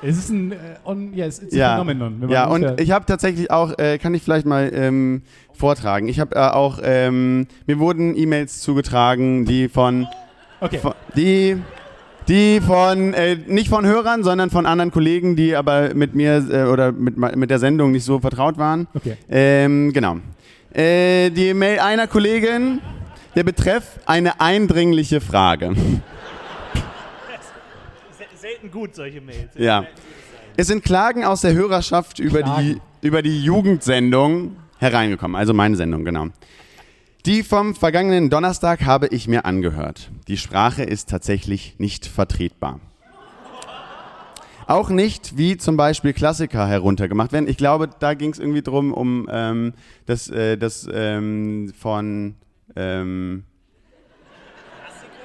S2: es ist ein äh, on, yeah, it's, it's a
S4: Ja,
S2: phenomenon. wenn man
S4: ja und
S2: ungefähr-
S4: ich habe tatsächlich auch, äh, kann ich vielleicht mal ähm, vortragen. Ich habe äh, auch, ähm, mir wurden E-Mails zugetragen, die von
S2: okay.
S4: Von- Die, die von, äh, nicht von Hörern, sondern von anderen Kollegen, die aber mit mir äh, oder mit, ma- mit der Sendung nicht so vertraut waren.
S2: okay.
S4: Ähm, genau. Äh, die Mail einer Kollegin, der Betreff eine eindringliche Frage.
S1: Selten gut, solche Mails.
S4: Ja. Es sind Klagen aus der Hörerschaft über
S2: Klagen.
S4: die, über die Jugendsendung hereingekommen, also meine Sendung, genau. Die vom vergangenen Donnerstag habe ich mir angehört. Die Sprache ist tatsächlich nicht vertretbar. Auch nicht, wie zum Beispiel Klassiker heruntergemacht werden. Ich glaube, da ging es irgendwie drum, um ähm, das, äh, das ähm, von ähm,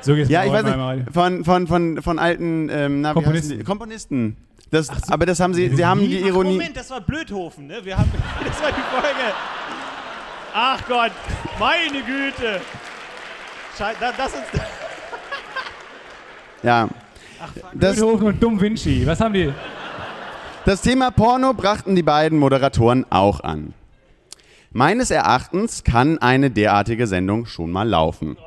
S2: So geht's
S4: Ja,
S2: mir
S4: ich
S2: auch
S4: weiß
S2: in meinem Radio.
S4: nicht, von, von, von, von alten ähm, na, wie
S2: Komponisten.
S4: heißen die? Komponisten. Das, Aber das haben sie, sie haben die Ironie.
S1: Moment, das war Blödhofen, ne? Wir haben, *laughs* das war die Folge. Ach Gott, meine Güte. Schei- da- Das ist,
S4: Ja. Das,
S2: Beethoven und Dumm Vinci. Was haben die?
S4: das Thema Porno brachten die beiden Moderatoren auch an. Meines Erachtens kann eine derartige Sendung schon mal laufen.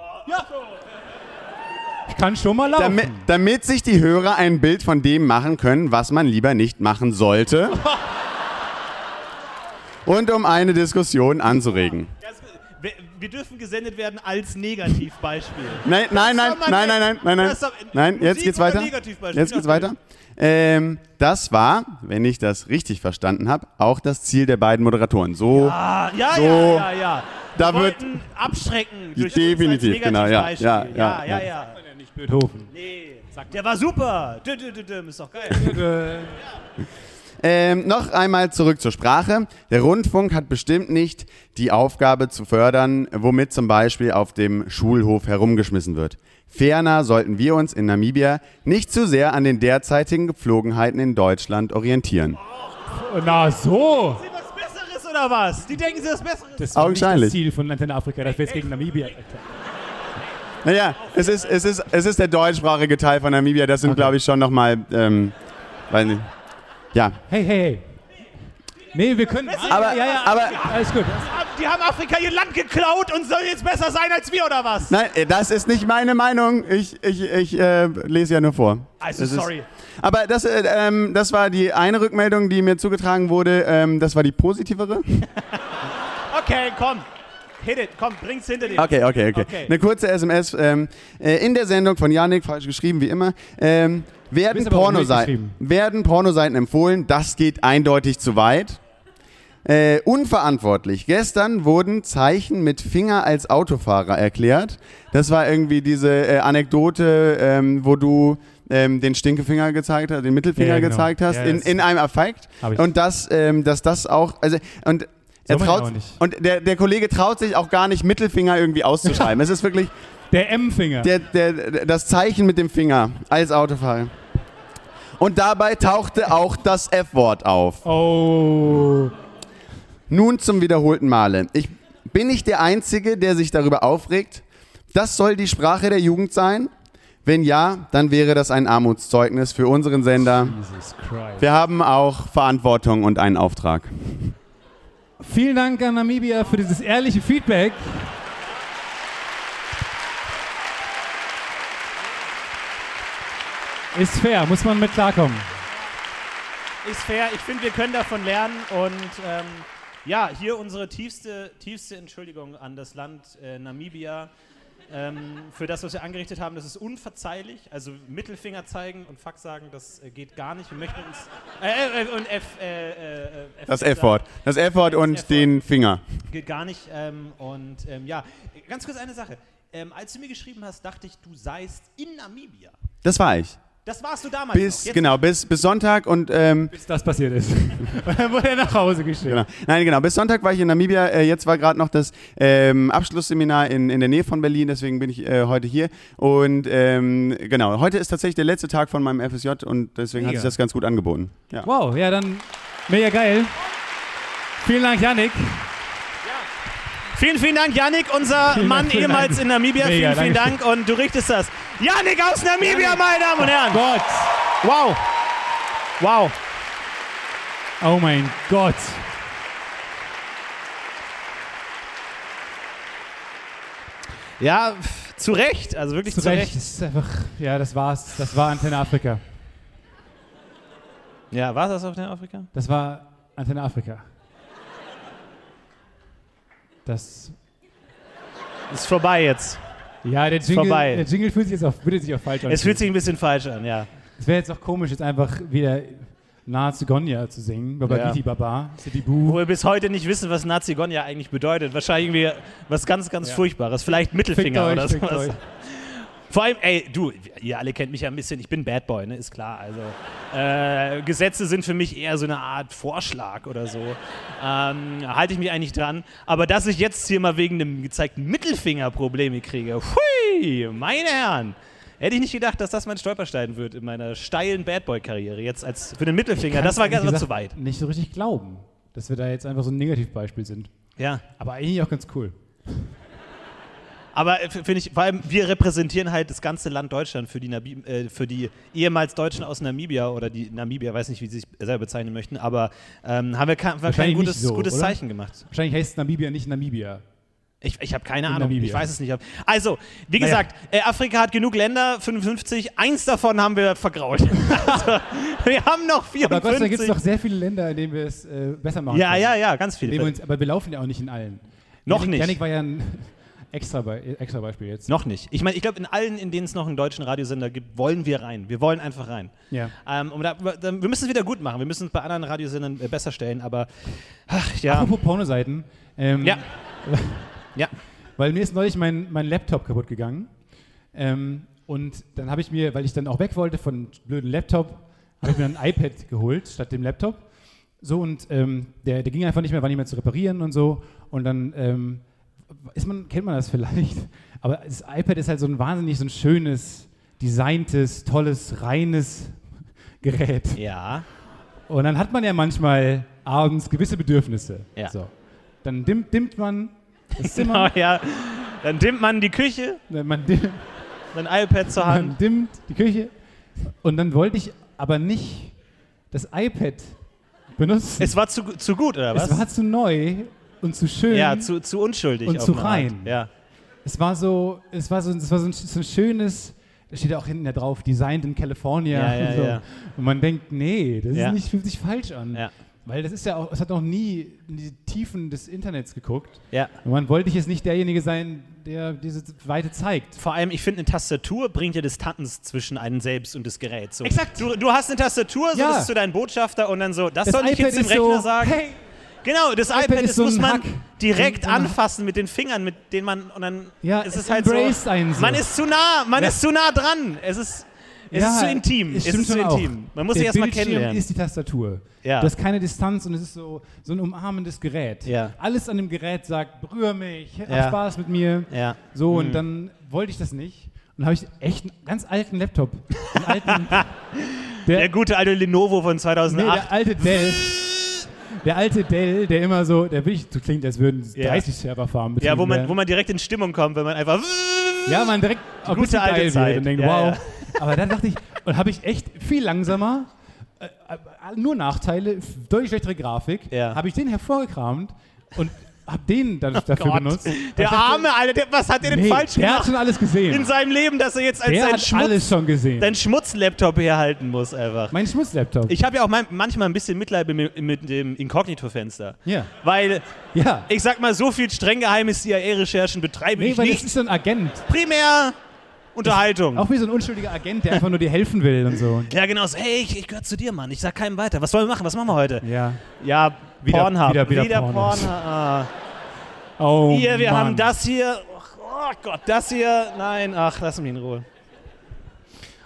S2: Ich kann schon mal laufen.
S4: Damit, damit sich die Hörer ein Bild von dem machen können, was man lieber nicht machen sollte. Und um eine Diskussion anzuregen.
S1: das wir, wir dürfen gesendet werden als Negativbeispiel.
S4: Nein, nein, nein,
S1: soll man
S4: nein, nein, nein,
S1: nicht.
S4: nein, nein.
S1: Das soll-
S4: Nein, jetzt
S1: Musik
S4: geht's
S1: oder
S4: weiter.
S1: Negativbeispiel?
S4: Jetzt geht's weiter. Ähm, das war, wenn ich das richtig verstanden habe, auch das Ziel der beiden Moderatoren. So,
S1: Ah, ja,
S4: So.
S1: ja, ja, ja.
S4: da
S1: Wir
S4: wird
S1: wollten abschrecken. uns als
S4: Definitiv, genau, ja,
S1: Negativbeispiel.
S4: ja,
S1: ja,
S4: ja,
S1: ja,
S4: ja.
S1: ja.
S2: Nicht Beethoven.
S1: Nee, der war super. Dö, dö, dö, dö, ist doch geil.
S4: Ähm, noch einmal zurück zur Sprache. Der Rundfunk hat bestimmt nicht die Aufgabe zu fördern, womit zum Beispiel auf dem Schulhof herumgeschmissen wird. Ferner sollten wir uns in Namibia nicht zu sehr an den derzeitigen Gepflogenheiten in Deutschland orientieren.
S2: Oh, Na so.
S1: Ist was Besseres oder was? Die denken, sie ist was Besseres.
S2: Das war nicht das
S4: Augenscheinlich.
S2: Ziel von Antenne Afrika, dass wir jetzt gegen Namibia.
S4: Naja, es ist, es ist, es ist der deutschsprachige Teil von Namibia. Das sind, glaube ich, schon nochmal, ähm, weiß nicht. Ja,
S2: Hey, hey, hey. Nee, wir können.
S4: aber,
S2: ja, ja,
S4: aber
S2: alles gut.
S1: Die haben Afrika ihr Land geklaut und sollen jetzt besser sein als wir oder was?
S4: nein, äh, das ist nicht meine Meinung. Ich, ich, ich äh, lese ja nur vor.
S1: Also,
S4: Das ist-
S1: sorry.
S4: Aber das, äh, ähm, das war die eine Rückmeldung, die mir zugetragen wurde. Ähm, das war die positivere.
S1: Okay, komm. Hit it, komm, bring's hinter dich.
S4: Okay, okay, okay.
S1: Okay.
S4: Eine kurze SMS. Ähm, äh, in der Sendung von Yannick, falsch geschrieben wie immer, ähm, werden,
S2: bist aber auch richtig
S4: Pornoseiten,
S2: geschrieben.
S4: werden Pornoseiten empfohlen. Das geht eindeutig zu weit. Äh, unverantwortlich. Gestern wurden Zeichen mit Finger als Autofahrer erklärt. Das war irgendwie diese äh, Anekdote, ähm, wo du ähm, den Stinkefinger gezeigt hast, den Mittelfinger
S2: Ja, ja, genau.
S4: gezeigt hast,
S2: Ja,
S4: in,
S2: das-
S4: in einem Affekt.
S2: Hab ich.
S4: Und dass, ähm, dass das auch, also, und er
S2: man ja auch
S4: traut,
S2: nicht.
S4: und der, der Kollege traut sich auch gar nicht, Mittelfinger
S2: *laughs*
S4: irgendwie auszuschreiben. es ist wirklich
S2: Der M-Finger.
S4: der, der, der, das Zeichen mit dem Finger als Autofahrer. Und dabei tauchte auch das F-Wort auf.
S2: Oh.
S4: Nun zum wiederholten Male. Ich bin nicht der Einzige, der sich darüber aufregt. Das soll die Sprache der Jugend sein? Wenn ja, dann wäre das ein Armutszeugnis für unseren Sender.
S2: Jesus Christ.
S4: Wir haben auch Verantwortung und einen Auftrag.
S2: Vielen Dank an Namibia für dieses ehrliche Feedback. Ist fair, muss man mit klarkommen.
S1: Ist fair. Ich finde, wir können davon lernen und ähm, ja, hier unsere tiefste, tiefste Entschuldigung an das Land äh, Namibia ähm, für das, was wir angerichtet haben. Das ist unverzeihlich. Also Mittelfinger zeigen und Fuck sagen, das äh, geht gar nicht. Wir möchten uns äh, äh, und F, äh, äh, äh, F
S4: Das
S1: sagen.
S4: F-Wort. Das F-Wort und
S1: F-Wort.
S4: den Finger.
S1: Geht gar nicht. Ähm, und ähm, ja, ganz kurz eine Sache. Ähm, als du mir geschrieben hast, dachte ich, du seist in Namibia.
S4: Das war ich.
S1: Das warst du damals. noch.
S4: Bis,
S1: Jetzt-
S4: genau, bis, bis Sonntag und, ähm,
S2: Bis das passiert ist. *laughs* Und dann wurde er nach Hause geschickt.
S4: genau. Nein, genau, bis Sonntag war ich in Namibia. Äh, jetzt war gerade noch das ähm, Abschlussseminar in, in der Nähe von Berlin, deswegen bin ich äh, heute hier. Und ähm, genau, heute ist tatsächlich der letzte Tag von meinem FSJ und deswegen hat
S2: Mega.
S4: sich das ganz gut angeboten. Ja.
S2: Wow, ja, dann mega geil. Vielen Dank, Yannick.
S1: Vielen, vielen Dank, Yannick,
S2: *laughs*
S1: unser
S2: Vielen
S1: Mann
S2: Dank, vielen
S1: ehemals
S2: Dank.
S1: in Namibia.
S2: Mega,
S1: vielen, vielen
S2: Dankeschön.
S1: Dank und du richtest das. Yannick aus Namibia, meine Damen und Herren.
S2: Gott.
S1: Wow. Wow.
S2: Oh mein Gott.
S1: Ja, pff, zu Recht. Also wirklich zu,
S2: Zu Recht.
S1: Recht.
S2: Das ist einfach, ja, das war's. Das war Antenne Afrika.
S1: Ja, war das auf der Afrika?
S2: Das war Antenne Afrika. Das.
S1: Ist vorbei jetzt.
S2: Ja, der Jingle,
S1: vorbei.
S2: Der Jingle fühlt sich jetzt auf, fühlt sich auf falsch an.
S1: Es fühlt sich ein bisschen falsch an, ja.
S2: Es wäre jetzt auch komisch, jetzt einfach wieder nahezu Gonya zu singen. Baba
S1: Ja.
S2: Giti Baba, City
S1: Wo
S2: Boo.
S1: wir bis heute nicht wissen, was Nazigonia eigentlich bedeutet. Wahrscheinlich irgendwie was ganz, ganz Furchtbares. Vielleicht
S2: Fickt
S1: Mittelfinger
S2: euch,
S1: oder
S2: fickt
S1: sowas.
S2: euch.
S1: Vor allem, ey, du, ihr alle kennt mich ja ein bisschen, ich bin Bad Boy, ne? Ist klar. Also äh, Gesetze sind für mich eher so eine Art Vorschlag oder so. Ähm, halte ich mich eigentlich dran. Aber dass ich jetzt hier mal wegen einem gezeigten Mittelfinger Probleme kriege, hui, meine Herren. Hätte ich nicht gedacht, dass das mein Stolperstein wird in meiner steilen Bad Boy-Karriere. Jetzt als für den Mittelfinger, das war ganz zu weit.
S2: Nicht so richtig glauben, dass wir da jetzt einfach so ein Negativbeispiel sind.
S1: Ja.
S2: Aber eigentlich auch ganz cool.
S1: Aber äh, finde ich, vor allem, wir repräsentieren halt das ganze Land Deutschland für die, Nabi äh, für die ehemals Deutschen aus Namibia oder die Namibia, weiß nicht, wie sie sich selber bezeichnen möchten, aber ähm, haben wir kein, wir haben kein
S2: Wahrscheinlich
S1: gutes,
S2: nicht so,
S1: gutes
S2: oder?
S1: Zeichen gemacht.
S2: Wahrscheinlich heißt Namibia nicht Namibia.
S1: Ich, ich habe keine Ahnung,
S2: Namibia.
S1: ich weiß es nicht. Also, wie
S2: Naja.
S1: gesagt, äh, Afrika hat genug Länder, 55, eins davon haben wir vergrault. *laughs* also, wir haben noch
S2: Aber Gott sei Dank
S1: 54.
S2: gibt es noch sehr viele Länder, in denen wir es äh, besser machen
S1: ja,
S2: können.
S1: ja, ja, ganz
S2: In denen wir
S1: viele.
S2: uns, aber wir laufen ja auch nicht in allen.
S1: Noch
S2: Yannick-
S1: nicht.
S2: Yannick war ja ein *laughs* extra, Bei- extra Beispiel jetzt.
S1: Noch nicht. Ich meine, ich glaube, in allen, in denen es noch einen deutschen Radiosender gibt, wollen wir rein. Wir wollen einfach rein.
S2: Ja.
S1: Ähm, um da, da, wir müssen es wieder gut machen. Wir müssen es bei anderen Radiosendern äh, besser stellen, aber ach ja.
S2: Apropos Pornoseiten. Ähm, *laughs*
S1: Ja. ja.
S2: Weil mir ist neulich mein, mein Laptop kaputt gegangen. Ähm, und dann habe ich mir, weil ich dann auch weg wollte von blöden Laptop, habe ich mir ein iPad geholt statt dem Laptop. So und ähm, der, der ging einfach nicht mehr, war nicht mehr zu reparieren und so. Und dann ähm, ist man, kennt man das vielleicht, aber das iPad ist halt so ein wahnsinnig so ein schönes, designtes, tolles, reines *laughs* Gerät.
S1: Ja. *laughs*
S2: Und dann hat man ja manchmal abends gewisse Bedürfnisse.
S1: Ja.
S2: So. Dann dimmt, dimmt man
S1: *laughs*
S2: das
S1: Oh,
S2: Zimmer,
S1: ja. Dann dimmt man die Küche,
S2: dann man dimmt,
S1: sein iPad zur Hand.
S2: man dimmt die Küche. Und dann wollte ich aber nicht das iPad benutzen.
S1: Es war zu, zu gut, oder was?
S2: Es war zu neu und zu schön.
S1: ja, zu, zu unschuldig.
S2: Und
S1: auf
S2: zu
S1: eine Art.
S2: rein.
S1: Ja.
S2: es war so, es war so, es war so ein, so ein schönes, da steht ja auch hinten ja drauf, designed in California.
S1: Ja, ja,
S2: und, *laughs* so.
S1: ja.
S2: und man denkt, nee, das
S1: Ja.
S2: ist nicht, fühlt sich falsch an.
S1: Ja.
S2: Weil das ist ja auch, es hat noch nie in die Tiefen des Internets geguckt.
S1: ja.
S2: Und man wollte ich jetzt nicht derjenige sein, der diese Weite zeigt.
S1: Vor allem, ich finde, eine Tastatur bringt ja Distanz zwischen einem selbst und das Gerät. So. Exakt. Du, du hast eine Tastatur, so
S2: Ja.
S1: das ist so dein Botschafter und dann so, das,
S2: Das
S1: soll ich
S2: iPad
S1: jetzt dem
S2: ist
S1: Rechner
S2: so,
S1: sagen.
S2: hey.
S1: Genau, das iPad,
S2: ist
S1: ist,
S2: so
S1: muss
S2: ein
S1: man
S2: Hack.
S1: direkt
S2: So ein-
S1: anfassen mit den Fingern, mit denen man und dann
S2: Ja,
S1: ist es,
S2: es
S1: halt so.
S2: embraced einen so.
S1: Man ist zu nah, man
S2: Ja.
S1: ist zu nah dran. Es ist, es
S2: Ja,
S1: ist zu intim. Es,
S2: stimmt
S1: ist zu
S2: schon auch.
S1: intim. Man muss
S2: Der
S1: sich erstmal
S2: Bildschirm
S1: kennenlernen.
S2: ist die Tastatur.
S1: Ja.
S2: Du hast keine Distanz und es ist so, so ein umarmendes Gerät.
S1: Ja.
S2: Alles an dem Gerät sagt, berühre mich, hab
S1: Ja. Mhm.
S2: Spaß mit mir.
S1: ja.
S2: So, und dann wollte ich das nicht. Und habe ich echt einen ganz alten Laptop.
S1: *laughs*
S2: Einen alten,
S1: Der gute alte Lenovo von
S2: nee,
S1: 2008.
S2: der alte Dell. Der alte Dell, der immer so, der wirklich so klingt, als würden 30
S1: Ja.
S2: Serverfarmen betrieben
S1: ja, wo man,
S2: werden.
S1: wo man direkt in Stimmung kommt, wenn man einfach.
S2: Ja, man direkt ein
S1: gute
S2: bisschen
S1: alte
S2: geil
S1: Zeit.
S2: wird und denkt,
S1: Ja,
S2: wow. Aber dann dachte ich, und habe ich echt viel langsamer, äh, äh, nur Nachteile, f- deutlich schlechtere Grafik,
S1: Ja. Oh
S2: habe ich den hervorgekramt und habe den dann dafür
S1: Gott.
S2: benutzt.
S1: Der arme, Alter, der, was hat er denn
S2: Nee,
S1: falsch
S2: der hat
S1: gemacht
S2: schon alles
S1: in
S2: gesehen.
S1: seinem Leben, dass er jetzt als
S2: Der
S1: sein
S2: hat
S1: Schmutz,
S2: alles schon gesehen.
S1: dein Schmutzlaptop herhalten muss einfach.
S2: mein Schmutzlaptop.
S1: Ich habe ja auch man- manchmal ein bisschen Mitleid mit, mit dem Inkognito-Fenster.
S2: Ja.
S1: Weil,
S2: ja.
S1: ich sag mal, so viel streng geheimes CIA-Recherchen betreibe
S2: Nee,
S1: ich
S2: weil das
S1: nicht.
S2: ist so ein Agent.
S1: Primär Unterhaltung.
S2: Auch wie so ein unschuldiger Agent, der einfach nur dir helfen will und so.
S1: ja, genau. So, hey, ich, ich gehöre zu dir, Mann. Ich sag keinem weiter. Was wollen wir machen? Was machen wir heute?
S2: Ja.
S1: Ja,
S2: Wieder-
S1: Pornhub.
S2: wieder- wieder Pornos.
S1: Pornhub. Ah.
S2: Oh,
S1: Hier, wir
S2: Mann.
S1: haben das hier. Ach, Oh Gott, das hier. Nein, ach, lass mich in Ruhe.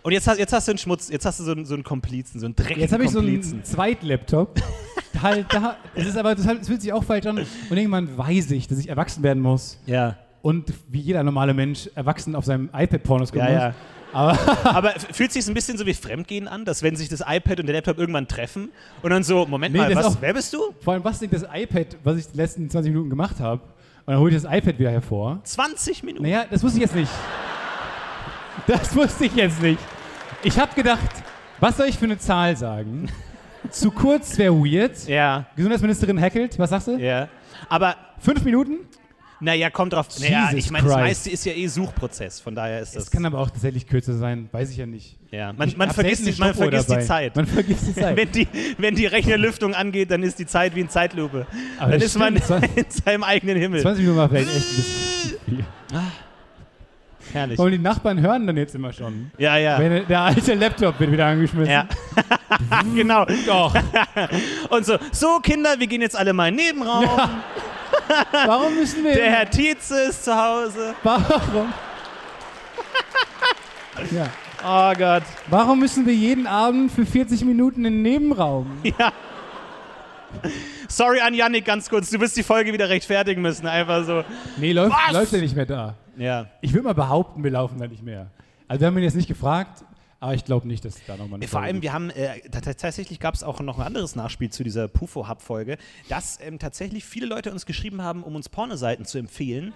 S1: Und jetzt hast, jetzt hast du einen Schmutz, jetzt hast du so einen, so einen Komplizen, so einen dreckigen
S2: Jetzt habe ich so
S1: Komplizen.
S2: einen Zweitlaptop. halt, da, es ist aber total, es fühlt sich auch falsch an. Und irgendwann weiß ich, dass ich erwachsen werden muss
S1: ja.
S2: und wie jeder normale Mensch erwachsen auf seinem iPad Pornos gucken
S1: Ja, ja.
S2: muss.
S1: *laughs* Aber, f- fühlt sich ein bisschen so wie Fremdgehen an, dass wenn sich das iPad und der Laptop irgendwann treffen und dann so, Moment
S2: Nee,
S1: mal,
S2: das
S1: was,
S2: auch-
S1: wer bist du?
S2: Vor allem, was denkt das iPad, was ich die letzten 20 Minuten gemacht habe? Und dann hole ich das iPad wieder hervor.
S1: 20 Minuten.
S2: Naja, das wusste ich jetzt nicht. Das wusste ich jetzt nicht. Ich habe gedacht, was soll ich für eine Zahl sagen? Zu kurz wäre weird.
S1: Ja,
S2: Gesundheitsministerin hackelt, was sagst du?
S1: ja. Aber,
S2: Fünf Minuten?
S1: naja, kommt drauf. Naja,
S2: Jesus
S1: ich meine, das
S2: Christ.
S1: meiste ist ja eh Suchprozess, von daher ist das.
S2: Das kann aber auch tatsächlich kürzer sein, weiß ich ja nicht.
S1: ja. Man,
S2: Ich
S1: man
S2: hab
S1: vergisst,
S2: selten
S1: die, man
S2: eine Stoppuhr
S1: vergisst die
S2: dabei.
S1: Zeit.
S2: Man vergisst die Zeit.
S1: Wenn die, wenn die Rechnerlüftung angeht, dann ist die Zeit wie in Zeitlupe.
S2: Aber
S1: dann
S2: das
S1: ist man
S2: stimmt,
S1: *laughs* in seinem eigenen Himmel.
S2: 20 Minuten war vielleicht echt ein bisschen zu viel.
S1: Herrlich.
S2: Warum die Nachbarn hören dann jetzt immer schon?
S1: Ja, ja.
S2: Wenn der alte Laptop wird wieder angeschmissen.
S1: ja. genau.
S2: Doch.
S1: Und so, so Kinder, wir gehen jetzt alle mal in den Nebenraum. *laughs*
S2: Warum müssen wir?
S1: Der Herr Tietze ist zu Hause.
S2: warum? Ja.
S1: Oh Gott.
S2: Warum müssen wir jeden Abend für 40 Minuten in den Nebenraum?
S1: Sorry an Yannick ganz kurz, du wirst die Folge wieder rechtfertigen müssen. Einfach so.
S2: Nee, läuft,
S1: Was?
S2: läuft ja nicht mehr da.
S1: Ja.
S2: Ich würde mal behaupten, wir laufen da nicht mehr. Also wir haben ihn jetzt nicht gefragt, aber ich glaube nicht, dass da nochmal eine
S1: Vor allem,
S2: Folge
S1: wir haben, äh, ta- ta- tatsächlich gab es auch noch ein anderes Nachspiel zu dieser Pufo-Hub-Folge, dass ähm, tatsächlich viele Leute uns geschrieben haben, um uns Pornoseiten zu empfehlen.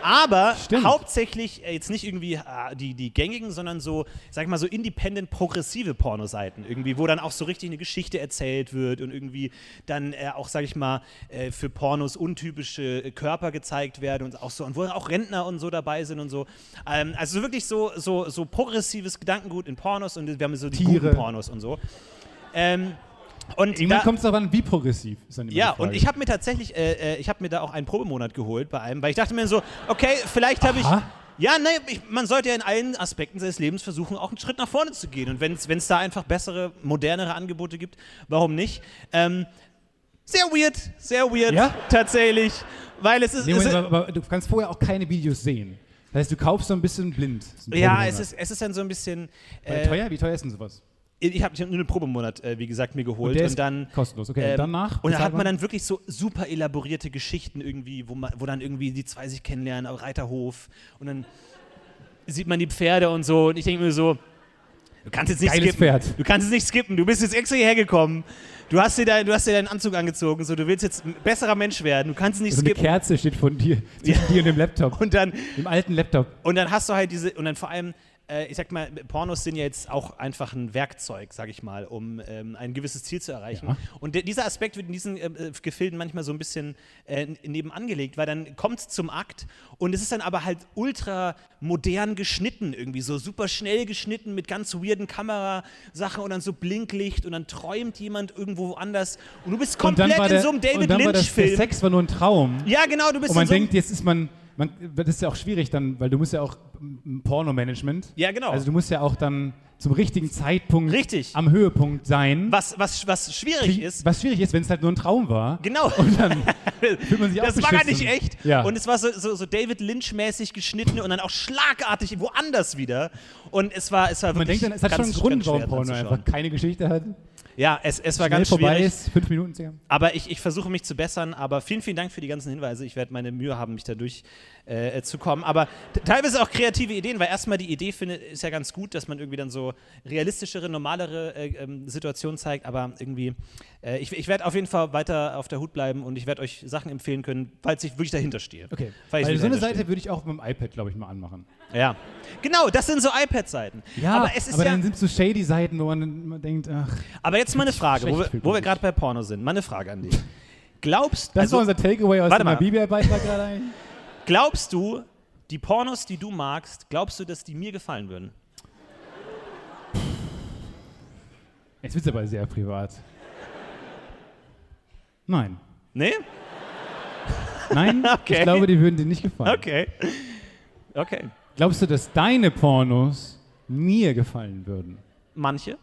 S1: Aber
S2: Stimmt.
S1: hauptsächlich äh, jetzt nicht irgendwie äh, die, die gängigen, sondern so, sag ich mal, so independent progressive Pornoseiten irgendwie, wo dann auch so richtig eine Geschichte erzählt wird und irgendwie dann äh, auch, sag ich mal, äh, für Pornos untypische äh, Körper gezeigt werden und auch so, und wo auch Rentner und so dabei sind und so. Ähm, also wirklich so, so, so progressives Gedankengut in Pornos und wir haben so die
S2: Tiere.
S1: guten Pornos und so. Ähm, und
S2: Irgendwann
S1: da-
S2: kommt es darauf an, wie progressiv ist dann immer
S1: ja,
S2: die Frage.
S1: und ich habe mir tatsächlich, äh, äh, ich habe mir da auch einen Probemonat geholt bei einem, weil ich dachte mir so, okay, vielleicht habe ich.
S2: Aha.
S1: Ja, nee, ich, man sollte ja in allen Aspekten seines Lebens versuchen, auch einen Schritt nach vorne zu gehen. Und wenn es da einfach bessere, modernere Angebote gibt, warum nicht? Ähm, sehr weird, sehr weird,
S2: Ja?
S1: tatsächlich. Weil es ist.
S2: Nee,
S1: es
S2: Moment,
S1: ist
S2: aber, aber du kannst vorher auch keine Videos sehen. Das heißt, du kaufst so ein bisschen blind. so einen
S1: ja,
S2: Probemonat.
S1: es ist, es ist dann so ein bisschen.
S2: Weil
S1: Äh,
S2: teuer? Wie teuer ist denn sowas?
S1: ich habe ich hab nur einen Probemonat, äh, wie gesagt, mir geholt. Und,
S2: der ist
S1: dann.
S2: kostenlos. Okay,
S1: Ähm,
S2: und danach?
S1: Und dann hat
S2: bezahlt
S1: man dann wirklich so super elaborierte Geschichten irgendwie, wo, man, wo dann irgendwie die zwei sich kennenlernen, am Reiterhof. Und dann sieht man die Pferde und so. Und ich denke mir so, du kannst jetzt nicht
S2: Geiles
S1: skippen.
S2: Pferd.
S1: Du kannst es nicht skippen. Du bist jetzt extra hierher gekommen. Du hast dir, dein, du hast dir deinen Anzug angezogen. So, du willst jetzt ein besserer Mensch werden. Du kannst es nicht
S2: so eine
S1: skippen.
S2: Kerze steht von
S1: *laughs*
S2: dir, zwischen dir und dem Laptop.
S1: Und dann,
S2: Dem alten Laptop.
S1: und dann hast du halt diese, und dann vor allem, äh, ich sag mal, Pornos sind ja jetzt auch einfach ein Werkzeug, sag ich mal, um ähm, ein gewisses Ziel zu erreichen.
S2: Ja.
S1: Und de- dieser Aspekt wird in diesen äh, äh, Gefilden manchmal so ein bisschen äh, n- nebenangelegt, weil dann kommt es zum Akt und es ist dann aber halt ultra modern geschnitten irgendwie, so super schnell geschnitten mit ganz weirden Kamerasachen und dann so Blinklicht und dann träumt jemand irgendwo anders und du bist
S2: Und dann
S1: komplett
S2: war
S1: in
S2: der-
S1: so einem
S2: und
S1: David
S2: dann war das, Der
S1: Lynch-Film.
S2: Sex war nur ein Traum.
S1: Ja, genau, du bist
S2: Und man
S1: in so einem-
S2: denkt, jetzt ist man, man, das ist ja auch schwierig dann, weil du musst ja auch m, Pornomanagement.
S1: Ja, genau.
S2: Also du musst ja auch dann zum richtigen Zeitpunkt
S1: Richtig.
S2: am Höhepunkt sein.
S1: was, was, was schwierig ist.
S2: was schwierig ist, wenn es halt nur ein Traum war. *laughs*
S1: Genau.
S2: Fühlt man sich
S1: das war gar nicht
S2: beschissen.
S1: echt.
S2: Ja.
S1: Und es war so, so, so David Lynch-mäßig geschnitten und dann auch schlagartig woanders wieder. Und es war, es war
S2: man
S1: wirklich
S2: denkt dann, es hat schon
S1: ganz,
S2: einen Grund,
S1: ganz
S2: warum
S1: schwer
S2: Porno
S1: anzuschauen.
S2: einfach keine Geschichte hat.
S1: Ja, es, es war
S2: Schnell
S1: ganz
S2: vorbei
S1: schwierig.
S2: ist, fünf Minuten circa.
S1: Aber ich, ich versuche mich zu bessern. Aber vielen, vielen Dank für die ganzen Hinweise. Ich werde meine Mühe haben, mich dadurch äh, zu kommen. Aber t- teilweise auch kreative Ideen, weil erstmal die Idee finde, ist ja ganz gut, dass man irgendwie dann so realistischere, normalere äh, ähm, Situationen zeigt. Aber irgendwie, äh, ich, ich werde auf jeden Fall weiter auf der Hut bleiben und ich werde euch Sachen empfehlen können, falls ich wirklich dahinter stehe.
S2: Okay.
S1: Weil
S2: Weil
S1: ich
S2: so
S1: will
S2: eine
S1: da stehen.
S2: Seite würde ich auch mit dem iPad, glaube ich, mal anmachen.
S1: Ja. Genau, das sind so iPad-Seiten. aber es ist ja.
S2: dann sind so shady Seiten, wo man dann immer denkt, ach,
S1: aber jetzt mal eine Frage, wo
S2: schlecht
S1: wir,
S2: für
S1: wo wir
S2: Business.
S1: gerade bei Porno sind. Mal eine Frage an dich. Glaubst
S2: das
S1: also-
S2: war unser Takeaway aus
S1: Warte
S2: dem
S1: mal.
S2: Habibi-Beitrag gerade eigentlich.
S1: Glaubst du, die Pornos, die du magst, glaubst du, dass die mir gefallen würden?
S2: Jetzt wird es aber sehr privat. Nein.
S1: Nee?
S2: Nein,
S1: *laughs* Okay.
S2: ich glaube, die würden dir nicht gefallen.
S1: Okay. Okay.
S2: Glaubst du, dass deine Pornos mir gefallen würden?
S1: Manche.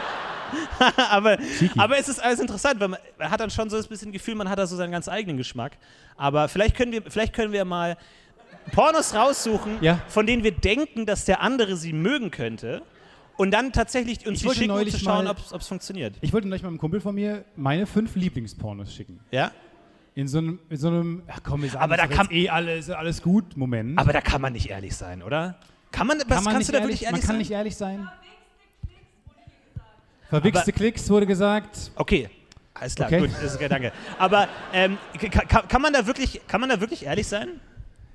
S1: *laughs* aber, aber es ist alles interessant, weil man, man hat dann schon so ein bisschen Gefühl, man hat da so seinen ganz eigenen Geschmack. Aber vielleicht können wir, vielleicht können wir mal Pornos raussuchen,
S2: Ja.
S1: von denen wir denken, dass der andere sie mögen könnte. Und dann tatsächlich uns
S2: Ich
S1: die
S2: wollte
S1: schicken, um
S2: neulich
S1: zu schauen,
S2: mal-
S1: ob es funktioniert.
S2: Ich wollte neulich mal einem Kumpel von mir meine fünf Lieblingspornos schicken.
S1: Ja?
S2: In so einem, in so einem ach komm, wir sagen
S1: Aber
S2: das
S1: da
S2: doch
S1: kann-
S2: jetzt eh alles, alles gut, Moment.
S1: Aber da kann man nicht ehrlich sein, oder? Kann man, was, kannst du da wirklich ehrlich
S2: man kann
S1: sein?
S2: nicht ehrlich sein. Verwichste Klicks wurde gesagt.
S1: Okay. Alles klar,
S2: Okay.
S1: gut, ist okay, danke. Aber ähm, ka- ka- kann, man da wirklich, kann man da wirklich ehrlich sein?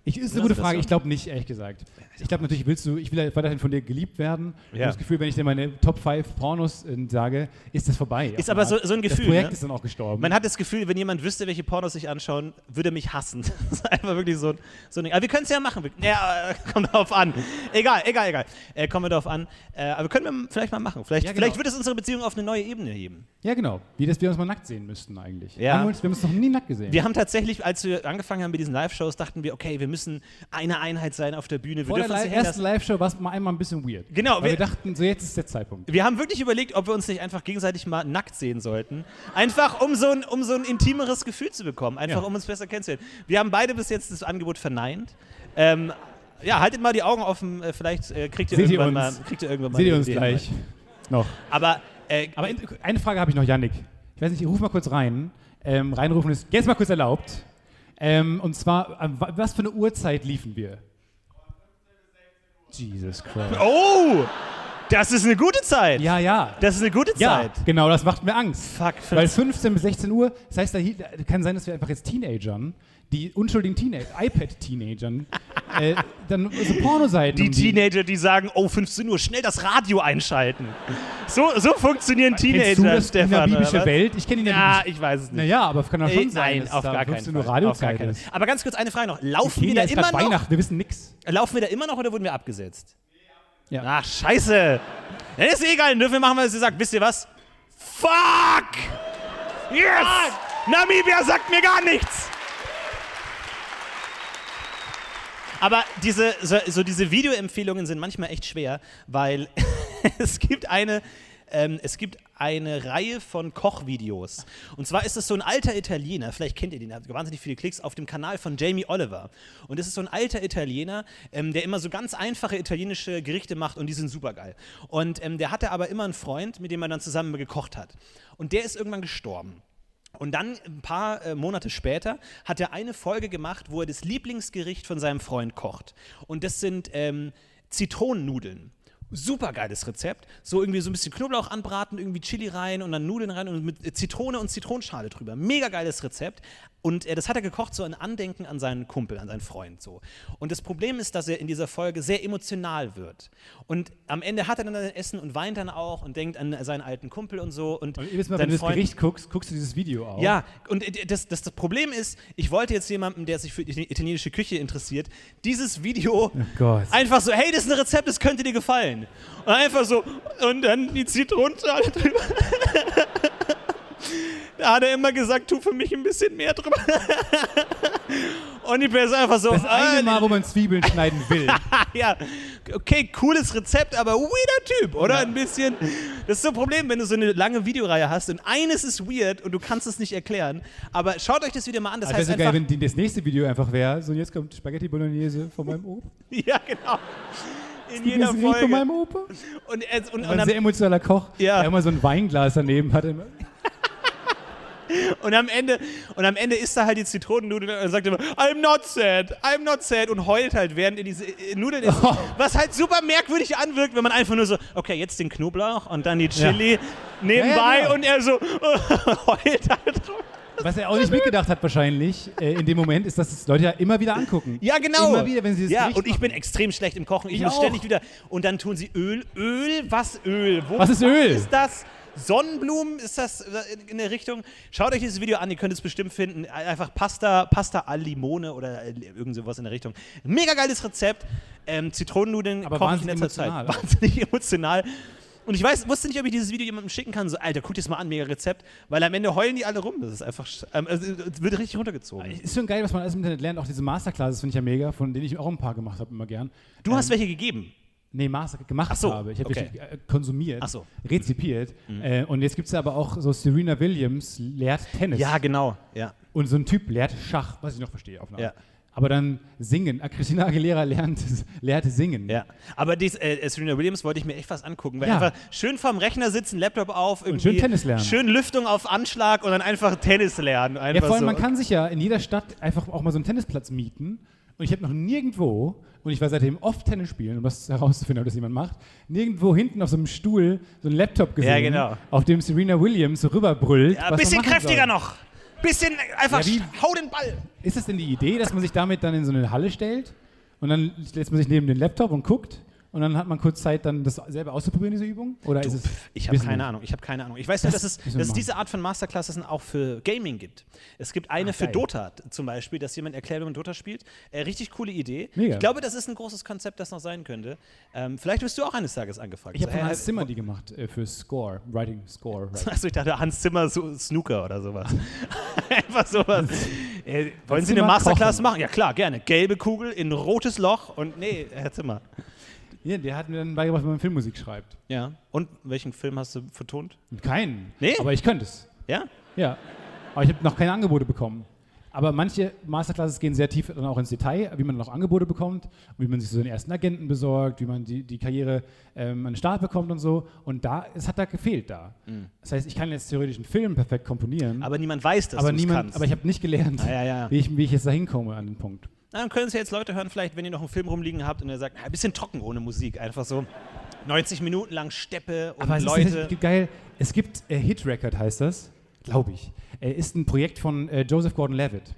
S2: Ich, ist
S1: Lass
S2: eine gute
S1: das
S2: Frage.
S1: so.
S2: Ich glaube nicht, ehrlich gesagt. Ich glaube natürlich, willst du, ich will ja weiterhin von dir geliebt werden. Ich
S1: Ja.
S2: habe das Gefühl, wenn ich dir meine Top 5 Pornos äh, sage, ist das vorbei.
S1: Ist aber so- so ein
S2: Das
S1: Gefühl,
S2: Projekt
S1: ne?
S2: ist dann auch gestorben.
S1: Man hat das Gefühl, wenn jemand wüsste, welche Pornos ich anschauen, würde er mich hassen. *laughs* Das ist einfach wirklich so ein, so ein Ding. Aber wir können es ja machen. Wir- Ja, *laughs* äh, kommt drauf an. Egal, egal, egal. Äh, kommen wir drauf an. Äh, aber können wir vielleicht mal machen. Vielleicht,
S2: Ja, genau.
S1: vielleicht wird es unsere Beziehung auf eine neue Ebene heben.
S2: ja, genau. Wie dass wir uns mal nackt sehen müssten eigentlich.
S1: Ja.
S2: Haben wir, uns, wir haben uns noch nie nackt gesehen.
S1: Wir haben tatsächlich, als wir angefangen haben mit diesen Live-Shows, dachten wir, okay, wir müssen eine Einheit sein auf der Bühne. Wir
S2: Vor der
S1: dürfen uns
S2: Li
S1: nicht hängen
S2: ersten
S1: lassen.
S2: Live-Show war es mal einmal ein bisschen weird.
S1: Genau,
S2: Weil
S1: wir-
S2: wir, dachten, so jetzt ist der Zeitpunkt.
S1: Wir haben wirklich überlegt, ob wir uns nicht einfach gegenseitig mal nackt sehen sollten. Einfach um so ein, um so ein intimeres Gefühl zu bekommen. Einfach
S2: Ja.
S1: um uns besser kennenzulernen. Wir haben beide bis jetzt das Angebot verneint. Ähm, Ja, haltet mal die Augen offen. äh, Vielleicht äh, kriegt, ihr
S2: Seht ihr
S1: irgendwann mal,
S2: uns?
S1: kriegt ihr irgendwann mal.
S2: Seht ihr
S1: eine
S2: uns
S1: Idee.
S2: gleich noch.
S1: Aber, äh,
S2: Aber in, eine Frage habe ich noch, Yannick. Ich weiß nicht, ich ruf mal kurz rein. Ähm, reinrufen ist jetzt mal kurz erlaubt. Ähm, und zwar, an wa- was für eine Uhrzeit liefen wir? Jesus Christ.
S1: oh, das ist eine gute Zeit.
S2: Ja, ja.
S1: Das ist eine gute
S2: Ja,
S1: Zeit.
S2: genau, das macht mir Angst.
S1: Fuck,
S2: Weil 15 bis 16 Uhr, das heißt, da hielt- da kann sein, dass wir einfach jetzt Teenagern, die unschuldigen Teenager,
S1: *laughs*
S2: iPad-Teenagern, äh, dann so Pornoseiten.
S1: die
S2: um
S1: Teenager, die sagen, oh, 15 Uhr, schnell das Radio einschalten. So, so funktionieren
S2: Kennst du
S1: Teenager,
S2: das in der
S1: Stefan.
S2: biblische
S1: oder was?
S2: Welt? Ich kenne ihn ja
S1: Ja,
S2: nicht.
S1: ich weiß es nicht.
S2: Naja, aber es kann doch
S1: Äh,
S2: schon sein,
S1: nein,
S2: dass
S1: auf
S2: da
S1: gar keinen
S2: 15 Uhr
S1: Fall. Auf gar
S2: Radiozeit
S1: keinen.
S2: ist.
S1: Aber ganz kurz eine Frage noch. Laufen wir,
S2: Kenia
S1: da
S2: ist
S1: immer
S2: grad
S1: noch,
S2: Weihnachten, wir wissen nichts.
S1: laufen wir da immer noch oder wurden wir abgesetzt?
S2: Ja.
S1: Ach, scheiße. Dann ist eh egal, dürfen wir machen, was ihr sagt. Wisst ihr was? Fuck! Yes! Namibia sagt mir gar nichts! Aber diese, so, so diese Videoempfehlungen sind manchmal echt schwer, weil *laughs* es gibt eine, ähm, es gibt eine Reihe von Kochvideos. Und zwar ist es so ein alter Italiener, vielleicht kennt ihr den, der hat wahnsinnig viele Klicks, auf dem Kanal von Jamie Oliver. Und es ist so ein alter Italiener, ähm, der immer so ganz einfache italienische Gerichte macht und die sind supergeil. Und ähm, der hatte aber immer einen Freund, mit dem er dann zusammen gekocht hat. Und der ist irgendwann gestorben. Und dann ein paar äh, Monate später hat er eine Folge gemacht, wo er das Lieblingsgericht von seinem Freund kocht. Und das sind ähm, Zitronennudeln. Supergeiles Rezept. So irgendwie so ein bisschen Knoblauch anbraten, irgendwie Chili rein und dann Nudeln rein und mit äh, Zitrone und Zitronenschale drüber. Mega geiles Rezept. Und äh, das hat er gekocht, so ein Andenken an seinen Kumpel, an seinen Freund. So. Und das Problem ist, dass er in dieser Folge sehr emotional wird. Und am Ende hat er dann sein Essen und weint dann auch und denkt an seinen alten Kumpel und so. Und,
S2: Und jedes Mal, wenn
S1: sein
S2: du das
S1: Freund-
S2: Gericht guckst, guckst du dieses Video auch.
S1: ja, und äh, das, das, das Problem ist, ich wollte jetzt jemandem, der sich für die italienische Küche interessiert, dieses Video
S2: Oh Gott.
S1: einfach so, hey, das ist ein Rezept, das könnte dir gefallen. Und einfach so, und dann die Zitronenschale drüber. *laughs* Da hat er immer gesagt, tu für mich ein bisschen mehr drüber. *laughs* Und die Person einfach so,
S2: Das eine
S1: äh,
S2: Mal, wo
S1: *laughs*
S2: man Zwiebeln schneiden will. Also
S1: ja, okay, cooles Rezept, aber weirder Typ, oder? Ein bisschen. Das ist so ein Problem, wenn du so eine lange Videoreihe hast und eines ist weird und du kannst es nicht erklären. Aber schaut euch das wieder mal an. Das
S2: Das wäre
S1: heißt
S2: so
S1: einfach. *laughs*
S2: geil, wenn die- das nächste Video einfach wäre, so jetzt kommt Spaghetti Bolognese von meinem Opa.
S1: ja, genau. In *laughs*
S2: Das
S1: jeder
S2: Gericht von
S1: Folge.
S2: meinem Opa.
S1: Und, es- und,
S2: War
S1: und,
S2: Ein
S1: am,
S2: sehr emotionaler Koch,
S1: Ja.
S2: der immer so ein Weinglas daneben hat. Immer.
S1: und, am Ende, und am Ende isst er halt die Zitronennudel und sagt immer, I'm not sad, I'm not sad und heult halt, während er diese äh, Nudeln isst.
S2: Oh.
S1: Was halt super merkwürdig anwirkt, wenn man einfach nur so, okay, jetzt den Knoblauch und dann die Chili nebenbei
S2: genau.
S1: und er so *laughs* heult halt drauf.
S2: Was er auch nicht mitgedacht hat wahrscheinlich äh, in dem Moment, ist, dass es Leute ja immer wieder angucken.
S1: Ja, genau.
S2: Immer wieder, wenn sie das
S1: Ja,
S2: Gericht
S1: und ich bin extrem schlecht im Kochen. Ich,
S2: Ich
S1: muss
S2: auch.
S1: ständig wieder. Und dann tun sie Öl. Öl? Was Öl? Wo
S2: Was ist Öl?
S1: ist das? Sonnenblumen? Ist das äh, in- in der Richtung? Schaut euch dieses Video an, ihr könnt es bestimmt finden. Einfach Pasta, Pasta al Limone oder äh, irgend sowas in der Richtung. Mega geiles Rezept. Ähm, Zitronennudeln
S2: Aber
S1: koche ich in
S2: wahnsinnig
S1: letzter Zeit.
S2: emotional, oder?
S1: Wahnsinnig *laughs* emotional. Und ich weiß, wusste nicht, ob ich dieses Video jemandem schicken kann. So, Alter, guck dir das mal an, mega Rezept. Weil am Ende heulen die alle rum. Das ist einfach. sch- Ähm, also, es wird richtig runtergezogen.
S2: Ist schon geil, was man alles im Internet lernt. Auch diese Masterclasses finde ich ja mega, von denen ich auch ein paar gemacht habe, immer gern.
S1: Du hast welche gegeben.
S2: Nee, Master gemacht
S1: Ach so,
S2: habe. Ich habe
S1: okay.
S2: die äh, konsumiert,
S1: Ach so. Mhm.
S2: rezipiert. Äh, und jetzt gibt es ja aber auch so Serena Williams lehrt Tennis.
S1: Ja, genau. Ja.
S2: Und so ein Typ lehrt Schach, was ich noch verstehe auf eine
S1: Ja.
S2: Art. Aber dann singen. Ah, Christina Aguilera lernt, *laughs* lehrt singen.
S1: Ja, aber dies, äh, Serena Williams wollte ich mir echt was angucken, weil
S2: Mhm. Ja.
S1: einfach schön vorm Rechner sitzen, Laptop auf, irgendwie
S2: schön Tennis lernen.
S1: schön Lüftung auf Anschlag und dann einfach Tennis lernen. Einfach
S2: Ja, vor allem,
S1: so.
S2: man kann sich ja in jeder Stadt einfach auch mal so einen Tennisplatz mieten. Und ich habe noch nirgendwo, und ich war seitdem oft Tennis spielen, um das herauszufinden, ob das jemand macht, nirgendwo hinten auf so einem Stuhl so einen Laptop gesehen,
S1: Ja, genau.
S2: auf dem Serena Williams so rüberbrüllt.
S1: ja,
S2: was man
S1: bisschen
S2: machen
S1: kräftiger
S2: soll.
S1: noch. Bisschen einfach
S2: Ja, wie-
S1: sch- hau den Ball.
S2: Ist das denn die Idee, dass man sich damit dann in so eine Halle stellt und dann lässt man sich neben den Laptop und guckt und dann hat man kurz Zeit, dann das selber auszuprobieren, diese Übung? Oder ist es.
S1: Pff, Ich habe
S2: wissen
S1: keine
S2: wir.
S1: Ahnung, ich habe keine Ahnung. Ich weiß nur, dass es,
S2: müssen wir
S1: dass es
S2: machen.
S1: diese Art von Masterclasses auch für Gaming gibt. Es gibt eine für
S2: Ah, geil.
S1: Dota t- zum Beispiel, dass jemand erklärt, wie man Dota spielt. Äh, richtig coole Idee.
S2: Mega.
S1: Ich glaube, das ist ein großes Konzept, das noch sein könnte. Ähm, vielleicht wirst du auch eines Tages angefragt.
S2: Ich habe
S1: So,
S2: von
S1: hey,
S2: Hans Zimmer die gemacht äh, für Score, Writing Score.
S1: *laughs*
S2: Writing.
S1: Achso, Also ich dachte Hans Zimmer so Snooker oder sowas. *laughs* Einfach sowas. Äh, wollen Sie eine
S2: Zimmer
S1: Masterclass
S2: kochen.
S1: machen? Ja klar, gerne. Gelbe Kugel in rotes Loch und nee, Herr Zimmer.
S2: Ja, der hat mir dann beigebracht, wie man Filmmusik schreibt.
S1: Ja. Und welchen Film hast du vertont?
S2: Keinen.
S1: Nee?
S2: Aber ich könnte es.
S1: Ja?
S2: Ja. Aber ich habe noch keine Angebote bekommen. Aber manche Masterclasses gehen sehr tief dann auch ins Detail, wie man dann auch Angebote bekommt, wie man sich so den ersten Agenten besorgt, wie man die, die Karriere ähm, an den Start bekommt und so. Und da, es hat da gefehlt da. Das heißt, ich kann jetzt theoretisch einen Film perfekt komponieren,
S1: Mhm. Aber niemand weiß, dass
S2: aber,
S1: du es
S2: niemand,
S1: kannst.
S2: aber ich habe nicht gelernt,
S1: ja, ja.
S2: Wie, ich, wie ich jetzt da hinkomme an den Punkt.
S1: Na, dann können es ja jetzt Leute hören, vielleicht, wenn ihr noch einen Film rumliegen habt und ihr sagt, na, ein bisschen trocken ohne Musik. Einfach so 90 Minuten lang Steppe und
S2: Aber es ist
S1: Leute.
S2: tatsächlich geil. Es gibt äh, Hit Record, heißt das, glaube ich. Äh, ist ein Projekt von äh, Joseph Gordon-Levitt.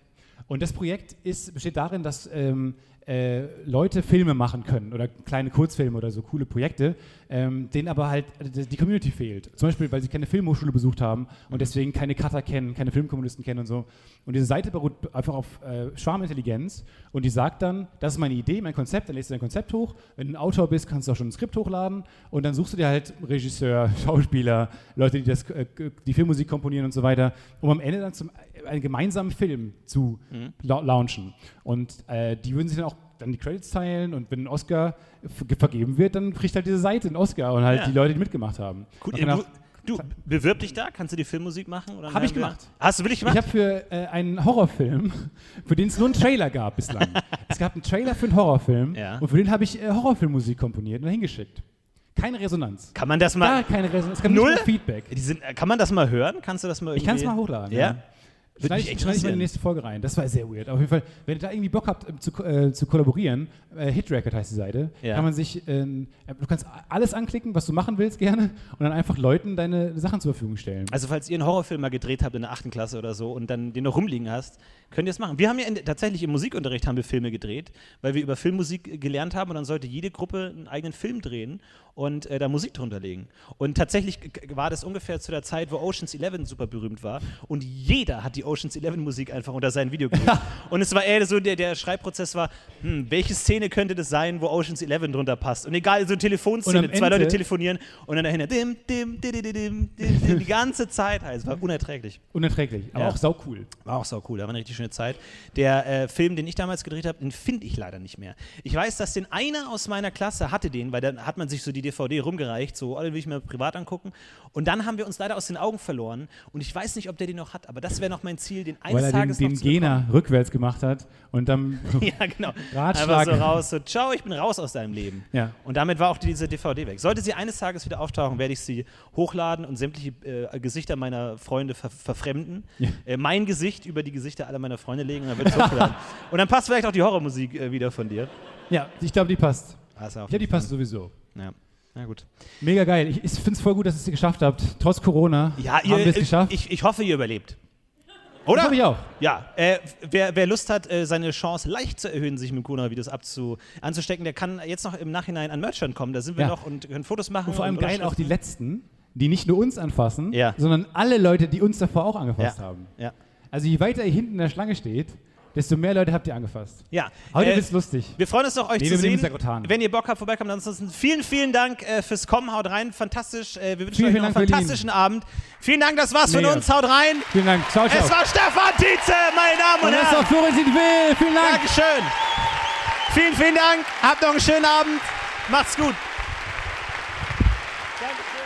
S2: Und das Projekt ist, besteht darin, dass ähm, äh, Leute Filme machen können oder kleine Kurzfilme oder so coole Projekte, ähm, denen aber halt äh, die Community fehlt. Zum Beispiel, weil sie keine Filmhochschule besucht haben
S1: Mhm.
S2: und deswegen keine Cutter kennen, keine Filmkommunisten kennen und so. Und diese Seite beruht einfach auf äh, Schwarmintelligenz und die sagt dann, das ist meine Idee, mein Konzept, dann lädst du dein Konzept hoch. Wenn du ein Autor bist, kannst du auch schon ein Skript hochladen und dann suchst du dir halt Regisseur, *laughs* Schauspieler, Leute, die das, äh, die Filmmusik komponieren und so weiter, um am Ende dann zum, einen gemeinsamen Film zu
S1: Mhm.
S2: lau- launchen. Und äh, die würden sich dann auch dann die Credits teilen und wenn ein Oscar f- vergeben wird, dann kriegt halt diese Seite einen Oscar und halt
S1: Ja.
S2: die Leute, die mitgemacht haben.
S1: Gut,
S2: Man
S1: äh,
S2: kann auch-
S1: du, du bewirb dich da, kannst du die Filmmusik machen? Oder
S2: Hab ich
S1: werden wir-
S2: gemacht.
S1: Hast du wirklich
S2: Ich
S1: gemacht?
S2: habe für äh, einen Horrorfilm, *laughs* für den es nur einen Trailer
S1: *laughs*
S2: gab bislang. es gab einen Trailer für einen Horrorfilm
S1: Ja.
S2: und für den habe ich äh, Horrorfilmmusik komponiert und hingeschickt. Keine Resonanz.
S1: Kann man das
S2: Gar
S1: mal.
S2: keine Resonanz. Es gab
S1: Null?
S2: nicht mal Feedback.
S1: Die sind, äh, kann man das mal hören? Kannst du das mal irgendwie?
S2: Ich kann es mal hochladen.
S1: Ja. Würde
S2: Schneide
S1: mich
S2: ich, schneide ich mal
S1: interessieren.
S2: in die nächste Folge rein. Das war sehr weird. Auf jeden Fall, wenn ihr da irgendwie Bock habt, ähm, zu, ko- äh, zu kollaborieren, äh, Hit Record heißt die Seite,
S1: Ja.
S2: kann man sich, ähm, äh, du kannst a- alles anklicken, was du machen willst gerne und dann einfach Leuten deine Sachen zur Verfügung stellen.
S1: Also falls ihr einen Horrorfilm mal gedreht habt in der achten Klasse oder so und dann den noch rumliegen hast, könnt ihr es machen. Wir haben ja in, tatsächlich im Musikunterricht haben wir Filme gedreht, weil wir über Filmmusik äh, gelernt haben und dann sollte jede Gruppe einen eigenen Film drehen und äh, da Musik drunter legen. Und tatsächlich g- g- war das ungefähr zu der Zeit, wo Ocean's Eleven super berühmt war und jeder hat die Ocean's Eleven Musik einfach unter sein Video gelegt. und es war eher so, der, der Schreibprozess war, hm, welche Szene könnte das sein, wo Ocean's Eleven drunter passt? Und egal, so eine
S2: Und
S1: Telefonszene,
S2: am
S1: zwei
S2: Ende-
S1: Leute telefonieren und dann dahinter dim, dim, dim, dim, dim, dim, dim, die ganze Zeit halt. Es war unerträglich.
S2: Unerträglich, aber
S1: Ja.
S2: auch saucool.
S1: War auch sau cool, da war eine richtig schöne Zeit. Der äh, Film, den ich damals gedreht habe, den finde ich leider nicht mehr. Ich weiß, dass den einer aus meiner Klasse hatte den, weil dann hat man sich so die DVD rumgereicht, so, alle will ich mir privat angucken. Und dann haben wir uns leider aus den Augen verloren und ich weiß nicht, ob der den noch hat, aber das wäre noch mein Ziel, den eines
S2: Weil er den,
S1: Tages
S2: den
S1: noch zu bekommen.
S2: Gena rückwärts gemacht hat und dann
S1: *laughs* Ja, genau.
S2: Ratschlag.
S1: Einfach so raus, so, ciao, ich bin raus aus deinem Leben.
S2: Ja.
S1: Und damit war auch diese DVD weg. Sollte sie eines Tages wieder auftauchen, werde ich sie hochladen und sämtliche äh, Gesichter meiner Freunde ver verfremden. Äh, mein Gesicht über die Gesichter aller meiner Freunde legen und dann wird es
S2: *laughs*
S1: hochgeladen. und dann passt vielleicht auch die Horrormusik äh, wieder von dir.
S2: Ja, ich glaube, die passt.
S1: Also auch,
S2: Ja, die passt sowieso.
S1: ja. Na gut.
S2: Mega geil. Ich, ich finde es voll gut, dass ihr es geschafft habt. Trotz Corona
S1: Ja,
S2: haben wir
S1: ihr,
S2: es geschafft.
S1: ich, ich hoffe, ihr überlebt.
S2: Das
S1: Oder?
S2: hab ich auch.
S1: Ja, äh, wer, wer Lust hat, äh, seine Chance leicht zu erhöhen, sich mit Coronavirus abzu anzustecken, der kann jetzt noch im Nachhinein an Merchant kommen. Da sind wir
S2: Ja.
S1: noch und können Fotos machen.
S2: Und vor allem geil auch die
S1: Unterschriften.
S2: letzten, die nicht nur uns anfassen,
S1: Ja.
S2: sondern alle Leute, die uns davor auch angefasst
S1: ja.
S2: haben.
S1: Ja.
S2: Also je weiter ihr hinten in der Schlange steht, desto mehr Leute habt ihr angefasst.
S1: ja.
S2: Heute
S1: Äh,
S2: wird's lustig.
S1: wir freuen uns noch, euch
S2: Nee,
S1: zu
S2: wir nehmen
S1: sehen.
S2: es ja gut an.
S1: Wenn ihr Bock habt, vorbeikommt. Ansonsten vielen, vielen Dank äh, fürs Kommen. Haut rein. Fantastisch. Äh, wir wünschen
S2: Vielen,
S1: euch
S2: vielen
S1: noch einen
S2: Dank, Berlin.
S1: fantastischen Abend. Vielen Dank, das war's von
S2: Mega.
S1: uns. Haut rein.
S2: Vielen Dank. Ciao, ciao.
S1: Es war Stefan Tietze, meine Damen und,
S2: und das
S1: Herren.
S2: war Florentin Will. Vielen Dank.
S1: Dankeschön. Vielen, vielen Dank. Habt noch einen schönen Abend. Macht's gut. Dankeschön.